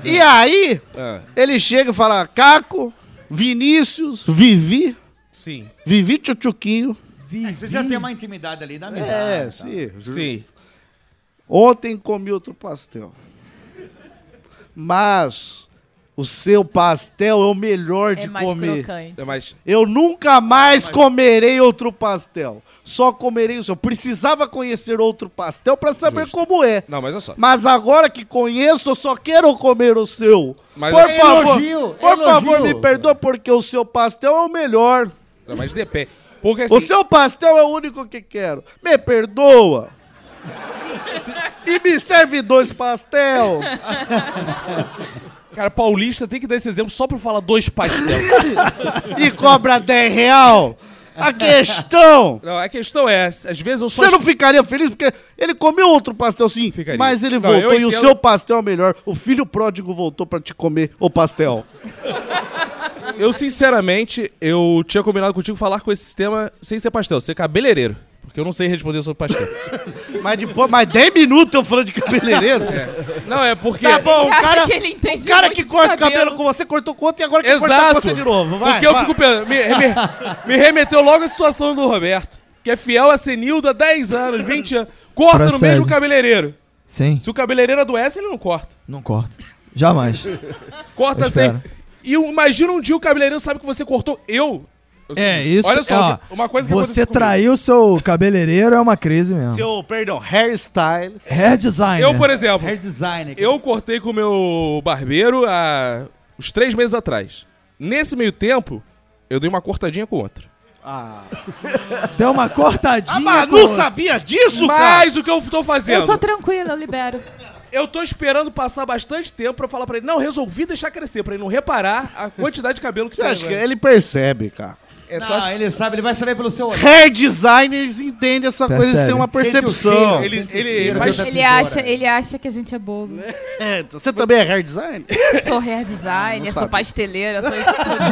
S4: E aí,
S5: Ah,
S4: ele chega e fala, Caco, Vinícius, Vivi,
S5: sim,
S4: Vivi Tchutchuquinho.
S6: É Você já tem uma intimidade ali da amizade.
S4: É,
S6: tá?
S4: sim.
S5: sim.
S4: Ontem comi outro pastel. Mas O seu pastel é o melhor
S7: É
S4: de
S7: mais
S4: comer.
S7: crocante.
S5: É mais...
S4: Eu nunca mais comerei outro pastel. Só comerei o seu. Precisava conhecer outro pastel pra saber como é.
S5: Não, mas olha só.
S4: Mas agora que conheço, eu só quero comer o seu.
S5: Mas
S4: por
S5: é
S4: favor,
S5: elogio,
S4: por
S5: elogio.
S4: favor, me perdoa porque o seu pastel é o melhor.
S5: Não, mas depende. Porque assim...
S4: O seu pastel é o único que quero. Me perdoa. e me serve dois pastel.
S5: Cara, paulista tem que dar esse exemplo só pra falar dois pastel.
S4: e cobra 10 real. A questão.
S5: Não, a questão é, às vezes eu só...
S4: Você não ficaria feliz porque ele comeu outro pastel sim,
S5: Ficaria.
S4: mas ele
S5: Não,
S4: voltou
S5: eu
S4: e o
S5: entendo.
S4: seu pastel é o melhor. O filho pródigo voltou pra te comer o pastel.
S5: Eu, sinceramente, eu tinha combinado contigo falar com esse tema sem ser pastel, ser cabeleireiro. Porque eu não sei responder sobre pastel.
S4: Mas depois, mais 10 minutos eu falando de cabeleireiro.
S5: Não, é porque...
S4: Tá bom, o
S7: Ele acha
S4: cara
S7: que ele entende
S4: o cara
S7: muito
S4: que
S7: de
S4: corta o cabelo.
S7: cabelo
S4: com você cortou com outro e agora quer cortar com
S5: Exato.
S4: você de novo. Vai,
S5: porque eu
S4: vai.
S5: fico pensando... Me, me- me remeteu logo à situação do Roberto, que é fiel a Senilda há 10 anos, 20 anos. Corta no
S8: Procede.
S5: mesmo cabeleireiro.
S8: Sim,
S5: Se o cabeleireiro adoece, ele não corta.
S8: não corto. Jamais.
S5: Corta
S8: Eu
S5: sem...
S8: espero.
S5: E eu- imagina um dia o cabeleireiro sabe que você cortou. Eu... eu
S8: É,
S5: sei
S8: isso.
S5: Olha só,
S8: ó,
S5: uma coisa que
S8: Você
S5: aconteceu comigo.
S8: traiu seu cabeleireiro é uma crise mesmo.
S4: Seu, perdão, hairstyle.
S8: Hair design.
S5: Eu, por exemplo,
S6: Hair design.
S5: Eu cortei com o meu barbeiro há uns três meses atrás. Nesse meio tempo, eu dei uma cortadinha com outra.
S8: Deu uma cortadinha.
S4: A
S5: Ah,
S8: com
S4: Manu
S8: outro.
S4: sabia disso, cara?
S5: Mas o que eu tô
S7: Eu
S5: fazendo?
S7: sou tranquila, eu libero.
S5: Eu tô esperando passar bastante tempo pra falar pra ele. Não, resolvi deixar crescer, pra ele não reparar a quantidade de cabelo que
S4: Você
S5: tá
S4: acha que
S5: levando."
S4: ele percebe, cara?
S5: É, tu
S6: Não,
S5: acha que
S6: ele sabe, ele vai saber pelo seu olhar.
S4: Hair designers entendem essa
S8: Percebe.
S4: coisa, eles têm uma
S6: Sente o
S4: percepção.
S6: cheiro.
S5: ele,
S6: Sente o
S5: ele
S6: cheiro,
S5: faz...
S6: Deus
S7: Ele acha, ele acha que a gente é bobo.
S4: É, você também é hair design?
S7: Sou hair designer, sou
S4: sabe.
S7: pasteleira, sou isso tudo.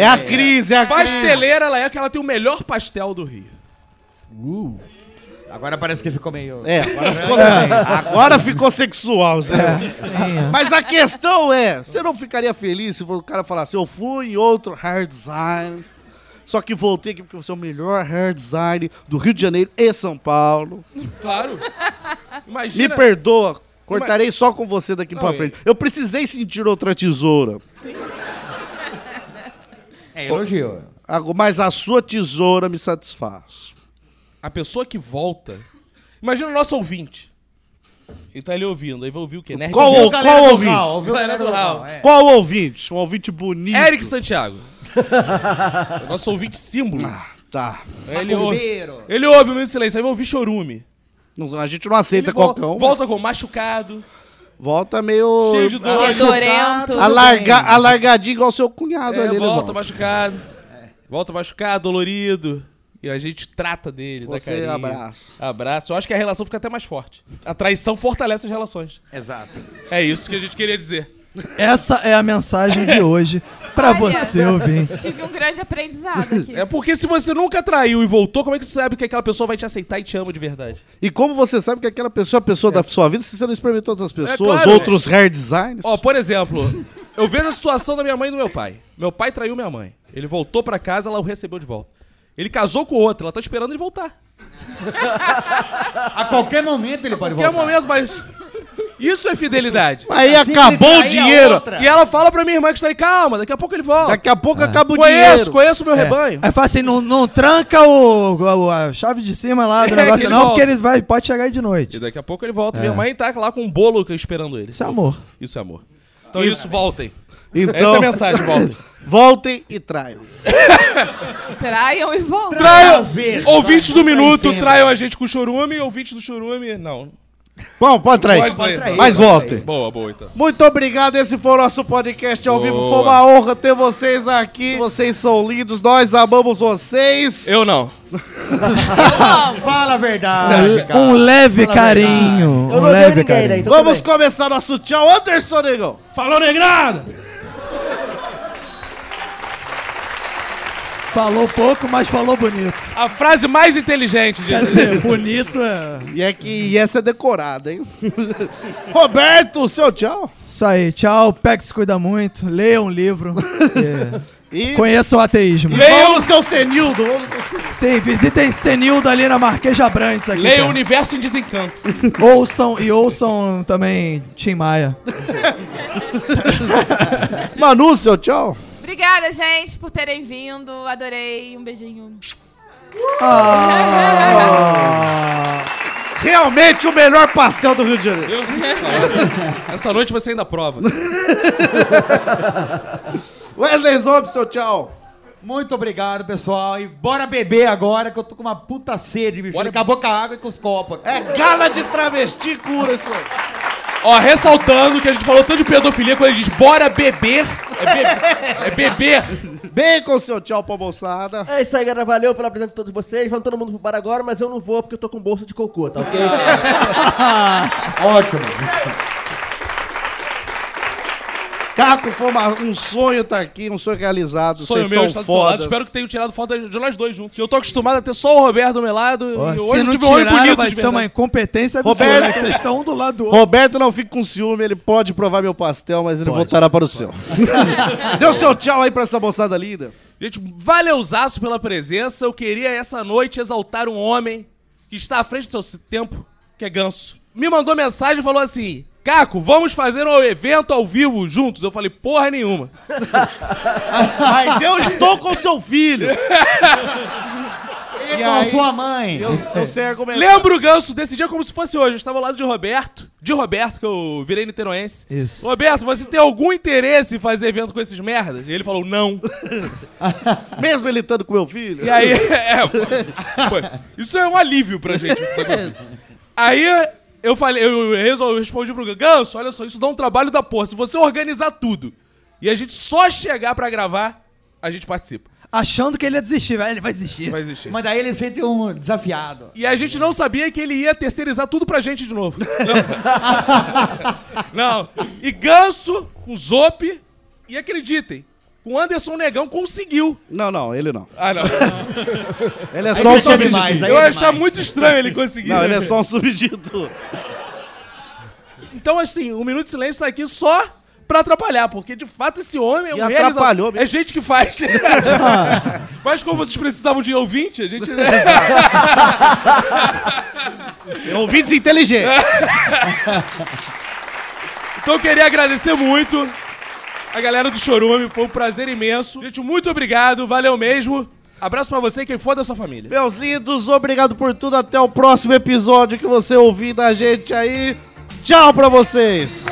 S4: É a crise, é a crise.
S5: Pasteleira, ela é que ela tem o melhor pastel do Rio.
S6: Agora parece que ficou meio...
S4: É, agora ficou, agora ficou sexual. Zé. Mas a questão é, você não ficaria feliz se o cara falasse, eu fui em outro hair design, só que voltei aqui porque você é o melhor hair design do Rio de Janeiro e São Paulo.
S5: Claro.
S4: Me
S5: Imagina.
S4: perdoa, cortarei só com você daqui
S5: Não,
S4: pra frente. Eu precisei sentir outra tesoura,
S6: É elogio.
S4: Ago- mas a sua tesoura me satisfaz.
S5: A pessoa que volta. Imagina o nosso ouvinte. Ele tá ali ouvindo, aí vai ouvir o quê? Nerd
S4: Qual,
S6: Viu,
S4: o-
S6: galera
S4: qual
S6: do
S4: ouvinte?
S6: Raul,
S5: É,
S6: viu,
S5: Galera
S6: galera
S5: do
S6: do
S5: Raul.
S6: Raul, é.
S4: Qual ouvinte? Um ouvinte bonito.
S5: Eric Santiago. É o nosso ouvinte símbolo.
S4: Tá.
S5: Ele ouve,
S6: Bombeiro.
S5: ele ouve o Minuto de Silêncio, aí vai ouvir chorume.
S4: Não- A gente não aceita
S5: Ele vol-
S4: qualquer um.
S5: volta com machucado,
S4: Volta meio.
S5: cheio de dor.
S7: Fedorento.
S4: Alarga, alargadinho igual seu cunhado
S5: É,
S4: ali. ele
S5: volta
S4: volta.
S5: machucado.
S4: É.
S5: Volta machucado, dolorido. E a gente trata dele, dá
S4: Você
S5: carinho.
S4: abraça.
S5: Abraço. Eu acho que a relação fica até mais forte. A traição fortalece as relações. Exato. É isso que a gente queria dizer.
S8: Essa é a mensagem de hoje pra
S7: Olha.
S8: você, ouvinte.
S7: Tive um grande aprendizado aqui.
S5: É porque se você nunca traiu e voltou, como é que você sabe que aquela pessoa vai te aceitar e te ama de verdade?
S4: E como você sabe que aquela pessoa é a pessoa da sua vida, se você não experimentou outras pessoas,
S5: É, claro,
S4: outros hair designs.
S5: Ó, por exemplo, eu vejo a situação da minha mãe e do meu pai. Meu pai traiu minha mãe. Ele voltou pra casa, ela o recebeu de volta. Ele casou com outra, ela tá esperando ele voltar.
S6: A qualquer momento ele pode
S5: Que é o
S6: voltar.
S5: momento, mas. Isso é fidelidade.
S4: Aí acabou o
S6: trair a
S4: dinheiro.
S6: outra.
S5: E ela fala pra minha irmã que está aí, calma, daqui a pouco ele volta.
S4: Daqui a pouco acaba o
S5: Conheço,
S4: dinheiro. É.
S5: conheço o meu rebanho.
S8: Aí fala assim, não, não tranca o, o- a chave de cima lá do
S5: É, que
S8: negócio,
S5: ele
S8: não,
S5: volta.
S8: porque ele vai, pode chegar aí de
S5: E
S8: noite.
S5: daqui a pouco ele volta.
S6: É.
S5: Minha mãe tá lá com um bolo esperando ele.
S8: Isso é amor.
S5: Isso é amor. Então isso, voltem. Essa é a
S4: Então,
S5: mensagem, voltem.
S4: voltem e traiam.
S7: Traiam e voltam.
S5: Traiam,
S6: Às vezes,
S5: ouvintes do
S6: vai, vai
S5: minuto,
S6: sempre.
S5: traiam a gente com chorume, ouvintes do chorume, não.
S4: Bom, pode trair.
S5: Pode trair.
S4: Mas voltem.
S5: Boa, boa, então.
S4: Muito obrigado, esse foi o nosso podcast ao vivo. Foi uma honra ter vocês aqui. Vocês são lindos, nós amamos vocês.
S5: Eu não.
S6: Fala a verdade, cara.
S8: Um leve carinho.
S9: Eu
S8: Um
S9: não odeio
S8: leve
S9: ninguém, né?
S8: carinho.
S9: Então
S4: Vamos
S9: tudo
S4: começar nosso tchau, Anderson Negão.
S2: Falou, negrada!
S5: então.
S8: Falou pouco, mas falou bonito.
S5: A frase mais inteligente de
S8: Quer dizer, bonito é.
S4: E é que e essa é decorada, hein? Roberto, seu tchau.
S8: Isso aí, tchau. Pega se cuida muito. Leia um livro.
S4: E-
S8: e... Conheça o ateísmo.
S5: Leiam
S4: o seu senildo.
S8: Sim, visitem Senildo ali na Marquês de Abrantes aqui.
S5: Leia o
S8: cara.
S5: universo em desencanto.
S8: Ouçam e ouçam também Tim Maia.
S4: Manu, seu tchau.
S7: Obrigada, gente, por terem vindo. Adorei. Um beijinho.
S4: Realmente o melhor pastel do Rio de Janeiro.
S5: Essa noite você ainda prova.
S4: Wesley Zob, seu tchau.
S6: Muito obrigado, pessoal. E bora beber agora, que eu tô com uma puta sede, bicho.
S5: Bora-
S6: Acabou com a água e com os copos. aqui.
S4: É gala de travesti cura isso aí.
S5: Ó, ressaltando que a gente falou tanto de pedofilia quando ele diz bora beber. É, be- é beber.
S4: Bacon, seu tchau pra moçada.
S9: É isso aí, galera. Valeu pela presença de todos vocês. Vamos todo mundo pro bar agora, mas eu não vou porque eu tô com bolsa de cocô, tá ok?
S6: Ótimo.
S4: Caco, foi uma- um sonho tá aqui, um sonho realizado.
S5: Sonho
S4: Vocês
S5: meu
S4: são
S5: está do seu lado.
S4: fodas.
S5: Espero que tenham tirado foto de nós dois juntos. Eu tô acostumado a ter só o Roberto do meu lado.
S8: Ó,
S5: e
S8: se
S5: hoje eu
S8: não
S5: tive um olho
S8: tiraram,
S5: bonito.
S8: vai
S5: de
S8: ser uma
S5: verdade.
S8: incompetência absurda.
S4: Roberto-
S8: né? que Vocês estão um do lado do outro.
S4: Roberto não fica com ciúme, ele pode provar meu pastel, mas ele voltará para o seu. Dê o seu tchau aí pra essa moçada linda.
S5: Gente, valeuzaço pela presença. Eu queria essa noite exaltar um homem que está à frente do seu tempo, que é Ganso. Me mandou mensagem e falou assim: Caco, vamos fazer um evento ao vivo juntos. Eu falei, porra nenhuma.
S4: Mas eu estou com seu filho.
S6: E,
S4: E
S6: com
S4: aí?
S6: sua mãe.
S4: Eu, eu sei é. argumentar.
S5: Lembro o Ganso desse dia como se fosse hoje. Eu estava ao lado de Roberto, de Roberto, que eu virei niteroense.
S8: Isso.
S5: Roberto, você tem algum interesse em fazer evento com esses merdas? E ele falou, não.
S4: Mesmo ele estando com meu filho.
S5: E aí, é, foi- foi. isso é um alívio pra gente. esse negócio. aí eu falei, eu resolvi, eu respondi pro Ganso, Ganso, olha só, isso dá um trabalho da porra. Se você organizar tudo e a gente só chegar pra gravar, a gente participa.
S8: Achando que ele ia desistir, velho. Ele vai desistir.
S5: Vai existir.
S6: Mas daí ele sente um desafiado.
S5: E a gente não sabia que ele ia terceirizar tudo pra gente de novo. Não. Não. E Ganso, com Zop, e acreditem, com Anderson Negão conseguiu.
S4: Não, não, ele não.
S5: Ah, não.
S4: Ele é só um
S6: sobe
S4: substituto.
S6: mais, aí
S5: Eu
S6: é
S5: achava
S6: demais.
S5: muito estranho ele conseguir.
S4: Não, ele é só um substituto.
S5: Então, assim, o Minuto de Silêncio tá aqui só pra atrapalhar, porque de fato esse homem é
S4: E
S5: um
S4: atrapalhou
S5: realizador. É gente que faz. Mas como vocês precisavam de ouvinte, a gente. né?
S4: Ouvintes inteligentes.
S5: Então eu queria agradecer muito a galera do Chorume, foi um prazer imenso. Gente, muito obrigado, valeu mesmo. Abraço pra você e quem for da sua família.
S4: Meus lindos, obrigado por tudo. Até o próximo episódio que você ouvir da gente aí. Tchau pra vocês.